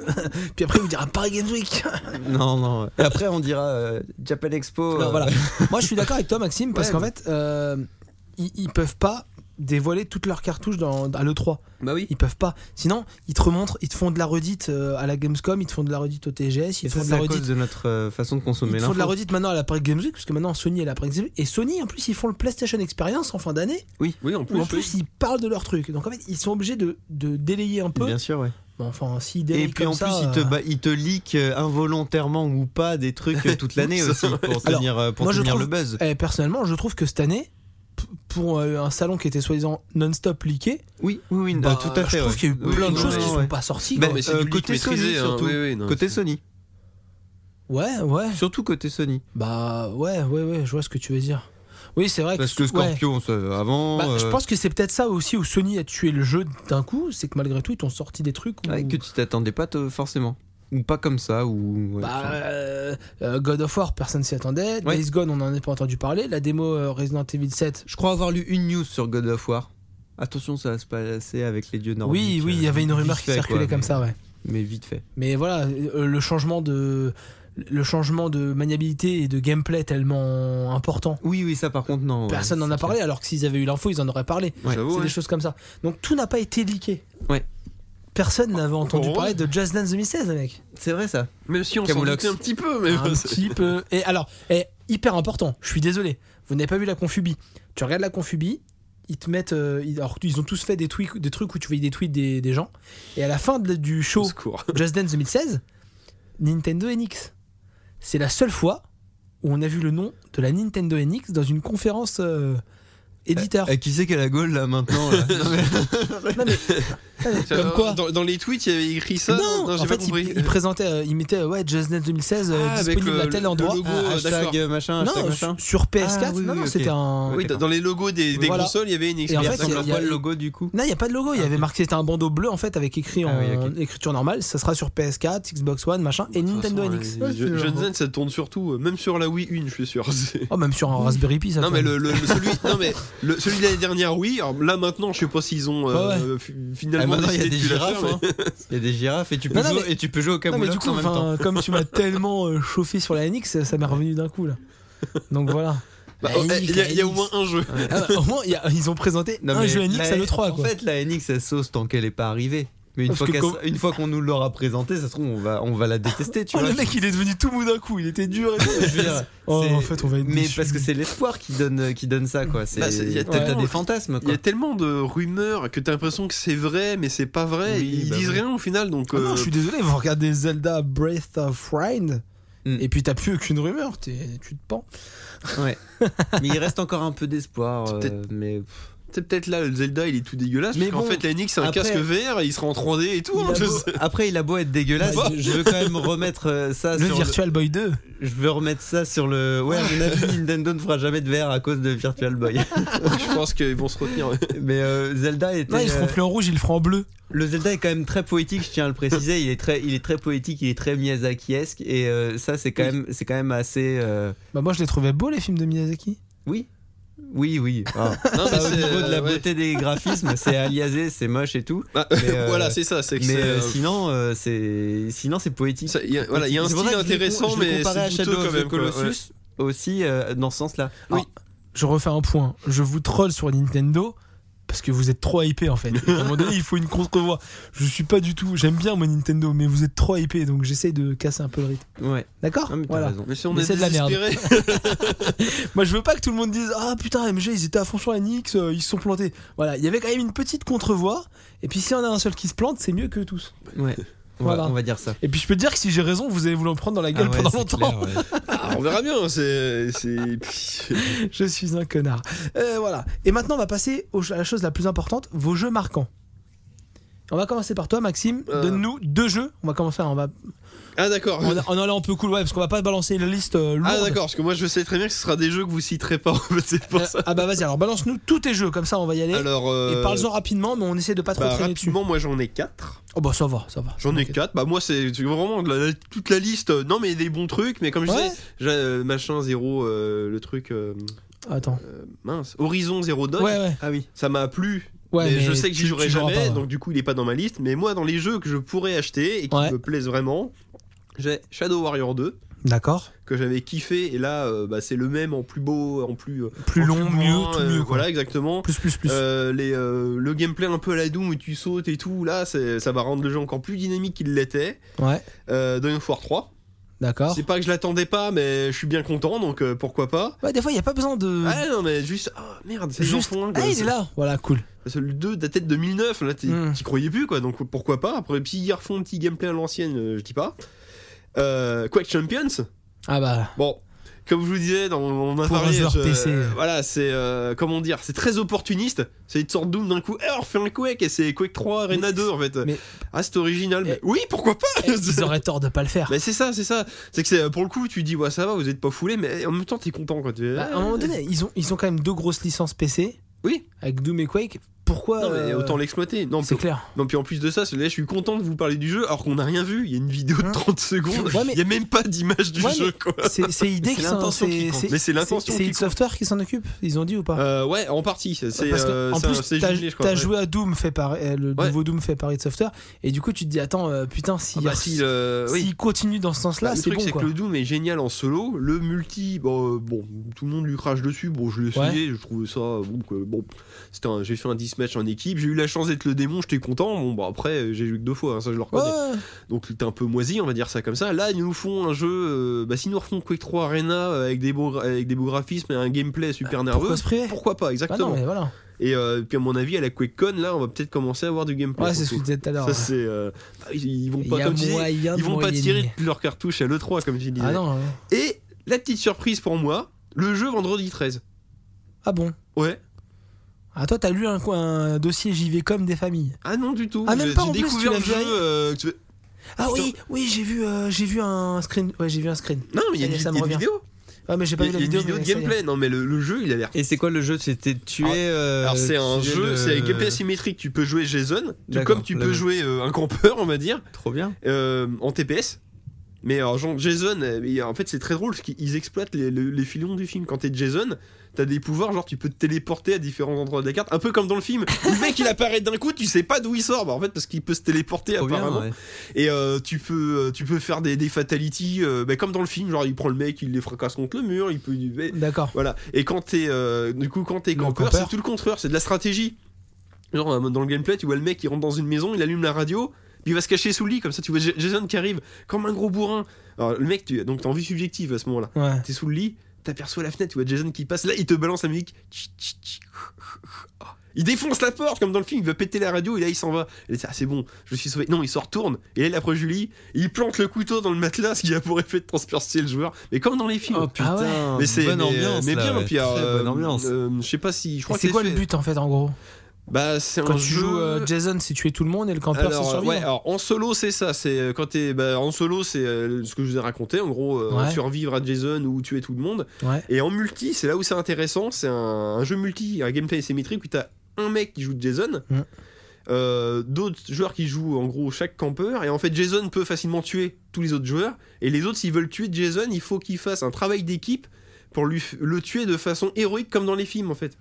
puis après, il vous dira Paris Games Week. Non, non. Et après, on dira euh, Japan Expo. Non, euh, voilà. Moi, je suis d'accord avec toi, Maxime, parce Ouais, qu'en mais- fait, euh, ils, ils peuvent pas dévoiler toutes leurs cartouches dans, à l'E3. Bah oui. Ils peuvent pas. Sinon, ils te remontrent, ils te font de la redite euh, à la Gamescom, ils te font de la redite au TGS, ils Et te font ça, de c'est la à cause redite de notre euh, façon de consommer Ils font de la l'info. redite maintenant à la Paris Games Week, parce que maintenant Sony est la Paris Games Week. Et Sony, en plus, ils font le PlayStation Experience en fin d'année, Oui, en plus. où en oui. plus, ils parlent de leur truc. Donc en fait, ils sont obligés de, de délayer un peu. Bien sûr, ouais. Bon, enfin, s'ils délayent Et puis comme en ça, plus, ils te, euh, ba- ils te leak euh, involontairement ou pas des trucs euh, toute l'année aussi pour Alors, tenir, euh, pour moi, je tenir le trouve- buzz. eh, personnellement, je trouve que cette année, p- pour euh, un salon qui était soi-disant non-stop leaké, Oui, oui, oui, bah, euh, tout à fait. je trouve ouais. qu'il y a eu Oui, plein de non, choses mais- qui ouais. sont pas sorties. Ben, quoi. mais c'est euh, du côté côté maîtrisé, Sony, hein. surtout. Oui, oui, non, Côté c'est- Sony. ouais, ouais. Surtout côté Sony. Bah, ouais, ouais, ouais, je vois ce que tu veux dire. Oui, c'est vrai Parce que ouais. Scorpion, ça, avant. Bah, Je euh, pense que c'est peut-être ça aussi où Sony a tué le jeu d'un coup, c'est que malgré tout, ils t'ont sorti des trucs où... ouais, que tu t'attendais pas t- forcément. ou pas comme ça ou ouais, Bah, enfin, euh, euh, God of War, personne s'y attendait. Ouais. Days Gone, on n'en a pas entendu parler. La démo euh, Resident Evil 7, Je crois avoir lu une news sur God of War. Attention, ça va se passer avec les dieux nordiques. oui, oui, il y euh, avait une vite rumeur qui fait, circulait quoi, comme mais- ça, ouais. Mais vite fait. Mais voilà, euh, le changement de le changement de maniabilité et de gameplay tellement important. Oui, oui, ça par contre, non. ouais, Personne n'en c'est a parlé, alors que s'ils avaient eu l'info, ils en auraient parlé. Ouais, J'avoue, C'est ouais. des choses comme ça. Donc tout n'a pas été leaké. Ouais. Personne n'avait entendu heureux. parler de Just Dance 2016, les mecs. clair. C'est vrai ça. Même si on s'en Camoulox. doutait un petit peu, mais Un petit peu. Et alors, et hyper important, je suis désolé, vous n'avez pas vu la Confubi. Tu regardes la Confubi, ils te mettent. euh, ils, alors, ils ont tous fait des, tweets, des trucs où tu voyais des tweets des, des gens. Et à la fin de- du Au show secours. Just Dance 2016, Nintendo NX. C'est la seule fois où on a vu le nom de la Nintendo NX dans une conférence euh, éditeur. Eh, qui c'est qui a la gaule là maintenant là Non, mais- Non, mais- eh, Comme quoi dans, dans les tweets, il y avait écrit ça. Non, j'ai en pas fait, il, compris. il présentait, euh, il mettait euh, ouais, Just Dance 2016 euh, Ah, avec disponible le- à tel le endroit. logo, Ah, euh, d'accord. hashtag euh, machin, hashtag non, machin. sur- sur PS4, Ah, oui, non, oui, non, ok. c'était un. Ouais. Oui, dans dans les logos des, des Voilà. consoles, il y avait une Et en fait, explication. il y a- D'accord, il y a- quoi, le logo du coup Non, il n'y a pas de logo, il y Ah, avait ok. marqué, c'était un bandeau bleu en fait avec écrit Ah oui, en ok. écriture normale, ça sera sur PS4, Xbox One, machin, et Nintendo NX. Je- John Zen, ça tourne surtout, euh, même sur la Wii 1, je suis sûr. C'est- Oh, même sur un Raspberry Pi, ça Non mais, tourne. le, le- le- celui, non mais le- celui de l'année dernière oui alors là maintenant je sais pas s'ils ont euh, fi- Ah, finalement maintenant, il y a décidé des de plus la faire, girafes. hein. Il y a des girafes et tu peux Non, non, jouer- mais- et tu peux jouer au Non, mais Camoulox du coup, en même temps. enfin, comme tu m'as tellement euh, chauffé sur la NX, ça- ça m'est revenu d'un coup là. Donc voilà. mais- Bah, La oh, eh, NX, il y, a- il y a la au moins NX. un jeu Ah bah, au moins, il y a- ils ont présenté Non, un mais jeu NX la- Ah, à l'E3 quoi. En fait, la NX, elle sauce tant qu'elle est pas arrivée. Mais une Parce fois, que qu'elle- comme- une fois qu'on nous l'aura présentée, ça se trouve, on va, on va la détester, tu Oh, vois. le mec, il est devenu tout mou d'un coup, il était dur et tout. Je veux dire, Oh, c'est- en fait, on va être Mais déçus. parce que c'est l'espoir qui donne, qui donne ça, quoi. C'est Bah, c'est- il y a t'as- tellement- t'as des fantasmes, il y quoi. a tellement de rumeurs que t'as l'impression que c'est vrai mais c'est pas vrai Oui, ils bah disent oui. rien au final donc Ah non, euh, je suis désolé, vous regardez Zelda Breath of Wild Mm. et puis t'as plus aucune rumeur, t'es- tu te pends. Mais il reste encore un peu d'espoir. euh, Peut-être- mais c'est peut-être là le Zelda il est tout dégueulasse Mais mais en bon, fait la NX c'est un après- casque vert et il sera en 3D et tout Il hein, a je beau- sais. Après, il a beau être dégueulasse, Ouais, je veux quand même remettre euh, ça Bah, Le sur Virtual Boy 2. Je veux remettre ça sur le. Ouais, à mon avis, Nintendo ne fera jamais de VR à cause de Virtual Boy. je pense qu'ils vont se retenir Mais euh, Zelda était. Non, ils le feront euh, plus en rouge, ils le feront en bleu. Le Zelda est quand même très poétique, je tiens à le préciser. Il est très, il est très poétique, il est très Miyazaki-esque, et euh, ça, c'est quand même, c'est quand même assez. euh, Bah moi je les trouvais beaux les films de Miyazaki. Oui, oui, oui. Ah. Non, mais Pas au c'est- euh, niveau de la ouais. beauté des graphismes, c'est aliasé, c'est moche et tout. Bah, Mais, euh, voilà c'est ça c'est que Mais c'est, euh, euh, sinon, euh, c'est, sinon, c'est poétique. ça- il y a- voilà, il y a un C'est pour ça style que je l'ai con- intéressant je l'ai mais comparé à c'est Shadow douteux of quand the même quoi, ouais. Ah. Colossus aussi euh, dans ce sens-là. Oui. Je refais un point, je vous troll sur Nintendo parce que vous êtes trop hypé en fait. Et à un moment donné, il faut une contre-voix. Je suis pas du tout, j'aime bien moi Nimtendo, mais vous êtes trop hypé donc j'essaie de casser un peu le rythme. Ah. ouais. D'accord Non, mais t'as Voilà. raison. Mais si on Mais est, c'est de la merde. désespéré, Moi je veux pas que tout le monde dise Ah putain, MG ils étaient à fond sur la NX, euh, ils se sont plantés. Voilà, il y avait quand même une petite contre-voix et puis s'il y en a un seul qui se plante, c'est mieux que tous. Ouais. On, Voilà. va, on va dire ça. Et puis je peux te dire que si j'ai raison, vous allez vous l'en prendre dans la gueule Ah ouais, pendant c'est longtemps. clair, ouais. Ah, on verra bien, c'est. c'est- Je suis un connard. Euh, voilà. Et maintenant, on va passer au- à la chose la plus importante, vos jeux marquants. On va commencer par toi, Maxime. Euh. Donne-nous deux jeux. On va commencer. On va Ah d'accord. en, en allant un peu cool, ouais, parce qu'on va pas balancer la liste euh, lourde. Ah d'accord, parce que moi je sais très bien que ce sera des jeux que vous citerez pas, en fait, c'est pour Euh, ça. ah bah vas-y. Alors balance-nous tous tes jeux, comme ça on va y aller. Alors. euh, Et parle-en rapidement, mais on essaie de pas trop bah, traîner dessus. rapidement, moi j'en ai 4. Oh bah ça va, ça va. J'en ai Ok. 4. Bah, moi c'est c'est vraiment de la- toute la liste. euh, Non, mais des bons trucs, mais comme je Ouais. disais, j'ai, euh, machin, zéro, euh, le truc. euh, Attends. euh, mince. Horizon, zéro dot. Ouais, ouais, Ah oui. Ça m'a plu, ouais. mais, mais je sais que j'y tu- jouerai tu joueras jamais, pas, hein. ouais. donc du coup il est pas dans ma liste. Mais moi, dans les jeux que je pourrais acheter et qui Ouais. me plaisent vraiment, j'ai Shadow Warrior 2. D'accord. que j'avais kiffé et là euh, bah, c'est le même en plus beau en plus euh, Plus en long, moins, mieux, tout euh, mieux. quoi. voilà exactement Plus, plus, plus. Euh, les, euh, le gameplay un peu à la Doom où tu sautes et tout là c'est- ça va rendre le jeu encore plus dynamique qu'il l'était Ouais. euh, Dawn of War 3 D'accord. c'est pas que je l'attendais pas mais je suis bien content donc euh, pourquoi pas Ouais, des fois, il y a pas besoin de. ah non mais juste ah merde c'est Euh, Juste- font un, quoi. Ah, il est là. Voilà, cool. Parce que le 2 datait de 2009 là t'y Hmm. t'y croyais plus quoi donc pourquoi pas après puis ils refont un petit gameplay à l'ancienne euh, je dis pas euh, Quake Champions Ah bah. Bon, comme je vous disais, dans, on m'a Pour un parlé. joueur je- PC. euh, voilà, c'est euh, comment dire, c'est très opportuniste. C'est une sorte de Doom d'un coup. Eh, on refait un Quake et c'est Quake 3 Arena Mais- 2 en fait. mais- ah, c'est original. Mais, Eh, oui, pourquoi pas eh, Ils auraient tort de pas le faire. Mais c'est ça, c'est ça. C'est que c'est pour le coup, tu dis ouais ça va, vous êtes pas foulé, mais eh, en même temps t'es content quand tu. eh, Bah, à un moment donné, ils ont, ils ont quand même deux grosses licences PC. Oui. Avec Doom et Quake. Pourquoi Non, mais euh, autant l'exploiter. Non, C'est puis- clair. non, puis en plus de ça, c'est- là, je suis content de vous parler du jeu alors qu'on n'a rien vu. Il y a une vidéo de Hein 30 secondes. Ouais, mais- Il n'y a même pas d'image du Ouais, jeu, quoi. C'est c'est idée qui s'en l'intention qui c'est- compte. c'est- Mais c'est l'intention C'est qui id Software qui s'en occupe Ils ont dit ou pas Euh, ouais, en partie. C'est Parce que, euh, en c'est un- plus, c'est t'as jumelé, je crois. t'as ouais. joué à Doom, fait par, euh, le Ouais. nouveau Doom fait par id Software, et du coup tu te dis attends euh, putain Ah s'il bah, si, le- oui. s'il continue dans ce sens-là, Bah, le c'est truc, bon c'est quoi. que le Doom est génial en solo. Le multi, bon, euh, bon, tout le monde lui crache dessus. Bon, je l'ai Ouais. essayé, je trouvais ça. Bon, que- bon c'était un- j'ai fait un dismatch en équipe. J'ai eu la chance d'être le démon, j'étais content. Bon, bah, après, j'ai joué que deux fois, hein, ça je le reconnais. Ouais. Donc, il était un peu moisi, on va dire ça comme ça. Là, ils nous font un jeu. euh, bah, s'ils nous refont Quake 3 Arena euh, avec des, beaux, avec des beaux graphismes et un gameplay super nerveux, Bah, Pourquoi se priver pourquoi pas, Ah non exactement. mais voilà. Et euh, puis, à mon avis, à la QuakeCon, là, on va peut-être commencer à avoir du gameplay. Ouais c'est ce que je surtout. disais tout à l'heure. Ça, c'est. euh, bah, ils ils vont Il y pas, a comme tu disais, moyen de ils vont pas moyenner. tirer leur cartouche à l'E3, comme tu disais. Ah non. hein. Et la petite surprise pour moi, le jeu vendredi 13. Ah bon. Ouais. Ah toi t'as lu un, quoi, un dossier JVcom des familles. Ah non, du tout. Ah, même J'ai pas en plus, découvert tu le l'as jeu. viré euh, que tu- Ah Putain. oui oui j'ai vu euh, j'ai vu un screen ouais j'ai vu un screen. Non, mais il y a une, Ça y est, ça me il y a une revient. vidéo. Ah mais j'ai Il pas y a vu il y la vidéo. a une vidéo de mais ça y est. gameplay. Non, mais le, le jeu, il a l'air. Et c'est quoi le jeu C'était tuer. euh, Ah. Alors, c'est un tuer jeu, le- c'est avec gameplay symétrique. Tu peux jouer Jason, tout D'accord, comme tu le peux même. jouer euh, un campeur, on va dire, Trop bien. euh, en TPS. Mais alors, genre, Jason, euh, il y a- en fait, c'est très drôle parce qu'ils exploitent les, les- les filons du film. Quand t'es Jason, t'as des pouvoirs, genre, tu peux te téléporter à différents endroits de la carte. Un peu comme dans le film. où Le mec, il apparaît d'un coup, tu sais pas d'où il sort. Bah, en fait, parce qu'il peut se téléporter Trop bien. apparemment. ouais. Et euh, tu peux euh, tu peux faire des, des fatalities euh, bah, comme dans le film genre il prend le mec il les fracasse contre le mur il peut mais- D'accord. voilà et quand t'es euh, du coup quand t'es Le campeur campeur. c'est tout le contraire c'est de la stratégie genre euh, dans le gameplay tu vois le mec il rentre dans une maison il allume la radio puis il va se cacher sous le lit comme ça tu vois J- Jason qui arrive comme un gros bourrin alors le mec tu donc t'es en vue subjective à ce moment là Ouais. t'es sous le lit t'aperçois la fenêtre tu vois Jason qui passe là il te balance la musique Tch, tch, tch. oh. il défonce la porte comme dans le film il va péter la radio et là il s'en va et là, c'est- ah, c'est bon je suis sauvé non il se retourne et là il approche Julie et il plante le couteau dans le matelas ce qui a pour effet de transpercer le joueur mais comme dans les films Oh putain. Ah ouais. mais c'est bonne mais, ambiance. mais là, bien ouais. puis alors, Très euh, bonne ambiance. euh, je sais pas si je crois Et C'est que quoi le fait- but en fait en gros bah c'est Quand un tu jeu joues euh, Jason c'est tuer tout le monde et le campeur c'est alors, ouais, survivre. alors, en solo c'est ça c'est euh, quand t'es bah, en solo c'est euh, ce que je vous ai raconté en gros euh, Ouais. survivre à Jason ou tuer tout le monde Ouais. Et en multi, c'est là où c'est intéressant, c'est un, un jeu multi, un gameplay symétrique où t'as un mec qui joue Jason, Mm. euh, d'autres joueurs qui jouent en gros chaque campeur, et en fait Jason peut facilement tuer tous les autres joueurs, et les autres s'ils veulent tuer Jason, il faut qu'ils fassent un travail d'équipe pour lui f- le tuer de façon héroïque comme dans les films en fait.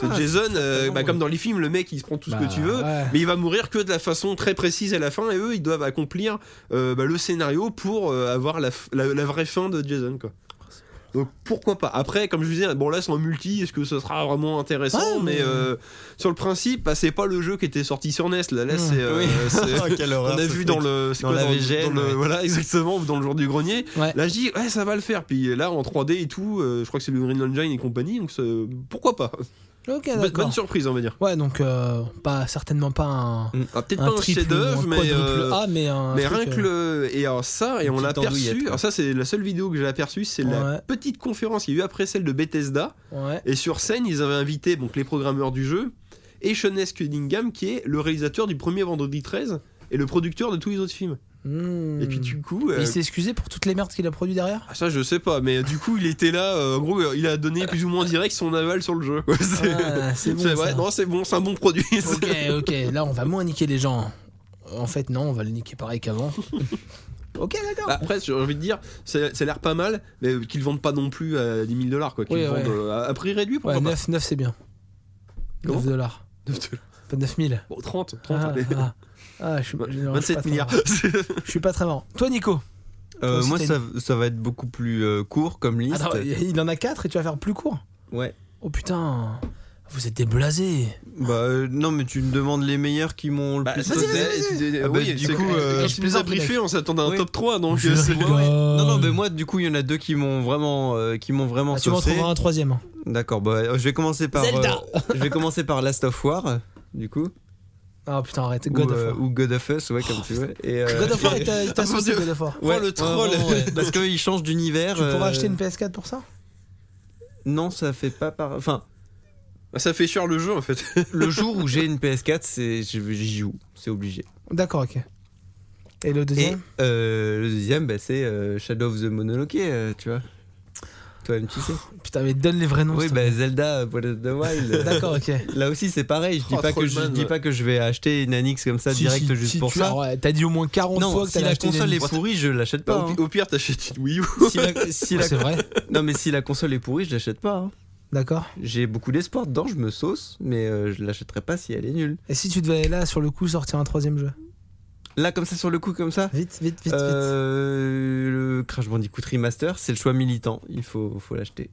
Parce que Ah, Jason, euh, bon, bah, ouais. comme dans les films, le mec il se prend tout ce Bah, que tu veux, ouais. mais il va mourir que de la façon très précise à la fin, et eux ils doivent accomplir euh, bah, le scénario pour euh, avoir la, f- la- la vraie fin de Jason quoi. Donc pourquoi pas Après, comme je vous disais, bon là c'est en multi, est-ce que ça sera vraiment intéressant Ouais, mais- Mais euh, sur le principe, bah, c'est pas le jeu qui était sorti sur NES. Là, là Mm. c'est, euh, Oui. c'est- Oh, quelle on horreur, a ce vu truc. dans le, c'est Dans quoi, la le- VGN, le- ouais. voilà exactement, ou dans le jour du grenier. Ouais. Là je dis ouais ça va le faire. Puis là en 3D et tout, euh, je crois que c'est le Green Engine et compagnie, donc c'est- pourquoi pas Ok Bonne- d'accord. Bonne surprise on va dire. Ouais donc euh, pas certainement pas un Ah, peut-être un pas un triple ou chef-d'œuvre, un mais quadruple euh, A mais un mais truc, rien que euh, le. Et alors ça, et Une on l'a petite andouillette, aperçu. quoi. Alors ça, c'est la seule vidéo que j'ai aperçue, c'est Ouais. la petite conférence qu'il y a eu après celle de Bethesda. euh, ouais. Et sur scène, ils avaient invité donc, les programmeurs du jeu et Sean S. Cunningham, qui est le réalisateur du premier Vendredi 13 et le producteur de tous les autres films. Hmm. Et puis du coup. Et euh, il s'est excusé pour toutes les merdes qu'il a produit derrière ah, ça je sais pas, mais du coup il était là, euh, en gros euh, il a donné plus ou moins direct son aval sur le jeu. quoi. C'est- Ah, c'est bon, c'est- ouais, ça. non c'est bon, c'est un bon produit. Ok, ok, là on va moins niquer les gens. En fait, non, on va le niquer pareil qu'avant. ok, d'accord. Ah, Bah, Après, j'ai envie de dire, c'est- ça a l'air pas mal, mais euh, qu'ils le vendent pas non plus à 10 000 dollars, quoi. Qu'ils Oui, le vendent ouais. euh, à, à prix réduit, pourquoi ouais, pas 9, 9 c'est bien. Comment 9 dollars. Pas 9000. Bon, 30, 30, Ah, allez. ah, ah, je Bah, suis, je- je suis pas 27 très milliards. marrant. Je suis pas très marrant. Toi, Nico, Euh, aussi, moi, t'as ça, ça va être beaucoup plus euh, court comme liste. Attends, Ah, il en a 4 et tu vas faire plus court ouais. Oh putain, vous êtes des blasés. Bah, euh, non, mais tu me demandes les meilleurs qui m'ont le Bah, plus. ça, sauté. c'est- c'est- c'est- Ah bah, oui, du c'est- coup, quand euh, tu nous as briefé, on s'attendait à un Oui. top 3, donc Je euh, c'est- rigole. Non, non, mais moi, du coup, il y en a deux qui m'ont vraiment, euh, qui m'ont vraiment Ah, tu m'en saucé. trouveras un troisième. D'accord, bah, euh, je vais commencer par. Zelda. euh, je vais commencer par Last of War, euh, du coup. Ah putain, arrête, ou, God of euh, War. Oh, ou God of Us, ouais, comme tu veux. Et, euh, God of War, il t'a- il t'a Ah, mon saucé Dieu. God of War. ouais, Oh, le troll. vraiment, ouais. Parce qu'il change d'univers. Tu euh, pourras acheter une PS4 pour ça Non, ça fait pas par. Enfin, Ah, ça fait cher le jeu en fait. le jour où j'ai une PS4, c'est je- j'y joue, c'est obligé. D'accord, ok. Et le Et deuxième euh, le deuxième, bah, c'est euh, Shadow of the Mononoke, euh, tu vois. Toi-même, tu sais. Putain, mais donne les vrais noms. Oui, s'il te bah euh, Zelda Breath of the Wild. plaît. D'accord, ok. Là aussi, c'est pareil. Je dis Oh, pas que je Trollman, dis ouais. pas que je vais acheter une Anix comme ça Si, direct si, juste si, pour tu ça. as- ouais, T'as dit au moins 40 Non, fois que si t'allais la acheter une console est NX. pourrie, je l'achète Bah, pas. au, hein. pi- au pire, t'achètes une Wii U. Si la- si Ouais, la- C'est vrai, non mais si la console est pourrie, je l'achète pas. hein. d'accord. J'ai beaucoup d'espoir dedans, je me sauce, mais euh, je l'achèterai pas si elle est nulle. Et si tu devais là sur le coup sortir un troisième jeu Là comme ça sur le coup comme ça. Vite, vite, vite, vite. euh, le Crash Bandicoot Remaster, c'est le choix militant. Il faut, faut l'acheter.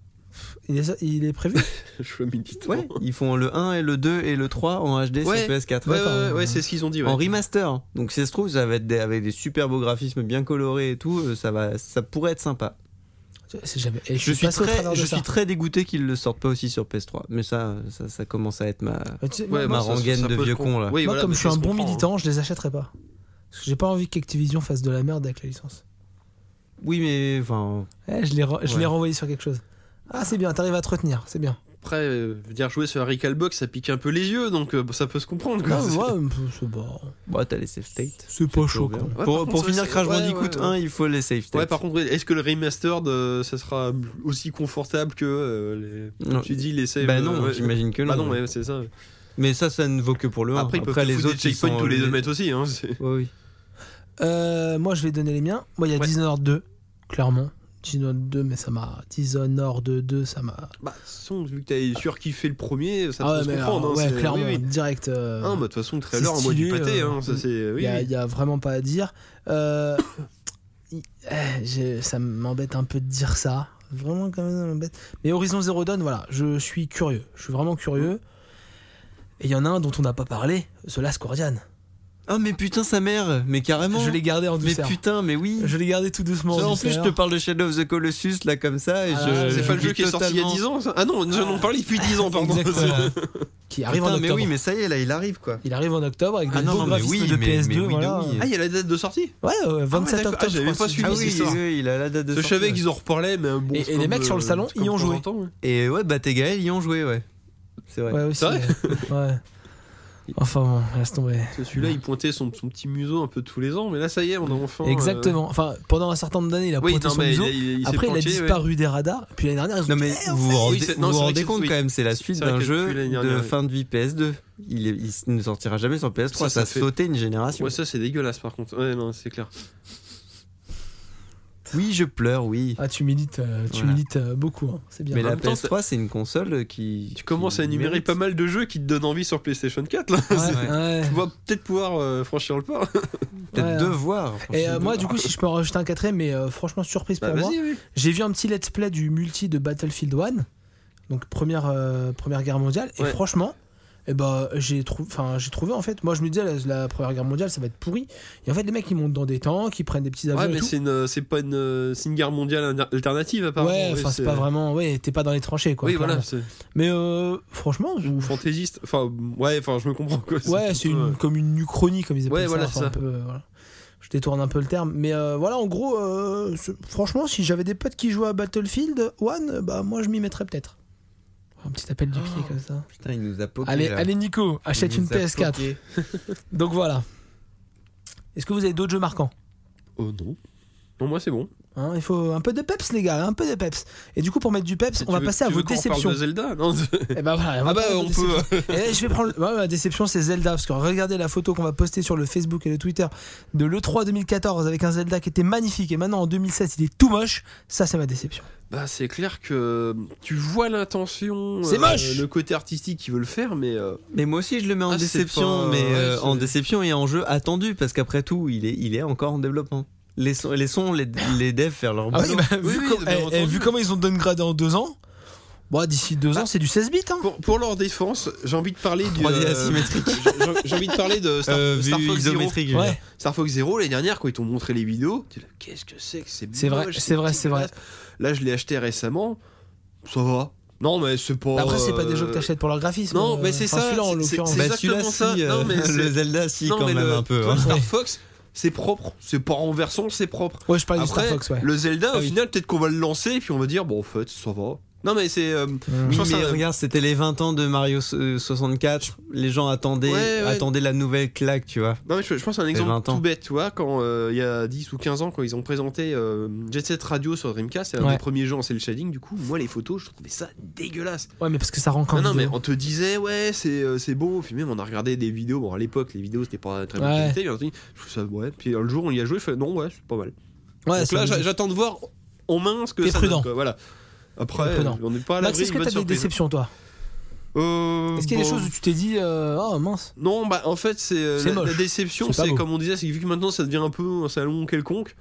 Il est, il est prévu Je suis militant. Ouais, ils font le 1 et le 2 et le 3 en HD Ouais. sur PS4. Ouais, ouais, D'accord. ouais, ouais, c'est ce qu'ils ont dit. Ouais. En remaster. Donc si ça se trouve, ça va être des- avec des super beaux graphismes bien colorés et tout, euh, ça, va, ça pourrait être sympa. C'est jamais. et Je, je, suis passé au très, travers de je ça. suis très dégoûté qu'ils le sortent pas aussi sur PS3. Mais ça, ça, ça commence à être ma. Mais tu sais, Ouais, moi, ma bah, ça- rengaine ça de peut vieux se con, là. Oui, moi, voilà, comme mais je suis ça un se bon comprend, hein. militant, je les achèterai pas. Parce que j'ai pas envie qu'Activision fasse de la merde avec la licence. Oui, mais enfin, Eh, je l'ai re- je Ouais. l'ai renvoyé sur quelque chose. Ah, c'est bien, t'arrives à te retenir, c'est bien. Après, euh, je veux dire jouer sur Harry Box, ça pique un peu les yeux, donc euh, ça peut se comprendre. quoi. Non, ouais, pff, c'est pas, bah, t'as les save states. c'est pas chaud. Pour, quoi. Ouais, pour par contre, finir c'est- Crash ouais, Bandicoot ouais, ouais. 1, il faut les save states. Ouais, par contre, est-ce que le remastered, euh, ça sera aussi confortable que euh, les... Non. tu dis les saves bah non, euh, ouais. j'imagine que non. Bah non, ouais, c'est ça. Mais ça, ça ne vaut que pour le 1. Après, ils peuvent les autres ils checkpoints sont- tous les deux mètres aussi. Hein, c'est- Ouais, oui. Euh, moi, je vais donner les miens. Moi, il y a Ouais. Dishonored 2, clairement. Dishonored 2, mais ça m'a. Dishonored 2, ça m'a. Bah, de toute façon, vu que t'as surkiffé le premier, ça Ah ouais, peut mais se comprendre. alors, hein, ouais, c'est- clairement, oui, oui. direct. euh, Ah, bah, de toute façon, le c'est trailer en mode du stylé, pâté, euh, hein, ça mm. c'est. Il Oui, n'y a, oui. y a vraiment pas à dire. Euh, y- eh, j'ai- ça m'embête un peu de dire ça. Vraiment, quand même, ça m'embête. Mais Horizon Zero Dawn, voilà, je suis curieux. Je suis vraiment curieux. Et il y en a un dont on n'a pas parlé, The Last Guardian. Ah, mais putain, sa mère Mais carrément Je l'ai gardé en Mais douceur. putain, mais oui Je l'ai gardé tout doucement. Ça, En douceur. plus, je te parle de Shadow of the Colossus, là, comme ça. et Ah, je- C'est pas le j'oublie jeu qui est sorti il y a totalement. 10 ans, ça Ah non, nous en avons parlé depuis 10 ans, pardon. Exactement. Qui arrive en Putain, octobre. mais oui, mais ça y est, là, il arrive, quoi. Il arrive en octobre avec des Ah non, beaux non, mais graphismes oui, de mais- PS2. mais oui, de voilà. oui. Ah, il y a la date de sortie Ouais, euh, 27 d'accord. Ah, octobre. je j'avais crois, pas c'est- suivi Ah Ah cette oui, histoire. oui, il a la date de Je sortie, savais ouais. qu'ils en reparlaient, mais bon. Et- c'est et les comme, mecs sur le euh, salon, comme ils y ont de temps joué. en temps, ouais. Et ouais, bah tes Gaël y ont joué, ouais. C'est vrai. Ouais, aussi. C'est vrai euh, ouais. Enfin bon, laisse tomber. Parce que Celui-là, il pointait son, son petit museau un peu tous les ans, mais là, ça y est, on a enfin. euh, Exactement. Enfin, pendant un certain nombre d'années, il a Oui, pointé non, son mais il, museau. a- il- il s'est Après, il a planté, ouais. disparu des radars. Puis l'année dernière, ils ont Non dit, mais Eh, on vous vous fait- rendez, Oui, c'est- vous non, vous c'est vrai rendez que- compte oui. quand même, c'est la C'est suite vrai d'un que jeu depuis l'année de dernière, fin de vie PS2. Il, est- il s- ne sortira jamais sur PS3, ça, Ça, ça a fait- sauté une génération. Ouais, ça, c'est dégueulasse par contre. Ouais, non, c'est clair. oui, je pleure, oui. Ah, tu milites, euh, tu Voilà. milites euh, beaucoup. hein. C'est bien. mais en la même temps, PS3, c'est une console qui... Tu commences qui à énumérer mérite. pas mal de jeux qui te donnent envie sur PlayStation 4, là. Ouais, c'est- ouais. Tu vas peut-être pouvoir euh, franchir le pas. Peut-être Ouais, deux hein. voire. Et euh, moi, du coup, si je peux en rajouter un quatrième, mais euh, franchement, surprise pour Bah, moi. vas-y, oui. J'ai vu un petit let's play du multi de Battlefield 1, donc première, euh, première guerre mondiale, et Ouais. franchement, eh ben, j'ai trou- enfin, j'ai trouvé en fait, moi je me disais la, la première guerre mondiale ça va être pourri, et en fait les mecs ils montent dans des tanks, ils prennent des petits avions Ouais, et mais tout. c'est une- c'est pas une, euh, c'est une guerre mondiale alter- alternative, apparemment. ouais, enfin c'est pas vraiment, ouais, t'es pas dans les tranchées quoi. Oui, voilà. clairement. c'est- Mais euh, franchement, Ou je- fantaisiste. Enfin, ouais, enfin, je me comprends. Quoi. ouais, c'est plutôt, euh, une, comme une uchronie comme ils appellent Ouais, ça. voilà, enfin, c'est un ça. peu, euh, voilà. Je détourne un peu le terme, mais euh, voilà, en gros, euh, ce- franchement, si j'avais des potes qui jouaient à Battlefield 1, bah moi je m'y mettrais peut-être. Un petit appel du Oh. pied comme ça. Ah, Putain, il nous a poqué. Allez, là. allez Nico, Il achète nous une a PS4. poqué. Donc voilà. Est-ce que vous avez d'autres jeux marquants euh, Oh non. Non, moi, c'est bon. Hein, Il faut un peu de peps, les gars, un peu de peps. Et du coup, pour mettre du peps, on Tu va veux- passer à tu vos veux qu'on reparle déceptions. de Zelda Non, Eh ben voilà, on va Ah bah, parler de on déceptions. peut. Et je vais prendre. ouais, ma déception, c'est Zelda. Parce que regardez la photo qu'on va poster sur le Facebook et le Twitter de l'E3 2014 avec un Zelda qui était magnifique. Et maintenant, en 2016, il est tout moche. Ça, c'est ma déception. Bah c'est clair que euh, tu vois l'intention, euh, C'est moche le côté artistique qui veut le faire, mais euh, Mais moi aussi, je le mets en Ah, c'est déception, pas- mais ouais, euh, c'est- en déception et en jeu attendu, parce qu'après tout, il est, il est encore en développement. Laissons, laissons les, les devs faire leur Ah boulot. oui, Ah vu, oui, com- bien eh, eh, entendu. vu comment ils ont downgradé en deux ans, bon, d'ici deux Bah, ans, c'est du 16 bits. Hein. pour, pour leur défense, j'ai envie de parler du 3D euh, asymétrique. j'ai- J'ai envie de parler de Star, Euh, Star vue Fox Zero. isométrique, je veux dire. Ouais, Star Fox Zero les dernières quand ils t'ont montré les vidéos, t'es là, qu'est-ce que c'est que c'est c'est vrai, moche, c'est vrai, c'est vrai. dégueulasse. Là je l'ai acheté récemment, ça va. Non mais c'est pas. Bah, Après, c'est pas des jeux que euh, t'achètes pour leur graphisme. Non, euh, mais c'est enfin, ça, Celui-là, en c'est- l'occurrence. c'est- Bah, celui-là, exactement ça. si, euh, Non, mais le c'est- Zelda, si, non, quand mais même, le- un peu. toi, hein. Star Ouais. Fox, c'est propre, c'est pas renversant, c'est propre. Ouais, je parlais du Après, Star Fox, ouais. Le Zelda, Ah au oui. final, peut-être qu'on va le lancer et puis on va dire, bon, en fait, ça va. Non, mais c'est. euh, Mmh. Oui, pense mais à- regarde, c'était les 20 ans de Mario so- 64. Les gens attendaient, Ouais, ouais. attendaient la nouvelle claque, tu vois. Non, mais je, je pense à un 20 exemple ans. tout bête, tu vois, quand euh, il y a 10 ou 15 ans, quand ils ont présenté euh, Jet Set Radio sur Dreamcast, c'est un Ouais. des premiers jeux en cel shading, du coup, moi, les photos, je trouvais ça dégueulasse. Ouais, mais parce que ça rend quand Non, non, mais on te disait, ouais, c'est euh, c'est beau, puis même on a regardé des vidéos, bon, à l'époque, les vidéos, c'était pas très bonne Ouais. qualité, mais on a dit, je trouve ça, ouais, puis euh, le jour, on y a joué, je fais, non, ouais, c'est pas mal. Ouais, Donc c'est là, logique. j'a- j'attends de voir en main ce que T'es ça prudent. donne, quoi, voilà. T'es Après, prudent. on n'est pas à Max, l'abri est-ce que d'une bonne t'as des surprise. déceptions, toi Euh, Est-ce qu'il y a des bon. choses où tu t'es dit, euh, oh mince Non, bah en fait, c'est euh, C'est la, la moche. déception, C'est pas c'est beau. comme on disait, c'est que vu que maintenant ça devient un peu un salon quelconque,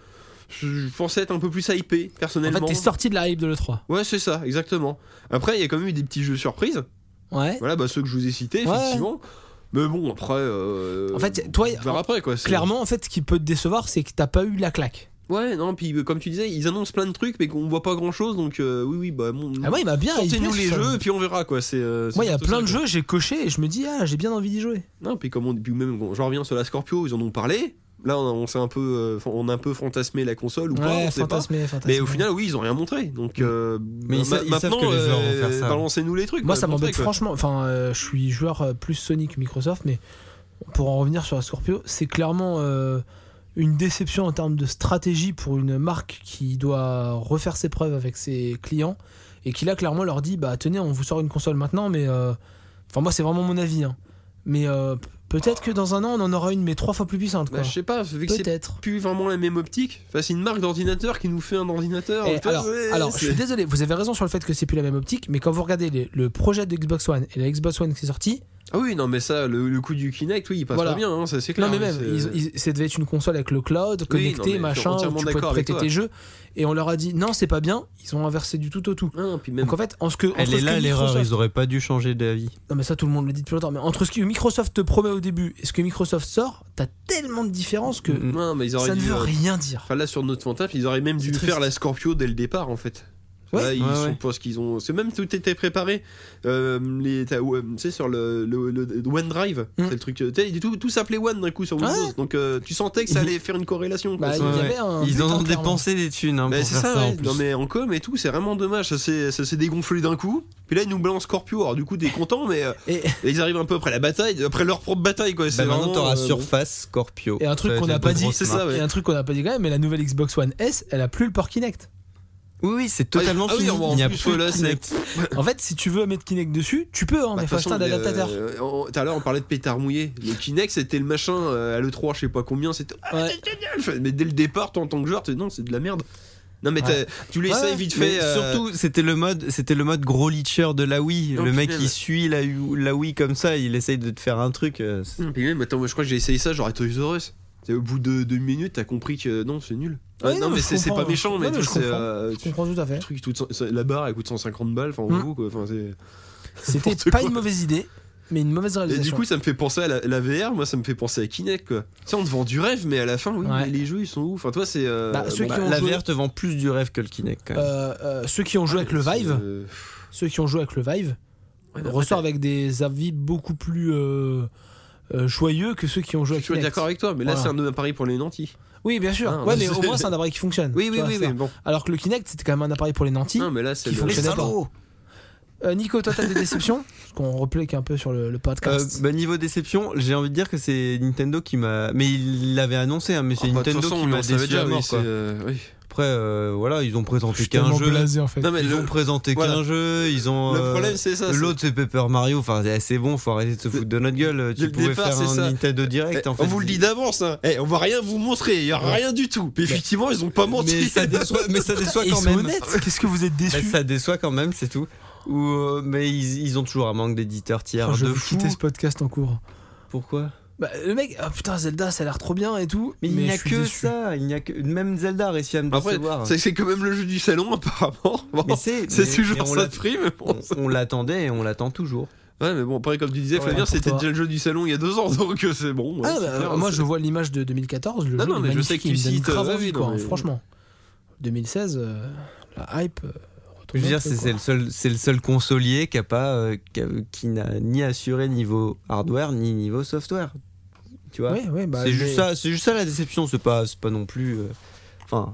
je, je pensais être un peu plus hypé En fait, personnellement. t'es sorti de la hype de l'E3. ouais, c'est ça, exactement. Après, il y a quand même eu des petits jeux surprises. Ouais. Voilà, bah ceux que je vous ai cités, Ouais. effectivement. Mais bon, après. euh, En fait, toi, on verra après quoi. c'est- Clairement, en fait, ce qui peut te décevoir, c'est que t'as pas eu la claque. Ouais, non, puis euh, comme tu disais, ils annoncent plein de trucs, mais qu'on voit pas grand chose, donc euh, oui, oui, bah. Bon, Ah, moi, il m'a bien hypé, Sortez-nous les ça. jeux, et puis on verra quoi. C'est. euh, c'est Moi, il y a surtout plein ça, de quoi. jeux, j'ai coché et je me dis, ah, j'ai bien envie d'y jouer. Non, puis comme on, puis même, bon, je reviens sur la Scorpio, ils en ont parlé. Là, on, a- on s'est un peu, euh, on a un peu fantasmé la console ou pas, on Ouais, sait pas. fantasmé, fantasmé. Mm. Mais au final, oui, ils ont rien montré. Donc, euh, Mais ils sa- ils savent maintenant, que les joueurs vont euh, faire ça. balancez-nous les trucs. Moi, quoi, ça m'embête montrez, quoi. franchement. Enfin, euh, je suis joueur euh, plus Sony que Microsoft, mais pour en revenir sur la Scorpio, c'est clairement euh, une déception en termes de stratégie pour une marque qui doit refaire ses preuves avec ses clients et qui là clairement leur dit bah tenez, on vous sort une console maintenant, mais euh, enfin moi c'est vraiment mon avis. hein. Mais euh, p- peut-être que dans un an on en aura une, mais trois fois plus puissante. Bah, quoi. je sais pas, vu que c'est peut-être. plus vraiment la même optique. Enfin, c'est une marque d'ordinateur qui nous fait un ordinateur. Eh, Tu vois, alors, c'est- alors, je c'est- suis désolé, vous avez raison sur le fait que c'est plus la même optique, mais quand vous regardez les- le projet de Xbox One et la Xbox One qui est sortie, Ah oui, non, mais ça, le, le coup du Kinect, oui, il passe Voilà. pas bien, hein, ça c'est clair. Non mais hein, même, c'est- ils- ils- ça devait être une console avec le cloud, connecté, non, mais je suis machin, où tu entièrement pouvais te d'accord avec prêter toi. tes jeux, et on leur a dit non c'est pas bien, ils ont inversé du tout au tout. Ah, puis même. Donc en fait, en ce que, entre Elle est ce que là l'erreur, Microsoft- ils auraient pas dû changer d'avis. Non mais ça tout le monde le dit depuis longtemps, mais entre ce que Microsoft te promet au début et ce que Microsoft sort, t'as tellement de différences que Mm. Non, mais ils auraient ça ne dû, veut euh, rien dire. Enfin là sur notre fantasme, ils auraient même C'est dû triste. faire la Scorpio dès le départ en fait. Ouais. Là, ils Ouais, sont ouais. pas ce qu'ils ont. C'est même tout était préparé. Euh, les, t'as- ouais, tu sais sur le, le, le- OneDrive, Mm. c'est le truc. tu sais, Tout, tout s'appelait One d'un coup sur Ouais. Windows. Donc euh, tu sentais que ça allait faire une corrélation. quoi. Bah, C'est- il y ouais. avait un Ils en putain ont de clairement. dépensé des thunes hein, Bah, pour c'est faire ça, ça, en ouais. plus. non mais en com et tout, c'est vraiment dommage, ça s'est ça s'est dégonflé d'un coup. Puis là ils nous balancent Scorpio, alors du coup t'es content, mais euh, Et, ils arrivent un peu après la bataille, après leur propre bataille quoi. Bah, c'est maintenant, vraiment, t'auras euh, Surface, Scorpio. Et un truc Ça, qu'on les n'a deux pas dit, grosses c'est marques. ça, ouais. et un truc qu'on n'a pas dit quand même, mais la nouvelle Xbox One S, elle a plus le port Kinect. Oui, oui, c'est totalement Ah oui, fini. en Il n'y a plus, plus de là, c'est- Kinect. En fait, si tu veux mettre Kinect dessus, tu peux, hein, Bah, mais de faut toute acheter un façon, le- adaptateur. euh, on- Tout à l'heure, on parlait de pétard mouillé. Le Kinect, c'était le machin euh, à l'E3, je sais pas combien. C'était Ah, Ouais. c'est génial Enfin, Mais dès le départ, toi, en tant que joueur, tu dis non, c'est de la merde. Non, mais Ouais. t'as- tu l'essayes Ouais, vite fait. Mais euh, surtout, c'était le mode, c'était le mode gros leacher de la Wii. Oh, le mec, punaise. il suit la, la Wii comme ça, il essaye de te faire un truc. euh, c'est- Puis même, attends, moi, je crois que j'ai essayé ça, genre à Toys R Us. C'est Au bout de deux minutes, t'as compris que euh, non, c'est nul. Ouais, Ah, non, non, mais mais je c'est c'est comprends. pas méchant, mais, Ouais, mais tu je sais, comprends. euh, Je comprends tout à fait. le truc, tout- ça- la barre, elle coûte 150 balles, enfin, on Mm. vous, quoi. Enfin, c'est- C'était N'importe pas quoi. une mauvaise idée, mais une mauvaise Et du réalisation. coup, ça me fait penser à la, la VR, moi, ça me fait penser à Kinect, quoi. Tu sais, on te vend du rêve, mais à la fin, oui, Ouais. mais les jeux, ils sont où Enfin, toi, c'est. euh, Bah, ceux bon, qui ont la joué- VR te vend plus du rêve que le Kinect. Quand même. Euh, euh, ceux qui ont joué avec le c'est, Vive, euh, ceux qui ont joué avec le Vive, Ouais, mais ressort après, avec des avis beaucoup plus euh, euh, joyeux que ceux qui ont joué Je avec suis Kinect. d'accord avec toi, mais là Voilà. c'est un appareil pour les nantis. Oui, bien sûr. Ah, ouais, mais mais au c'est- moins c'est un appareil qui fonctionne. tu vois, c'est ça. mais bon. Alors que le Kinect, c'était quand même un appareil pour les nantis. Non, mais là c'est qui le- fonctionne pas. Euh, Nico, toi, t'as des déceptions Parce qu'on replique un peu sur le, le Euh, podcast. bah, niveau déception, j'ai envie de dire que c'est Nintendo qui m'a. Mais il l'avait annoncé, hein, mais c'est Ah, bah, de toute Nintendo façon, qui on m'a savait déçu déjà, à oui, mort. c'est, Quoi. euh, oui. Après, euh, voilà, ils ont Je présenté suis qu'un tellement jeu. blasé en fait. Non, mais Ils le, ont présenté voilà. qu'un jeu. Ils ont. le euh, problème c'est ça. c'est- L'autre c'est Paper Mario, enfin eh, c'est bon, faut arrêter de se foutre de notre gueule. Tu le pouvais départ, faire c'est un ça. Nintendo Eh, Direct en fait. on vous le dit d'avance, hein. Eh, on va rien vous montrer, il y a Ouais. rien du tout. Mais effectivement, ils ont pas menti. mais ça déçoit, mais ça déçoit Et ils quand sont même. honnêtes. Qu'est-ce que vous êtes Mais déçus ça déçoit quand même, c'est tout. Ou euh, mais ils, ils ont toujours un manque d'éditeurs tiers Enfin, Oh, Je de vais fou. quitter ce podcast en cours. Pourquoi Bah, le mec, ah putain, Zelda, ça a l'air trop bien et tout. Mais il n'y je a suis que déçu. ça, il n'y a que même Zelda a réussi à me Après, décevoir. c'est- c'est quand même le jeu du salon apparemment. Bon, Mais c'est c'est mais- mais toujours on ça l'a- de prix, mais bon. on- On l'attendait et on l'attend toujours. Ouais, mais bon, après, comme tu disais, Ouais, Flavien, pour c'était toi. déjà le jeu du salon il y a deux ans, donc euh, c'est bon. ouais, Ah, c'est bah, clair, moi c'est- je vois l'image de 2014, le Non, jeu non, il est mais je magnifique, sais que il me tu donne cites, grave euh, envie, oui, non, quoi, hein, mais- franchement. 2016, euh, la hype. euh, Je retombe veux un dire, peu, c'est c'est quoi. le seul, c'est le seul consolier qui a pas, euh, qui a- qui n'a ni assuré niveau hardware ni niveau software. Tu vois. Ouais, ouais, bah, c'est mais- juste ça, c'est juste ça la déception. C'est pas, c'est pas non plus. euh, Enfin,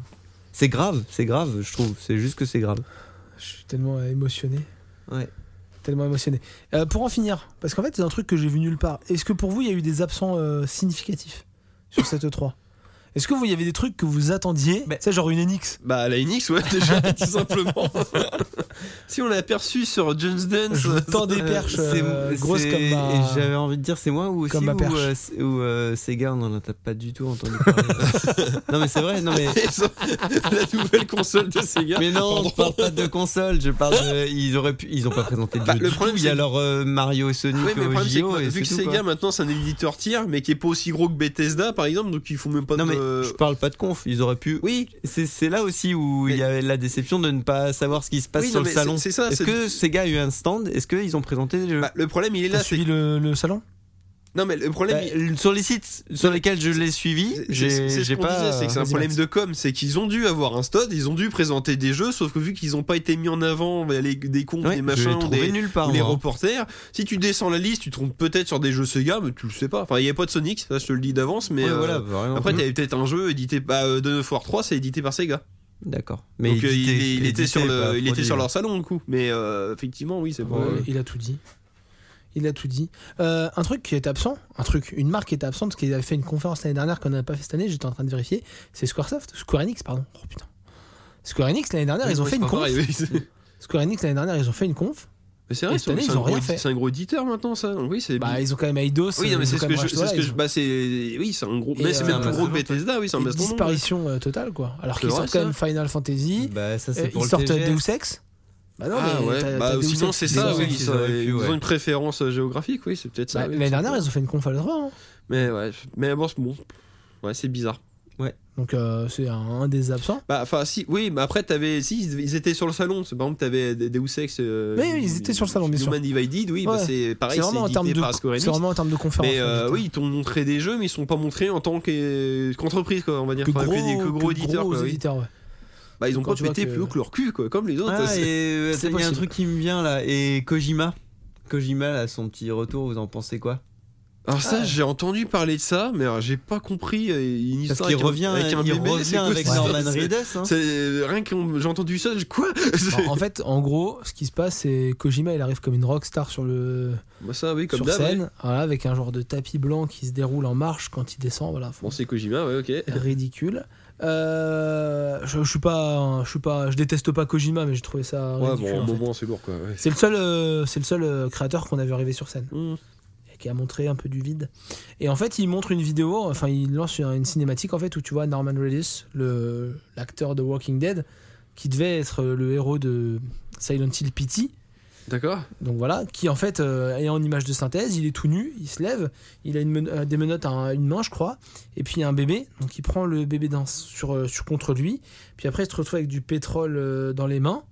c'est grave, c'est grave, je trouve. C'est juste que c'est grave. je Je suis tellement euh, émotionné. Ouais. Tellement émotionné. Euh, pour en finir, parce qu'en fait, c'est un truc que j'ai vu nulle part. Est-ce que pour vous, il y a eu des absents euh, significatifs sur cette E3 Est-ce que vous, il y avait des trucs que vous attendiez Mais- C'est genre une Enix Bah, la Enix, ouais, déjà, tout simplement. si on l'a aperçu sur Jones Dance. Je vous tends des perches euh, C'est- grosses c'est- comme ma... et J'avais envie de dire, c'est moi ou aussi comme ma perche. ou, euh, c- ou euh, Sega, on n'en a pas du tout entendu parler. non mais c'est vrai, non mais. la nouvelle console de Sega. Mais non, Pardon. je parle pas de console, je parle de- ils auraient pu, ils ont pas présenté de Bah, jeu le du problème, tout. il y a c'est- leur euh, Mario et Sonic Ouais, mais le au problème, c'est JO que et vu que c'est tout, Sega quoi. maintenant c'est un éditeur tiers, mais qui est pas aussi gros que Bethesda par exemple, donc ils font même pas Non de. mais je parle pas de conf, ils auraient pu. Oui, c'est c'est là aussi où il y avait la déception de ne pas savoir ce qui se passe Oui, sur non, le mais salon. c'est- c'est ça, Est-ce c'est- que Sega a eu un stand Est-ce qu'ils ont présenté des jeux Bah, le problème il est T'as là, c'est suivi le, le salon non mais le problème Bah, il- Sur les sites sur lesquels je l'ai suivi, C'est j'ai c'est ce j'ai qu'on pas. disait, c'est que c'est un vas-y, problème Max. de com, c'est qu'ils ont dû avoir un stade, ils ont dû présenter des jeux, sauf que vu qu'ils ont pas été mis en avant bah, les- des comptes, Ouais, je des l'ai machins, ou trouvé des, nulle part. ou les moi. reporters, si tu descends la liste, tu te trompes peut-être sur des jeux Sega, mais tu le sais pas. Enfin, il y avait pas de Sonic, ça je te le dis d'avance, mais Ouais, euh, voilà, bah, rien. après il y avait peut-être un jeu édité par de Dawn of War 3, c'est édité par Sega. D'accord. Donc euh, il, édité- il était édité, sur pas le, il était produit. hein. sur leur salon du coup, mais euh, effectivement oui c'est pas. Ouais, Euh, Il a tout dit. Il a tout dit. Euh, un truc qui est absent, un truc, une marque qui était absente, parce qu'il avait fait une conférence l'année dernière qu'on n'a pas fait cette année, j'étais en train de vérifier, c'est Squaresoft, Square Enix, pardon. Oh putain. Square Enix l'année dernière, ils ont fait une conf. Square Enix l'année dernière, ils ont fait une conf. Mais c'est Et vrai, cette année, c'est ils un, ont gros rien fait. c'est un gros éditeur maintenant, ça. Donc oui, c'est. Bah, ils ont quand même Eidos. oui, ils non, ont mais c'est ce quand que même racheté, je. C'est ce voilà, que ils je- ont- Bah, c'est. Oui, c'est un gros. Et, Mais c'est euh, même plus gros que Amazon, Bethesda, oui, c'est un une mastodonte. disparition euh, totale, quoi. Alors C'est qu'ils vrai, sortent quand ça. même Final Fantasy, Bah, ça, euh, c'est pour ils le sortent TGS. Deus Ex. Bah non, Ah mais ouais, t'as- bah, t'as Deus sinon Ex c'est qui ça, sort. oui, Ils ils, auraient ils pu, ouais. ont une préférence euh, géographique, oui, c'est peut-être ça. Bah, oui, L'année c'est- dernière, ils ont fait une conf à l'E3, hein. Mais ouais, mais bon, c'est bon. Ouais, c'est bizarre. Donc euh, c'est un, un des absents. Bah, enfin, si, oui, mais après, t'avais, si, ils- ils étaient sur le salon. C'est par exemple, t'avais des- Deus Ex. euh, Oui, oui, ils étaient sur le salon, bien sûr. Human Divided, oui, bah, Ouais. c'est pareil, C'est c'est vraiment en termes édité de, par Square Enix. c'est vraiment en termes de conférence. Mais euh, en fait. oui, ils t'ont montré des jeux, mais ils sont pas montrés en tant qu'e- qu'entreprise, quoi, on va dire. que Enfin, gros, des- que gros que éditeurs, gros quoi, oui. éditeurs, ouais. Bah, ils ont Quand pas tu vois pété que- plus haut que leur cul, quoi, comme les autres. Ah, c'est- et c'est attends, il y a un possible. truc qui me vient là. Et Kojima Kojima, là, son petit retour, vous en pensez quoi Alors, ça, Ah. j'ai entendu parler de ça, mais alors, j'ai pas compris. euh, Une Parce histoire qu'il avec un- revient avec avec, un il bébé, revient c'est quoi avec cette Norman histoire Reedus. hein. C'est euh, rien que j'ai entendu ça, j'ai quoi Bon, Bah, en fait, en gros, ce qui se passe, c'est Kojima, il arrive comme une rockstar sur le Bah, ça, oui, comme sur d'hab. ouais. scène, voilà, avec un genre de tapis blanc qui se déroule en marche quand il descend. Voilà, Bon, c'est Kojima, ouais, ok. Ah, ridicule. Euh, je, je suis pas, un- je suis pas, je déteste pas Kojima, mais j'ai trouvé ça Ouais, ridicule. bon, en bon, fait. bon, c'est lourd, quoi. ouais. C'est le seul, euh, c'est le seul euh, créateur qu'on a vu arriver sur scène. Hmm. et qui a montré un peu du vide. Et en fait, il montre une vidéo, enfin, il lance une une cinématique en fait où tu vois Norman Reedus, le l'acteur de Walking Dead, qui devait être euh, le héros de Silent Hill Pity. D'accord. Donc voilà, qui en fait euh, est en image de synthèse, il est tout nu, il se lève, il a une men- euh, des menottes à un- une main, je crois, et puis il y a un bébé, donc il prend le bébé dans, sur, euh, sur contre lui, puis après il se retrouve avec du pétrole euh, dans les mains,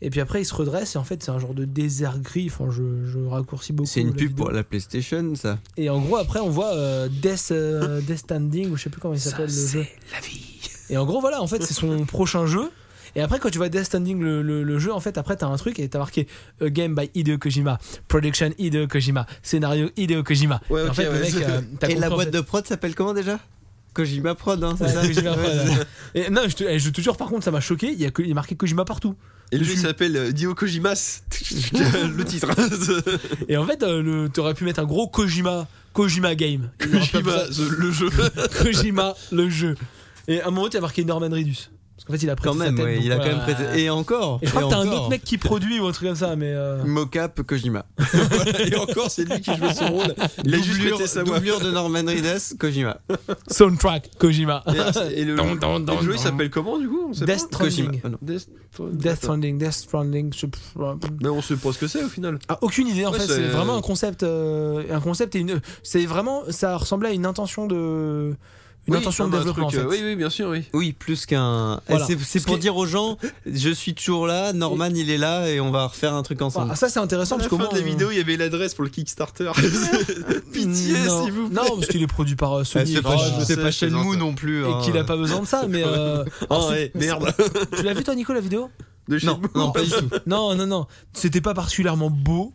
et puis après il se redresse, et en fait c'est un genre de désert gris, enfin je, je raccourcis beaucoup. C'est une la pub vidéo. pour la PlayStation, ça. Et en gros, après, on voit euh, Death, euh, Death Standing, ou je sais plus comment il s'appelle le jeu. la vie. Et en gros, voilà, en fait, c'est son prochain jeu. Et après, quand tu vois Death Standing, le, le- le jeu, en fait, après, t'as un truc et t'as marqué A Game by Hideo Kojima, Production Hideo Kojima, Scénario Hideo Kojima. Ouais, Et en ok, fait, le ouais, mec, c'est- euh, t'as Et la compris, en boîte fait- de prod s'appelle comment déjà Kojima Prod, hein, c'est Ouais, ça Kojima Prod, Ouais, ouais. Et non, je te, eh, je te jure, par contre, ça m'a choqué. Il y a, que- il y a marqué Kojima partout. Et le jeu il Je- s'appelle euh, Dio Kojimas. le titre. hein. Et en fait, euh, le- t'aurais pu mettre un gros Kojima, Kojima Game. Il y aura pas Kojima, the- le jeu. Kojima, le jeu. Et à un moment, tu as marqué Norman Reedus. Parce qu'en fait, il a prêté Quand sa même, tête, ouais, donc il a quand voilà. même prêté. Et encore Et je crois et que t'as un encore. autre mec qui produit ou un truc comme ça, mais. euh, Mocap Kojima. Et encore, c'est lui qui joue son rôle. Il a juste Doublure pété sa voix. doublure de Norman Reedus, Kojima. Soundtrack Kojima. Et, et le, le jeu, il s'appelle comment du coup on sait Death pas Stranding. Kojima. Ah, non. Death, Death Stranding, Death Stranding. je- Mais on sait pas ce que c'est au final. Ah, aucune idée en Ouais, fait, c'est- c'est vraiment un concept, euh, un concept et une. C'est vraiment, ça ressemblait à une intention de, une Oui, intention non, de mais un développement truc, en euh, fait. Oui, oui, bien sûr, oui. Oui, plus qu'un. eh, Voilà. C'est- C'est Ce pour qui- dire aux gens, je suis toujours là, Norman il est là et on va refaire un truc ensemble. Ah, Ah, ça c'est intéressant À la parce fin qu'au de moins. euh, la vidéo, il y avait l'adresse pour le Kickstarter. Pitié, non. s'il vous plaît. Non, parce qu'il est produit par euh, Ah, Sony C'est et pas, qu'il- je c'est sais, pas je plaisante. Shenmue non plus. hein. et qu'il a pas besoin de ça, mais. euh, Oh, ouais, merde. tu l'as vu toi, Nico, la vidéo De chez Non, vous. non, pas du tout. Non, non, non. C'était pas particulièrement beau.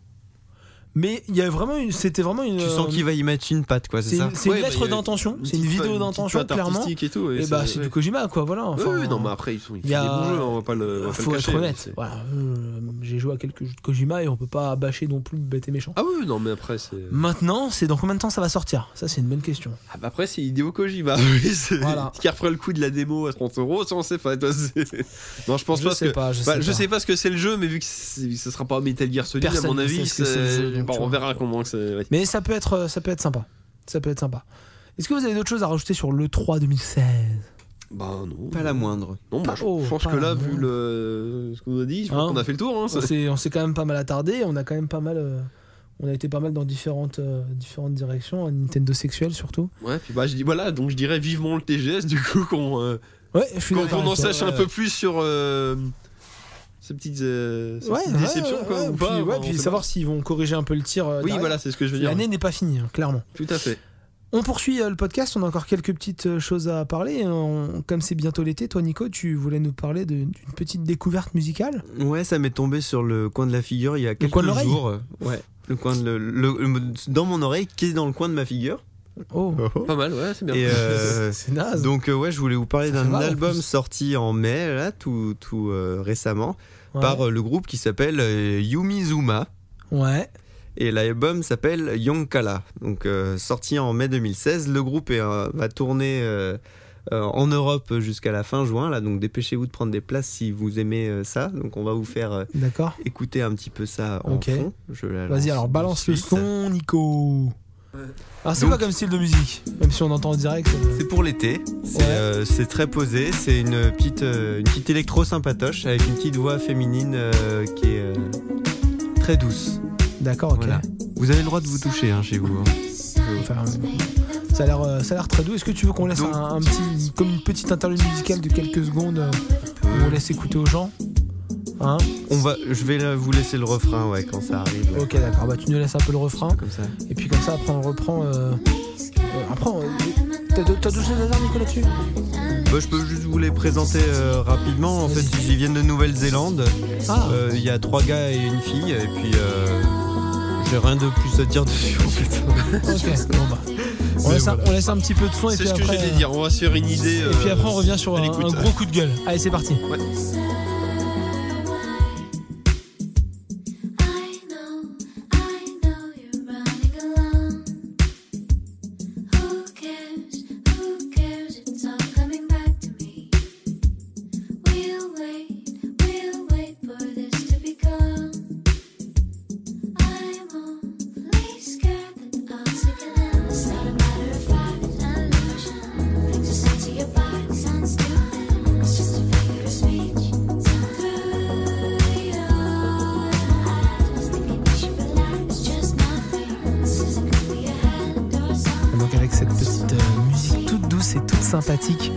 Mais il y a vraiment une, c'était vraiment une. Tu euh, sens qu'il va y mettre une patte, quoi, c'est c'est ça c'est Ouais, une bah, lettre il y a d'intention, Une c'est une petite patte- vidéo d'intention petite patte clairement. artistique et tout. ouais, Et bah c'est ouais. du Kojima quoi, voilà. Oui, Enfin, oui, non, mais après, ils sont, ils y a- font des bons jeux, hein, on va pas le, on va pas le faut être cacher, mais honnête. c'est- Voilà, euh, j'ai joué à quelques jeux de Kojima et on peut pas bâcher non plus bête et méchant. Ah oui, non, mais après, c'est. Maintenant, c'est dans combien de temps ça va sortir Ça, c'est une bonne question. Ah bah après, c'est Hideo Kojima. oui, c'est- Voilà. Qui a repris le coup de la démo à 30 euros, ça on sait pas. toi, c'est- non, je pense je pas sais que. pas, je sais Bah, pas. je sais pas ce que c'est le jeu, mais vu que c'est- ça sera pas Metal Gear Solid, Personne à mon ne sait avis, ce que c'est le c'est- jeu, donc bon, tu on vois. verra comment que c'est. ouais. Mais ça peut être, ça peut être sympa. Ça peut être sympa. Est-ce que vous avez d'autres choses à rajouter sur le 3 2016 Bah non. Pas la moindre. Non, Pas- bah, je oh, je pense pas que là, la vu moindre. le... ce qu'on nous a dit, je Hein pense qu'on a fait le tour. Hein, On ça- s'est on s'est quand même pas mal attardé, on a quand même pas mal. euh, on a été pas mal dans différentes, euh, différentes directions, un Nintendo sexuel surtout. Ouais, puis bah, je dis, voilà, donc je dirais vivement le TGS, du coup, qu'on euh, Ouais, je suis qu'on d'accord qu'on en avec toi. sache un peu plus sur euh, ces petites, euh, ces Ouais, petites ouais, déceptions, ouais, quoi, ouais, ou puis, pas. ouais, on puis sait savoir s'ils vont corriger un peu le tir. euh, pas. Oui, derrière. voilà, c'est ce que je veux dire. L'année n'est pas finie, hein, clairement. Tout à fait. On poursuit euh, le podcast, on a encore quelques petites euh, choses à parler. On- comme c'est bientôt l'été, toi Nico, tu voulais nous parler de- d'une petite découverte musicale Ouais, ça m'est tombé sur le coin de la figure il y a quelques coin de l'oreille jours. Ouais, le coin de le- le- le- dans mon oreille qui est dans le coin de ma figure. Oh, Pas mal, ouais, c'est bien. Et euh, c'est naze. donc euh, ouais, je voulais vous parler Ça fait d'un mal, en album plus. sorti en mai là, tout tout euh, récemment, Ouais. par euh, le groupe qui s'appelle euh, Yumizuma. Ouais. Et l'album s'appelle Yonkala. Donc euh, sorti en mai 2016, le groupe est, euh, va tourner euh, euh, en Europe jusqu'à la fin juin. Là, donc dépêchez-vous de prendre des places si vous aimez euh, ça. Donc on va vous faire euh, D'accord. écouter un petit peu ça en Ok. fond. Je la lance Vas-y, alors de balance le suite. son, Nico. Alors, Ah, c'est Donc- quoi comme style de musique Même si on entend en direct. euh, C'est pour l'été, c'est Ouais. euh, c'est très posé, c'est une petite, euh, une petite électro sympatoche avec une petite voix féminine euh, qui est euh, très douce. D'accord, ok. Voilà. Vous avez le droit de vous toucher hein, chez vous. hein. Enfin, ça a l'air, euh, ça a l'air très doux. Est-ce que tu veux qu'on laisse Donc- un, un petit, comme une petite interlude musicale de quelques secondes, euh, où on laisse écouter aux gens Hein On va, je vais euh, vous laisser le refrain ouais, quand ça arrive. ouais. Ok, d'accord. Bah, tu nous laisses un peu le refrain, Comme ça. et puis comme ça, après on reprend. euh, euh, après, on- t'as t'as d'autres choses à dire, Nico, là-dessus Bah, je peux juste vous les présenter euh, rapidement. En fait, Vas-y. ils viennent de Nouvelle-Zélande. Ah, Euh, Il y a trois gars et une fille. Et puis, euh, j'ai rien de plus à dire dessus. En fait. ok. Bon, bah. On laisse, un, on laisse un petit peu de son, et C'est puis ce que après. j'allais euh, dire, on va se faire une idée. Et puis euh, après, on revient sur un, à un l'écoute. gros coup de gueule. Allez, c'est parti. I know, I know you're running along. Who cares? Who cares? It's all coming back to me. We'll wait, we'll wait for this to be gone. I'm only scared that I'll stick it out. It's not a matter of fact, an illusion. Things are said to your back, sound stupid. It's just a figure of speech. Sent through your eyes, thinking you should relax. Just nothing. This isn't gonna be a hand or something. Donc avec cette petite euh, musique toute douce et toute sympathique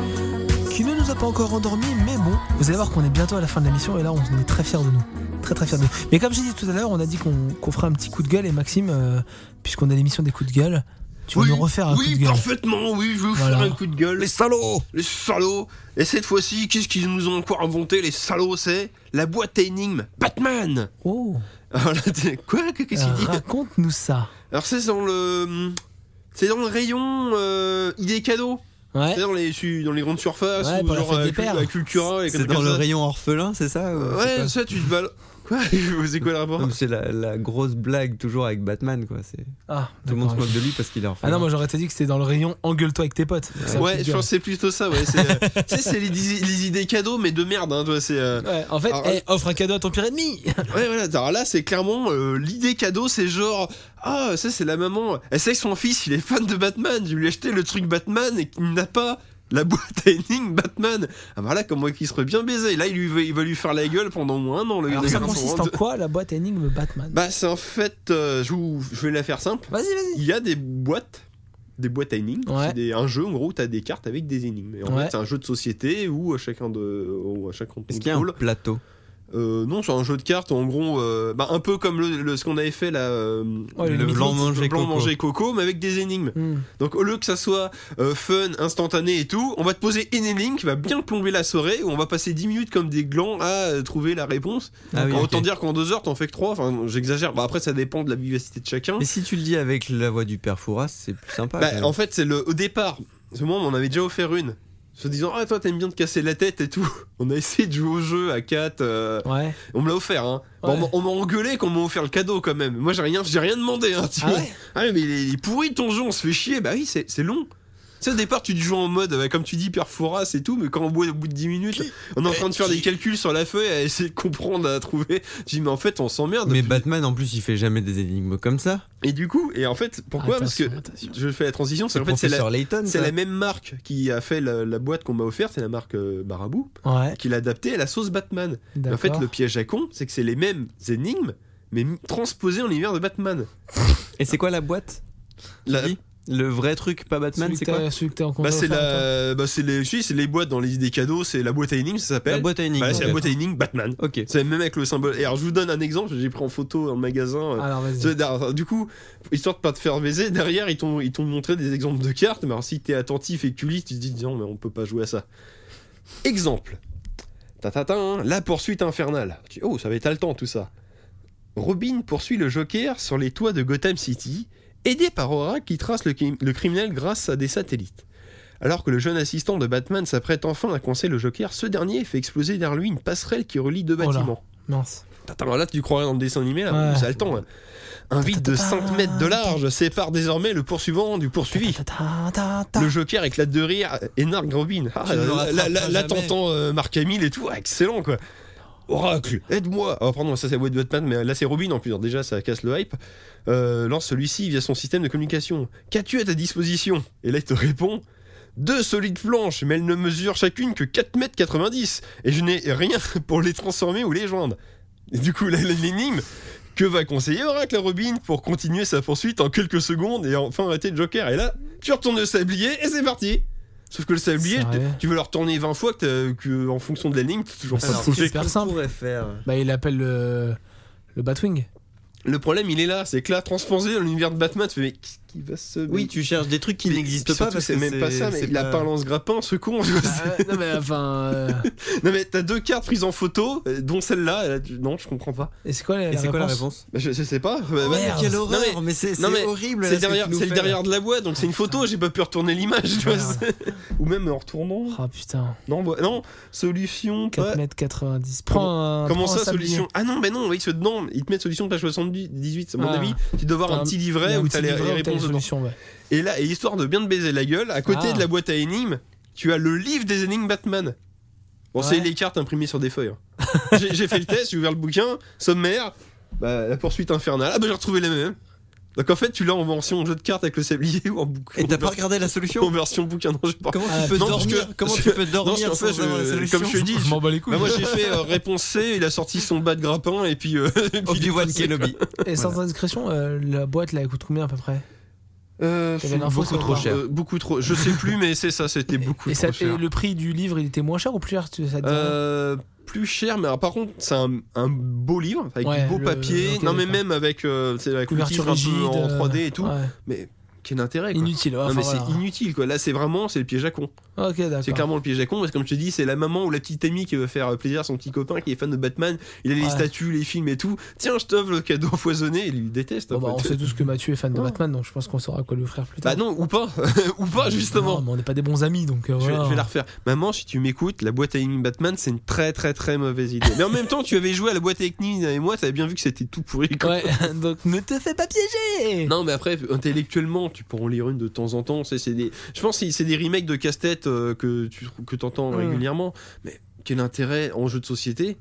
qui ne nous a pas encore endormis, mais bon, vous allez voir qu'on est bientôt à la fin de la mission et là on est très fiers de nous. Très très fiers de nous. Mais comme j'ai dit tout à l'heure, on a dit qu'on qu'on ferait un petit coup de gueule et Maxime, euh, puisqu'on a l'émission des coups de gueule, tu vas Oui, nous refaire un oui, coup de gueule. parfaitement, oui, je vais vous Voilà. faire un coup de gueule. Les, salauds les salauds Et cette fois-ci, qu'est-ce qu'ils nous ont encore inventé, les salauds C'est la boîte à énigmes Batman Oh, Alors là, t'es- Quoi Qu'est-ce qu'il euh, dit raconte-nous ça. Alors c'est dans le... C'est dans le rayon euh, idées cadeaux. Ouais. C'est dans les, su- dans les grandes surfaces, Ouais, ou pour la genre fête à des Cul- pères. à Cultura. et C'est comme dans ça. le rayon orphelin, c'est ça ou c'est Ouais, quoi ça, tu te balles... Quoi C'est quoi le rapport Non, mais c'est la, la grosse blague toujours avec Batman quoi. C'est Ah, tout le monde se d'accord. moque de lui parce qu'il est orphelin. Ah non, moi j'aurais dit que c'était dans le rayon engueule-toi avec tes potes. C'est un coup Ouais, de je gueule. pense que c'est plutôt ça, ouais. c'est, euh, tu sais, c'est les, les idées cadeaux, mais de merde, hein, toi, c'est... euh, Ouais, en fait, Alors, eh, offre un cadeau à ton pire ennemi. Ouais, voilà. Alors là, c'est clairement euh, l'idée cadeau, c'est genre ah ça c'est la maman. Elle sait que son fils il est fan de Batman. Je lui ai acheté le truc Batman et qu'il n'a pas la boîte à énigmes Batman. Ah bah là, comment qu'il serait bien baisé. Là, il, lui va, il va lui faire la gueule pendant au moins un an. Le Alors le ça garçon. consiste en quoi la boîte à énigme Batman Bah c'est en fait, euh, je, vous- je vais la faire simple. Vas-y, vas-y. Il y a des boîtes. Des boîtes à énigmes, Ouais. c'est des- un jeu en gros où t'as des cartes avec des énigmes. Et en Ouais. fait, c'est un jeu de société où à chacun de, où à chacun Est-ce qu'il y a un contrôle- plateau Euh, non, c'est un jeu de cartes, en gros, euh, bah, un peu comme le, le- ce qu'on avait fait là, euh, Ouais, le, le blanc, mythique. manger, Blanc coco. manger mais avec des énigmes. Hmm. Donc au lieu que ça soit euh, fun, instantané et tout, on va te poser une énigme qui va bien plomber la soirée, où on va passer 10 minutes comme des glands à euh, trouver la réponse. Ah oui, ok. Enfin, Autant dire qu'en deux heures, t'en fais que trois, enfin j'exagère, bah, après ça dépend de la vivacité de chacun. Mais si tu le dis avec la voix du père Fouras, c'est plus sympa. euh. Bah, quand même. en fait, c'est le au départ. Ce moment, on en avait déjà offert une. Se disant, ah, toi, t'aimes bien te casser la tête et tout. On a essayé de jouer au jeu à 4. Ouais. On me l'a offert, hein. Bon, Ouais. on m'a- on m'a engueulé qu'on m'a offert le cadeau quand même. Moi, j'ai rien, j'ai rien demandé, hein. tu Ah vois. ouais Ah ouais, mais il est, il est pourri ton jeu, on se fait chier. Bah oui, c'est c'est long. Tu sais, au départ, tu te joues en mode, euh, comme tu dis, perforas et tout, mais quand au bout, au bout de 10 minutes, on est en train de faire des calculs sur la feuille, à essayer de comprendre, à trouver. Tu dis, mais en fait, on s'emmerde. Mais Batman en plus il fait jamais des énigmes comme ça. Et du coup, et en fait, pourquoi Parce que Attention, attention. je fais la transition, c'est C'est en le fait, c'est la, professeur Layton. C'est ça. la même marque qui a fait la, la boîte qu'on m'a offerte, c'est la marque euh, Barabou, Ouais, qui l'a adaptée à la sauce Batman. Et En d'accord. fait, le piège à con, c'est que c'est les mêmes énigmes, mais m- transposées en l'univers de Batman. Et c'est quoi la boîte tu La- dis Le vrai truc, pas Batman, Celui c'est que quoi t'as- Celui que t'es en Bah, c'est offert, toi. la, bah, c'est les, si, c'est les boîtes dans les idées cadeaux, c'est la boîte à énigmes, ça La s'appelle. boîte à énigmes. Voilà, c'est la ok. boîte à énigmes Batman. Ok. C'est même avec le symbole. Et alors, je vous donne un exemple, j'ai pris en photo en magasin. euh, Alors vas-y. C'est- alors, Du coup, histoire de pas te faire baiser, derrière ils t'ont ils t'ont montré des exemples de cartes, mais alors si t'es attentif et que tu lis, tu te dis non mais on peut pas jouer à ça. Exemple. Tatatin, hein, la poursuite infernale. Tu- Oh, ça va être temps tout ça. Robin poursuit le Joker sur les toits de Gotham City, aidé par Aura qui trace le, cri- le criminel grâce à des satellites. Alors que le jeune assistant de Batman s'apprête enfin à coincer le Joker, ce dernier fait exploser derrière lui une passerelle qui relie deux Oh là. bâtiments. Mince. Attends, là tu croirais dans le dessin animé, là, Ouais. ça a le temps. hein. Un vide de 5 mètres de large sépare désormais le poursuivant du poursuivi. Ta, ta, ta, ta. Le Joker éclate de rire et nargue Robin. Ah, Tu ne le là, là, là, rattraperas là, jamais. t'entends euh, Marc Hamill et tout, ah, excellent quoi. Oracle, aide-moi. Oh, pardon, ça c'est Wade Batman, mais là c'est Robin en plus. Alors, déjà, ça casse le hype. Euh, lance celui-ci via son système de communication. Qu'as-tu à ta disposition Et là, il te répond deux solides planches, mais elles ne mesurent chacune que 4 mètres 90 et je n'ai rien pour les transformer ou les joindre. Et du coup, là, l'énigme, que va conseiller Oracle à Robin pour continuer sa poursuite en quelques secondes et enfin arrêter le Joker Et là, tu retournes le sablier et c'est parti Sauf que le sablier, Sérieux tu- tu veux le retourner 20 fois que, t'as- que en fonction de l'énigme, t'as toujours pas Alors, trouvé. super simple. pourrait faire Bah il appelle le le Batwing. Le problème, il est là, c'est que là, transposé dans l'univers de Batman, tu fais mais qu'est-ce qui va se. Oui, tu cherches des trucs qui Puis- n'existent puis pas surtout, parce c'est que même pas ça, mais c'est Bah. il a pas un lance-grappin, ce con. tu vois, c'est- Ah, non mais enfin. euh, Non, mais t'as deux cartes prises en photo, euh, dont celle-là. et là, tu- Non, je comprends pas. Et c'est quoi la, Et c'est quoi la réponse Bah, Je, je sais pas. Bah, bah, merde. Quelle Non, horreur mais- Mais c'est c'est non, mais horrible. là, C'est le ce que derrière, tu nous c'est le fais, derrière de la boîte, donc c'est une photo, j'ai pas pu retourner l'image, tu vois. Merde. c'est- Ou même en retournant. Ah putain. Non, bah, non, solution, 4 pas. mètres 90. Comment- Prends un. Comment prends un ça, sablier. solution Ah non, mais non, oui, ce dedans, ils te mettent solution page 78, à mon Ah. avis, tu dois avoir T'as un un- petit Il y livret a un où petit t'as les, livret les où t'as réponses dedans. solutions, ouais. Et là, et histoire de bien te baiser la gueule, à côté Ah. de la boîte à énigmes, tu as le livre des énigmes Batman. Bon, Ouais. c'est les cartes imprimées sur des feuilles. hein. j'ai j'ai fait le test, j'ai ouvert le bouquin, sommaire, bah, la poursuite infernale. Ah bah j'ai retrouvé les mêmes. Donc en fait, tu l'as en version jeu de cartes avec le sablier ou en bouquin. Et t'as pas regardé la solution en version bouquin, non, j'ai pas. Comment Ah, tu peux non, parce dormir que- Comment parce tu que- peux non, dormir parce qu'en sans fait, avoir la je- solution comme je te dis, Je m'en bats les couilles. Bah, moi j'ai fait euh, réponse C, il a sorti son bas de grappin et puis. euh, et puis il est Obi-Wan passé. Kenobi. Et sans indiscrétion, euh, la boîte là elle coûte combien à peu près Euh, T'avais l'info beaucoup sur trop le cher. Euh, beaucoup trop. Je sais plus, mais c'est ça, c'était beaucoup et, ça- trop cher. et le prix du livre il était moins cher ou plus cher tu- ça te dit rien Euh, plus cher, mais alors, par contre, c'est un, un beau livre avec Ouais, du beau le- papier. ok, non, mais d'accord. même avec, euh, c'est la couverture un peu en 3D et tout. euh, ouais. Mais quel intérêt quoi. Inutile. ouais, Non, enfin, mais voilà. c'est inutile quoi. Là, c'est vraiment c'est le piège à con. Ok, d'accord. C'est clairement le piège à con parce que comme je te dis, c'est la maman ou la petite amie qui veut faire euh, plaisir à son petit copain qui est fan de Batman. Il a les Ouais. statues, les films et tout. Tiens, je t'offre le cadeau empoisonné. Il lui déteste. Bon, en bah, on fait. sait tous que Mathieu est fan de Non. Batman, donc je pense qu'on saura quoi lui offrir plus tard. Bah non, ou pas, ou pas justement. Non, mais on n'est pas des bons amis, donc. euh, Je vais, voilà. je vais la refaire. Maman, si tu m'écoutes, la boîte à énigmes Batman, c'est une très très très mauvaise idée. Mais en même temps, tu avais joué à la boîte à énigmes et moi, t'avais bien vu que c'était tout pourri. quoi. Ouais, donc ne te fais pas piéger Non, mais après, intellectuellement, tu pourras en lire une de temps en temps. C'est, c'est des... Je pense que c'est des remakes de casse-tête euh, que tu que t'entends Hmm. régulièrement. Mais quel intérêt en jeu de société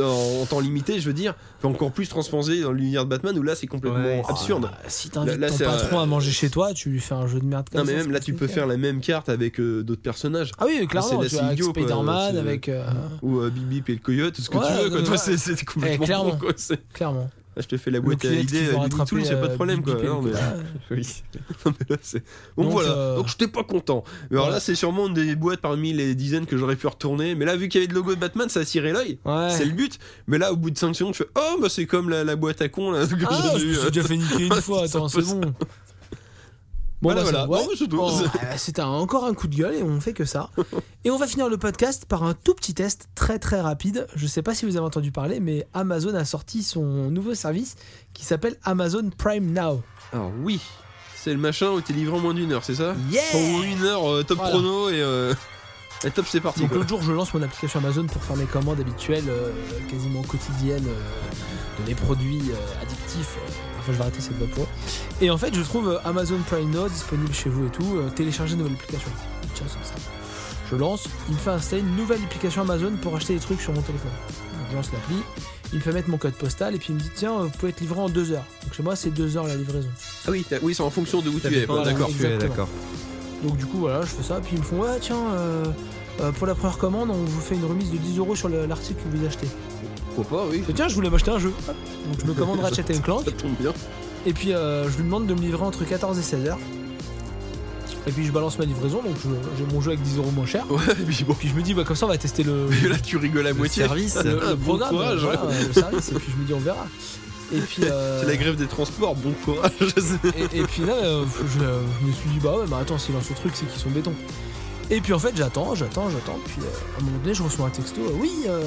en, en temps limité, je veux dire, Enfin, encore plus transposé dans l'univers de Batman où là, c'est complètement Ouais. absurde. Ah, si t'invites Là, là, ton c'est un- patron à manger chez toi, tu lui fais un jeu de merde comme non, mais ça, même c'est là, pas tu peux nickel. faire la même carte avec euh, d'autres personnages. Ah oui, clairement, là, tu c'est vois, avec idiot, quoi, Spider-Man, c'est- avec. euh, Ou euh, Bip Bip et le coyote, tout ce que Ouais, tu veux. ouais, Quoi. Toi, ouais. c'est, c'est complètement Eh, clairement. con, quoi. C'est- Clairement. Là, je te fais la Le boîte à client qui idées, veut Big rattraper, Tools, y a pas de euh, problème Big quoi. Big Non, mais- Big Big. Oui. Non, mais là, c'est- Bon Donc, voilà, euh, donc j'étais pas content. Mais alors voilà. là, c'est sûrement une des boîtes parmi les dizaines que j'aurais pu retourner. Mais là, vu qu'il y avait le logo de Batman, ça tirait l'œil. Ouais. C'est le but. Mais là, au bout de 5 secondes, je fais Oh, bah c'est comme la, la boîte à con là. que Ah, j'ai je eu, me euh. suis déjà fait niquer une fois, C'est attends, un c'est peu bon. Bon, Voilà, bah, voilà. ça va. Non, mais c'est tout. Oh, euh, C'était un- encore un coup de gueule et on fait que ça. Et on va finir le podcast par un tout petit test très très rapide. Je sais pas si vous avez entendu parler, mais Amazon a sorti son nouveau service qui s'appelle Amazon Prime Now. Alors oui, c'est le machin où t'es livré en moins d'une heure, c'est ça Yeah En une heure, euh, top Voilà. chrono et, euh, et top, c'est parti. Donc quoi. l'autre jour, je lance mon application Amazon pour faire mes commandes habituelles, euh, quasiment quotidiennes, euh, de mes produits euh, addictifs. Enfin, je vais arrêter cette vapeur. Et en fait, je trouve euh, Amazon Prime Now disponible chez vous et tout. euh, téléchargez une nouvelle application. Tiens, c'est ça. Je lance, il me fait installer une nouvelle application Amazon pour acheter des trucs sur mon téléphone. Donc, je lance l'appli, il me fait mettre mon code postal et puis il me dit tiens, euh, vous pouvez être livré en deux heures. Donc chez moi, c'est deux heures la livraison. Ah oui, t'as- oui, c'est en fonction de où tu es. dépend bon, de la- D'accord. Tu es Exactement. d'accord. Donc du coup voilà, je fais ça, puis ils me font ouais tiens euh, euh, pour la première commande on vous fait une remise de 10 euros sur le- l'article que vous achetez. Pourquoi pas, oui. Je dis, tiens je voulais m'acheter un jeu. Hop. Donc je me commande Ratchet Clank Ça tombe bien. et puis euh, je lui demande de me livrer entre 14 et 16 heures. Et puis je balance ma livraison, donc je- j'ai mon jeu avec 10 euros moins cher. Ouais, mais bon. Puis je me dis bah comme ça on va tester le, Mais là, tu rigoles à Le moitié. service. le, Ah, le bon programme, courage, voilà, le service, et puis je me dis on verra. Et puis euh, C'est la grève des transports, bon courage. et, et puis là, euh, je, je me suis dit, bah ouais, mais attends, s'il lance ce truc, c'est qu'ils sont béton. Et puis en fait, j'attends, j'attends, j'attends. Puis euh, à un moment donné, je reçois un texto. euh, oui, euh,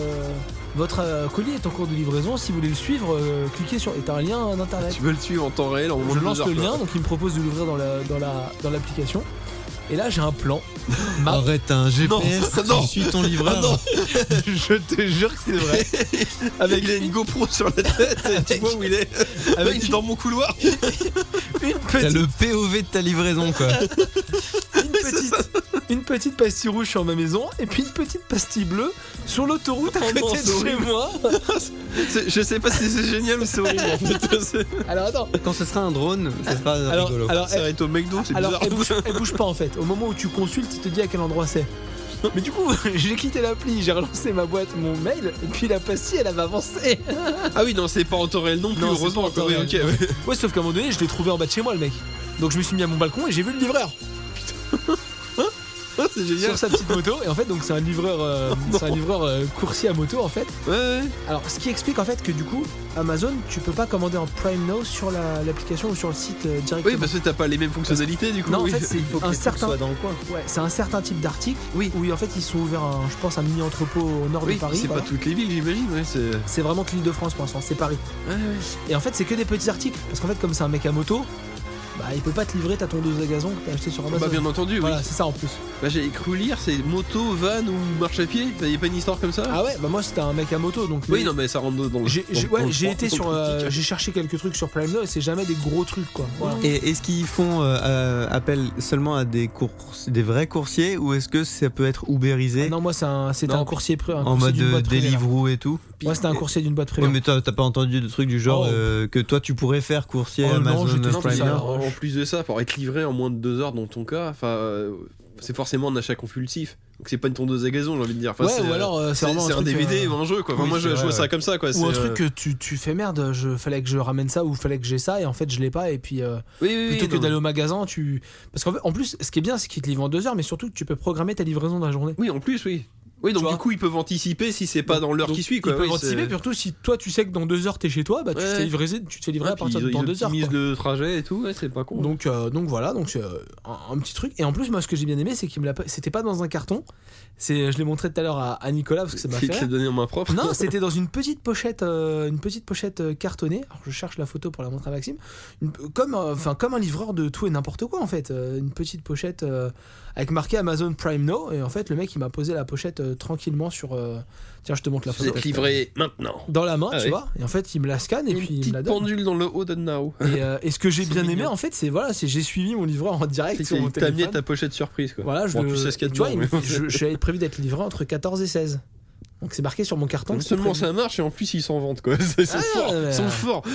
votre euh, colis est en cours de livraison. Si vous voulez le suivre, euh, cliquez sur. Et t'as un lien d'internet. tu veux le suivre en temps réel en moins Je de lance deux le heures, lien, quoi. donc il me propose de l'ouvrir dans la- dans la- dans l'application. et là, j'ai un plan. Ma- Arrête un GPS, Non, non. tu suis ton livreur. Ah non. je te jure que c'est vrai. Avec il a une GoPro sur la tête, et tu vois où il est Avec Il est dans mon couloir une T'as petite, le POV de ta livraison quoi. une, petite, une petite pastille rouge sur ma maison et puis une petite pastille bleue sur l'autoroute à côté non, c'est de chez horrible. moi. C'est- Je sais pas si c'est génial ou c'est horrible en fait. C'est- Alors attends, Quand ce sera un drone, ce sera alors, rigolo. alors, Ça arrête au McDo, c'est Alors eh bizarre. elle bouge, elle bouge pas en fait. Au moment où tu consultes, il te dit à quel endroit c'est. Mais du coup, j'ai quitté l'appli, j'ai relancé ma boîte, mon mail, et puis la pastille, elle avait avancé. Ah oui, non, c'est pas en temps réel non plus, Non, c'est pas en heureusement. temps quoi. Oui, ok, réel. ouais. Ouais, sauf qu'à un moment donné, je l'ai trouvé en bas de chez moi, le mec. Donc je me suis mis à mon balcon et j'ai vu le livreur Ah, C'est génial. sur sa petite moto. Et en fait, donc c'est un livreur, euh, c'est un livreur euh, coursier à moto en fait. Ouais, ouais. Alors, ce qui explique en fait que du coup, Amazon, tu peux pas commander en Prime Now sur la- l'application ou sur le site euh, directement. Oui, parce que t'as pas les mêmes fonctionnalités du coup. non, en oui. fait, c'est un certain, dans le coin. ouais, c'est un certain type d'article. Oui. Où en fait, ils sont ouverts, un- je pense, un mini entrepôt au nord Oui, de Paris. c'est voilà. pas toutes les villes, j'imagine. Ouais, c'est. C'est vraiment que l'île de France pour l'instant, c'est Paris. Ouais, ouais. Et en fait, c'est que des petits articles. Parce qu'en fait, comme c'est un mec à moto, bah il peut pas te livrer ta tondeuse à gazon que t'as acheté sur Amazon. Bah, bien entendu, oui. voilà, c'est ça en plus. Bah, j'ai cru lire, c'est moto, van ou marche à pied. Il y a pas une histoire comme ça Ah ouais, bah moi c'était un mec à moto donc. euh, Oui, non, mais ça rentre dans le. J'ai dans- j'ai- dans ouais, le j'ai fond- été dans le sur. euh, critique. j'ai cherché quelques trucs sur Prime Now et c'est jamais des gros trucs quoi. Voilà. Et est-ce qu'ils font euh, euh, appel seulement à des courses, des vrais coursiers, ou est-ce que ça peut être Ah ubérisé non, moi c'est un, c'était Non, un coursier pré- un en coursier mode d'une euh, boîte privée, là. Deliveroo et tout Moi c'était un coursier d'une boîte Oui, privée. mais toi, t'as pas entendu de trucs du genre Oh. euh, que toi tu pourrais faire coursier Oh non, Amazon j'ai testé euh, Prime ça. Now alors. en, en plus de ça, pour être livré en moins de deux heures dans ton cas, enfin, euh, c'est forcément un achat compulsif. Donc c'est pas une tondeuse à gazon, j'ai envie de dire. Enfin, ouais, c'est, ou alors euh, c'est, c'est vraiment c'est un, truc, DVD euh, ou un jeu quoi. Enfin, oui, moi c'est je, je vrai, vois ça ouais. comme ça quoi. ou un c'est, truc euh, que tu, tu fais merde, je fallait que je ramène ça ou fallait que j'ai ça et en fait je l'ai pas et puis euh, Oui, oui, oui, plutôt que non, d'aller au magasin tu parce qu'en fait, en plus ce qui est bien c'est qu'ils te livrent en deux heures mais surtout que tu peux programmer ta livraison dans la journée Oui, en plus, oui. Oui, Tu donc vois. du coup, ils peuvent anticiper si c'est pas dans l'heure Donc, qui suit quoi. ils peuvent oui, anticiper c'est- surtout si toi tu sais que dans deux heures t'es chez toi bah tu, Ouais. te fais livrer, tu te fais livrer Ouais, à partir puis de ils- dans ils deux heures optimisent quoi. le trajet et tout, ouais, c'est pas con. donc euh, donc voilà donc c'est euh, un, un petit truc et en plus moi ce que j'ai bien aimé c'est qu'il me l'a pas- c'était pas dans un carton c'est je l'ai montré tout à l'heure à, à Nicolas parce que ça m'a hein. c'est te fait l'ai donné en main propre. Non, c'était dans une petite pochette, euh, une petite pochette euh, cartonnée. Alors, je cherche la photo pour la montrer à Maxime. Une- comme, euh, enfin, comme un livreur de tout et n'importe quoi en fait. Euh, une petite pochette euh, avec marqué Amazon Prime Now. Et en fait, le mec il m'a posé la pochette euh, tranquillement sur. euh, Tiens, je te montre la Vous photo. êtes livré maintenant. Dans la main, Ah tu oui. vois. Et en fait, il me la scanne et une puis il me la petite donne. pendule dans le haut de Nao. Et, euh, et ce que j'ai C'est bien aimé mignon. en fait, c'est voilà, c'est j'ai suivi mon livreur en direct sur mon T'as amené Ah, téléphone. ta pochette surprise quoi. Voilà, je, Bon, le- tu sais ce qu'il y a tu vois, dedans, il me- mais- je, je suis prévu d'être livré entre 14 et 16. Donc c'est marqué sur mon carton. Non que c'est seulement prévu. ça marche et en plus ils s'en vantent quoi. Ils sont Ah, forts. ouais, ouais. Ils sont forts.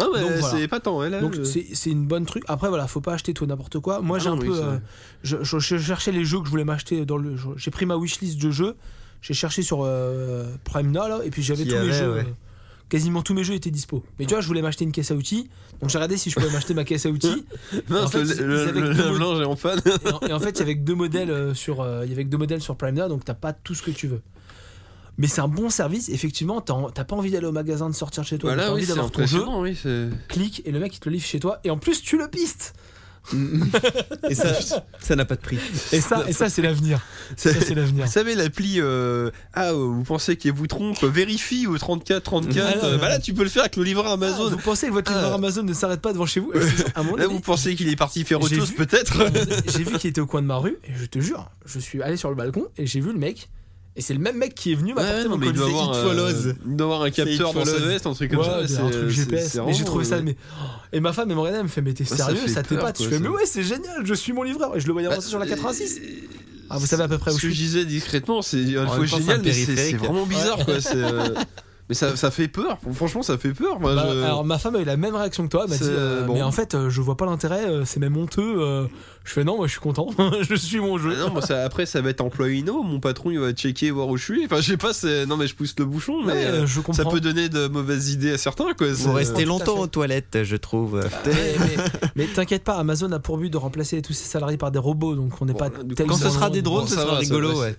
Non mais Donc, c'est voilà. pas tant. hein, là, Donc je- c'est c'est une bonne truc. Après voilà, faut pas acheter tout et n'importe quoi. Moi Ah j'ai non, un oui, peu, c'est- euh, je, je- je cherchais les jeux que je voulais m'acheter dans le. je- J'ai pris ma wishlist de jeux. J'ai cherché sur euh, Prime Now là, et puis j'avais Qui tous les avait, jeux ouais. euh, quasiment tous mes jeux étaient dispo. Mais tu vois, je voulais m'acheter une caisse à outils, donc j'ai regardé si je pouvais m'acheter ma caisse à outils. Mince, En fait, le- ils- le- ils avaient le deux linge mots- blanc, j'ai en fan. Et en, et en fait, il y avait que deux modèles euh, sur, euh, il y avait que deux modèles sur Prime Now, donc t'as pas tout ce que tu veux. Mais c'est un bon service. Effectivement, t'as en- t'as pas envie d'aller au magasin de sortir de chez toi. t'as Voilà, envie Bah oui, c'est d'avoir ton jeu. impressionnant, oui. c'est- Clique et le mec il te le livre chez toi. Et en plus, tu le pistes. Et ça, ça n'a pas de prix. Et ça, et ça c'est l'avenir. Ça c'est l'avenir. Vous savez, l'appli, euh, ah, euh, vous pensez qu'il vous trompe, vérifie au 34 34. Ah, euh, non, bah là, tu peux le faire avec le livreur Ah, Amazon. vous pensez que votre livreur Ah. Amazon ne s'arrête pas devant chez vous Et c'est- à un moment Là, donné, vous pensez qu'il est parti faire autre J'ai chose, vu. peut-être J'ai vu qu'il était au coin de ma rue et je te jure, je suis allé sur le balcon et j'ai vu le mec. Et c'est le même mec qui est venu m'apporter Ouais, non, mon mais il colis. doit c'est avoir, It euh, Follows. il doit avoir un capteur It dans sa Follows. veste, un truc comme Ouais, ça. un truc GPS. c'est mais j'ai trouvé ça. vraiment, euh, Mais... oh, Et ma femme et mon regardé, elle me fait Mais t'es Ça, ça sérieux, fait ça peur, t'épate Je quoi, fais Mais ça. ouais, c'est génial, je suis mon livreur. Et je le voyais Bah, avancer sur la euh, 86. Ah, vous savez à peu près où Ce que je je suis. disais discrètement, c'est à la En fois même temps, c'est génial, un mais c'est- c'est périphérique. vraiment bizarre, quoi. c'est, euh, Mais ça, ça fait peur. Franchement, ça fait peur. Moi, Bah, je- Alors ma femme a eu la même réaction que toi, elle m'a C'est, dit euh, euh, bon. mais en fait euh, je vois pas l'intérêt, euh, c'est même honteux. euh. je fais non, moi je suis content, je suis mon Ah jeu. non, moi, ça- après, ça va être employé no. Mon patron, il va checker, voir où je suis. Enfin, je sais pas, c'est- non, mais je pousse le bouchon, mais Ouais, euh, euh, je comprends. ça peut donner de mauvaises idées à certains, quoi. c'est- euh, Vous restez tout à longtemps fait. aux toilettes, je trouve. Ouais, mais mais t'inquiète pas, Amazon a pour but de remplacer tous ses salariés par des robots, donc on n'est Bon, pas du coup, tellement Quand ce sera loin des de- drones, Bon, ce ça sera va, ça rigolo, va, ouais.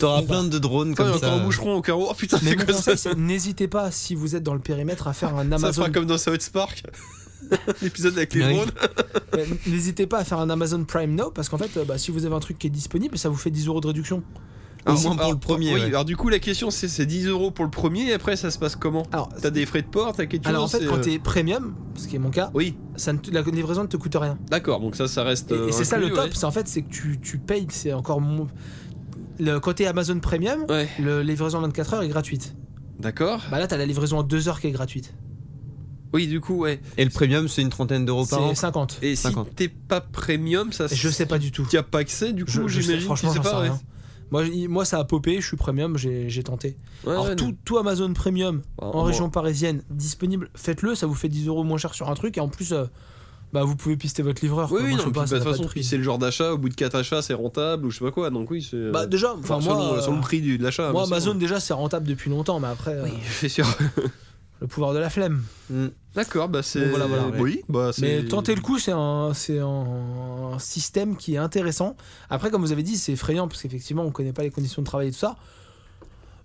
T'auras plein de drones Putain, il y a comme encore ça. un boucheron au carreau. Oh putain, Mais c'est mon quoi ça conseil, c'est n'hésitez pas, si vous êtes dans le périmètre, à faire un Ça Amazon. fera comme dans South Park. L'épisode avec les Ah Oui. drones. Euh, N'hésitez pas à faire un Amazon Prime Now, parce qu'en fait, euh, bah, si vous avez un truc qui est disponible, ça vous fait 10 euros de réduction. Au Alors, moins pour alors, le premier. Oui, ouais. alors du coup, la question c'est c'est 10 euros pour le premier, et après ça se passe comment Alors, T'as des frais de port, t'as quelque chose alors en fait, c'est, quand euh, t'es premium, ce qui est mon cas, Oui, ça ne te- la livraison ne te coûte rien. d'accord, donc ça, ça reste. Et, euh, et c'est ça le inclus, top, c'est en fait, c'est que tu, tu payes, c'est encore mon. Le côté Amazon Premium, Ouais, Ouais, le la livraison en 24 heures est gratuite. d'accord. Bah là, t'as la livraison en 2 heures qui est gratuite. Oui, du coup, ouais. Et le premium, c'est une trentaine d'euros par an. C'est 50. Et si 50. t'es pas premium, ça. Je sais pas du tout. T'y as pas accès, du coup, Je, je sais, j'imagine. tu franchement, sais j'en sais pas, ouais. rien. Moi, j- moi, ça a popé, je suis premium, j'ai j'ai tenté. Ouais, Alors, ouais, tout, tout Amazon Premium non. en région parisienne disponible, faites-le, ça vous fait 10 euros moins cher sur un truc et en plus, euh, bah, vous pouvez pister votre livreur. Oui, quoi. oui, Moi, je non, sais puis pas, de ça toute n'a pas façon, de prix. puis c'est le genre d'achat, au bout de 4 achats, c'est rentable, ou je sais pas quoi, donc oui, c'est. Bah, déjà, enfin, Enfin, moi, selon, selon euh, le prix du- de l'achat. moi, mais Amazon, c'est déjà, c'est rentable depuis longtemps, mais après, euh, bon. Oui, c'est sûr. le pouvoir de la flemme. Mm. D'accord, bah c'est. Bon, voilà, voilà, ouais. Oui, bah c'est. Mais tenter le coup, c'est un, c'est un système qui est intéressant. Après, comme vous avez dit, c'est effrayant parce qu'effectivement, on connaît pas les conditions de travail et tout ça.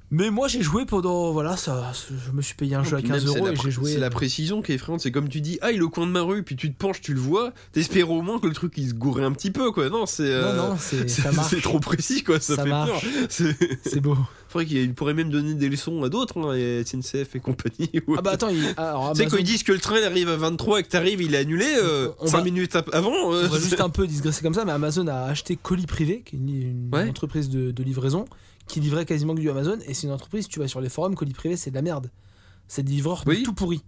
Mais moi, j'ai joué pendant. Voilà, ça, hein, je me suis payé un Non, jeu à puis même, 15 c'est euros la et pré- j'ai joué. C'est la précision qui est effrayante. C'est comme tu dis, ah, il est au coin de ma rue, puis tu te penches, tu le vois. T'espères au moins que le truc il se gourait un petit peu, quoi. Non, c'est. euh, Non, non, c'est- c'est- ça marche. C'est trop précis, quoi. Ça, Ça fait marche. peur. C'est C'est beau. vrai qu'il pourrait même donner des leçons à d'autres, hein, et SNCF et compagnie. ouais. Ah bah attends, il... alors, Tu sais, quand Amazon- ils disent que le train arrive à 23 et que t'arrives, il est annulé On 5 va- minutes ap- avant. euh, On va juste c'est- un peu digresser comme ça, mais Amazon a acheté Colis Privé, qui est une, une Ouais. entreprise de, de livraison, qui livrait quasiment que du Amazon. Et c'est une entreprise, tu vas sur les forums, Colis Privé, c'est de la merde. C'est des livreurs de Oui. Ah, tout pourri.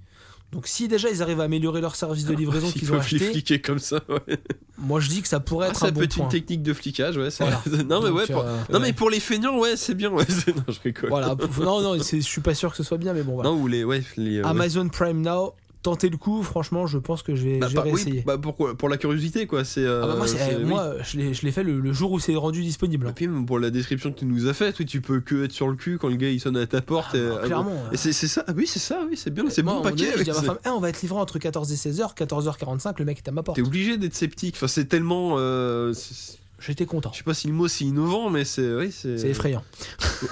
Donc si déjà ils arrivent à améliorer leur service de livraison Ils qu'ils ont peuvent les acheté, fliquer comme ça. ouais. moi je dis que ça pourrait Ah, être ça un peut bon être point. une technique de flicage, ouais. ça- Voilà. Non, mais Donc, ouais. pour- euh, Non, ouais. mais pour les feignants, ouais, c'est bien. Ouais, c'est- non, je rigole. Voilà, pour- non, non, c'est- je suis pas sûr que ce soit bien, mais bon, voilà. Ah, Non, ou les. Ouais, les, euh, ouais. Amazon Prime Now, tentez le coup, franchement, je pense que je vais, Bah, je vais par- oui, réessayer. bah, pourquoi Pour la curiosité, quoi. C'est. euh, Ah bah, moi, c'est- c'est- oui. moi, je l'ai- je l'ai fait le, le jour où c'est rendu disponible. Et hein. puis même pour la description que tu nous as faite, oui, tu peux que être sur le cul quand le gars il sonne à ta porte. et- ah, bah, Clairement. hein. bon. Et c'est c'est ça, ah oui, c'est ça, oui, c'est bien, c'est Euh, Moi, à bon un moment paquet. donné, je oui, dis à ma c'est- femme, Eh, on va être livré entre 14 et 16h, 14h45, le mec est à ma porte. T'es obligé d'être sceptique. Enfin, c'est tellement. euh, c'est- c'est- J'étais content. Euh, je sais pas si le mot c'est innovant, mais c'est. Oui, c'est. C'est effrayant.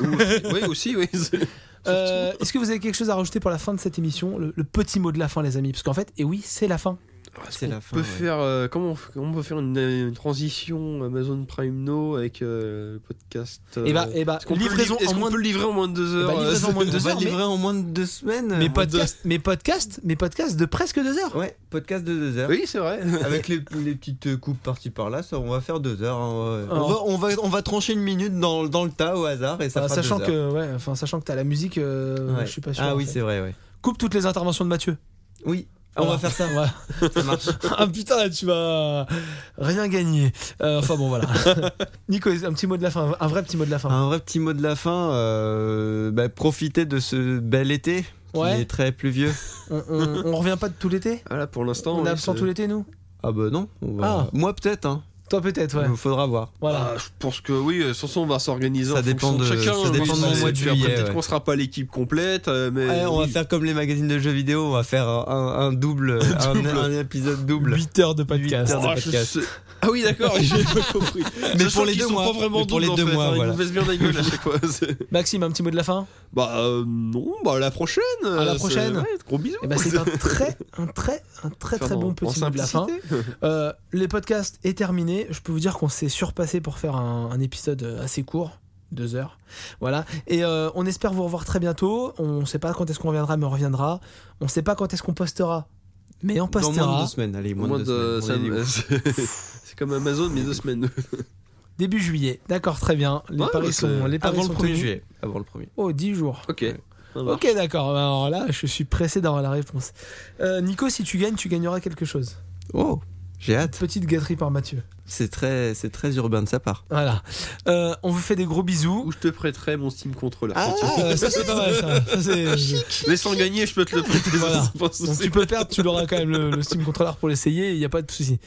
Ou- oui, aussi, oui. c'est- Euh, Est-ce que vous avez quelque chose à rajouter pour la fin de cette émission le, le petit mot de la fin, les amis Parce qu'en fait, et oui, c'est la fin. C'est On la fin. peut ouais. faire euh, comment, on, f- comment on peut faire une, une transition Amazon Prime Now avec euh, le podcast. euh, et bah, et bah est-ce qu'on peut le livraison livrer- est-ce en qu'on moins peut de le livrer en moins de deux Eh bah, heures euh, livraison en moins de On deux va heures, le livrer en moins de deux semaines. mes euh, podcasts, mes podcasts, mes podcasts de presque deux heures. Ouais, podcast de deux heures. Oui, c'est vrai. Avec les, les petites coupes par-ci par-là, ça, on va faire deux heures. hein, ouais. Alors- on, va, on, va, on va trancher une minute dans, dans le tas au hasard et ça Enfin, Euh, fera sachant deux heures. que, ouais, enfin, sachant que t'as la musique, euh, Ouais. je suis pas sûr. Ah en oui, fait. c'est vrai, ouais. Coupe toutes les interventions de Mathieu. Oui, Ah, on va faire ça. Voilà. ça marche. ah putain, tu vas rien gagner. Euh, enfin bon, voilà. Nico, un petit mot de la fin, un vrai petit mot de la fin. Un vrai petit mot de la fin. euh, bah, profitez de ce bel été qui ouais. est très pluvieux. Euh, On, on- on revient pas de tout l'été Voilà, pour l'instant. On oui, est absent c'est- tout l'été, nous Ah bah non. on va- Ah. Moi peut-être. Hein. Toi peut-être, ouais. Il faudra voir. Voilà. Ah, je pense que oui, euh, sans ça, on va s'organiser. Ça en dépend fonction de- chacun. hein. ça dépend Oui, de mon c'est- mois de puis après, juillet, Peut-être ouais. qu'on sera pas l'équipe complète, euh, mais Ouais, Eh, on va oui. faire comme les magazines de jeux vidéo, on va faire un, un double, un, un épisode double. 8 heures de podcast. Oh, Huit heures de Ah, je podcast. sais- ah oui, d'accord, j'ai pas compris. Mais Sachant pour les qu'ils deux sont mois, pas vraiment mais pour les doubles, en deux fait, mois, hein, voilà. Ils nous baissent bien la gueule à chaque fois. c'est- Maxime, un petit mot de la fin Bah euh, non, bah à la prochaine. À la euh, c'est- prochaine. ouais, gros bisous. Eh ben, c'est un très, un très, un très très Enfin, en- bon en petit mot de la fin. simplicité. Euh, les podcasts est terminé. Je peux vous dire qu'on s'est surpassé pour faire un, un épisode assez court, deux heures. Voilà. Et euh, on espère vous revoir très bientôt. On ne sait pas quand est-ce qu'on reviendra, mais on reviendra. On ne sait pas quand est-ce qu'on postera, mais on Dans moins de deux postera semaines, allez, moins, Moins de de- deux ça semaines. on est me- libre. C'est comme Amazon, mais deux semaines. début juillet. D'accord, très bien. Les Ouais, paris bah, sont, c'est les paris Avant sont le 1er tenus. juillet. Avant le 1er. Oh, 10 jours. Ok. ça marche. Ok, d'accord. Bah, Alors là, je suis pressé d'avoir la réponse. Euh, Nico, si tu gagnes, tu gagneras quelque chose. Oh, j'ai hâte. Petite gâterie par Mathieu. C'est très, c'est très urbain de sa part. Voilà. Euh, on vous fait des gros bisous. Ou je te prêterai mon Steam Controller. euh, ça c'est pas mal ça. Ça, c'est- Mais sans gagner, je peux te le prêter. ah, Voilà. c'est pas un souci. Donc tu peux perdre, tu l'auras quand même le, le Steam Controller pour l'essayer, il n'y a pas de souci.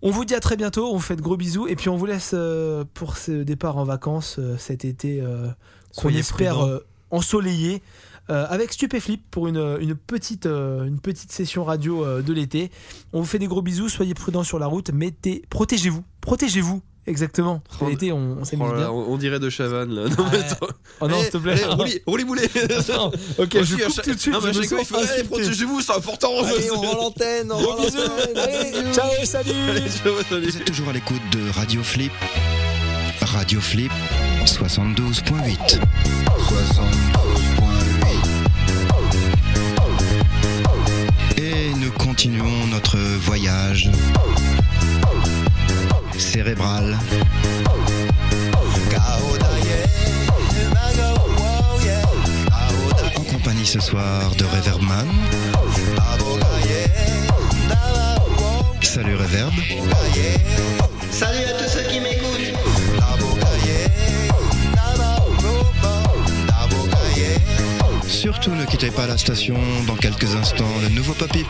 On vous dit à très bientôt, on vous fait de gros bisous et puis on vous laisse euh, pour ce départ en vacances euh, cet été euh, qu'on Soyez espère prudents. euh, ensoleillé euh, avec Stupéflip pour une, une petite, euh, une petite session radio euh, de l'été. On vous fait des gros bisous, soyez prudents sur la route, mettez, protégez-vous, protégez-vous. Exactement. Parce que Oh, L'été, on, on s'amuse Oh là là, bien. on on dirait de Chavannes là. Non, mais Ouais. attends. Oh non, Eh, s'il te plaît. eh, roulez- roulez, boulez. Non, ok, je coupe tout de suite. Non, mais Eh, je me chaque fois, sens il faut. Allez, insulté. protégez-vous, c'est important. Allez, on rend l'antenne. on Gros rend bisous. l'antenne. Allez, ciao, salut. Allez, ciao, salut. Vous êtes toujours à l'écoute de Radio Flip. Radio Flip 72.8. 72.8. Et nous continuons notre voyage cérébral. En compagnie ce soir de Reverbman. Salut Reverb. Salut à tous ceux qui m'écoutent. Surtout ne quittez pas la station dans quelques instants, le nouveau papy.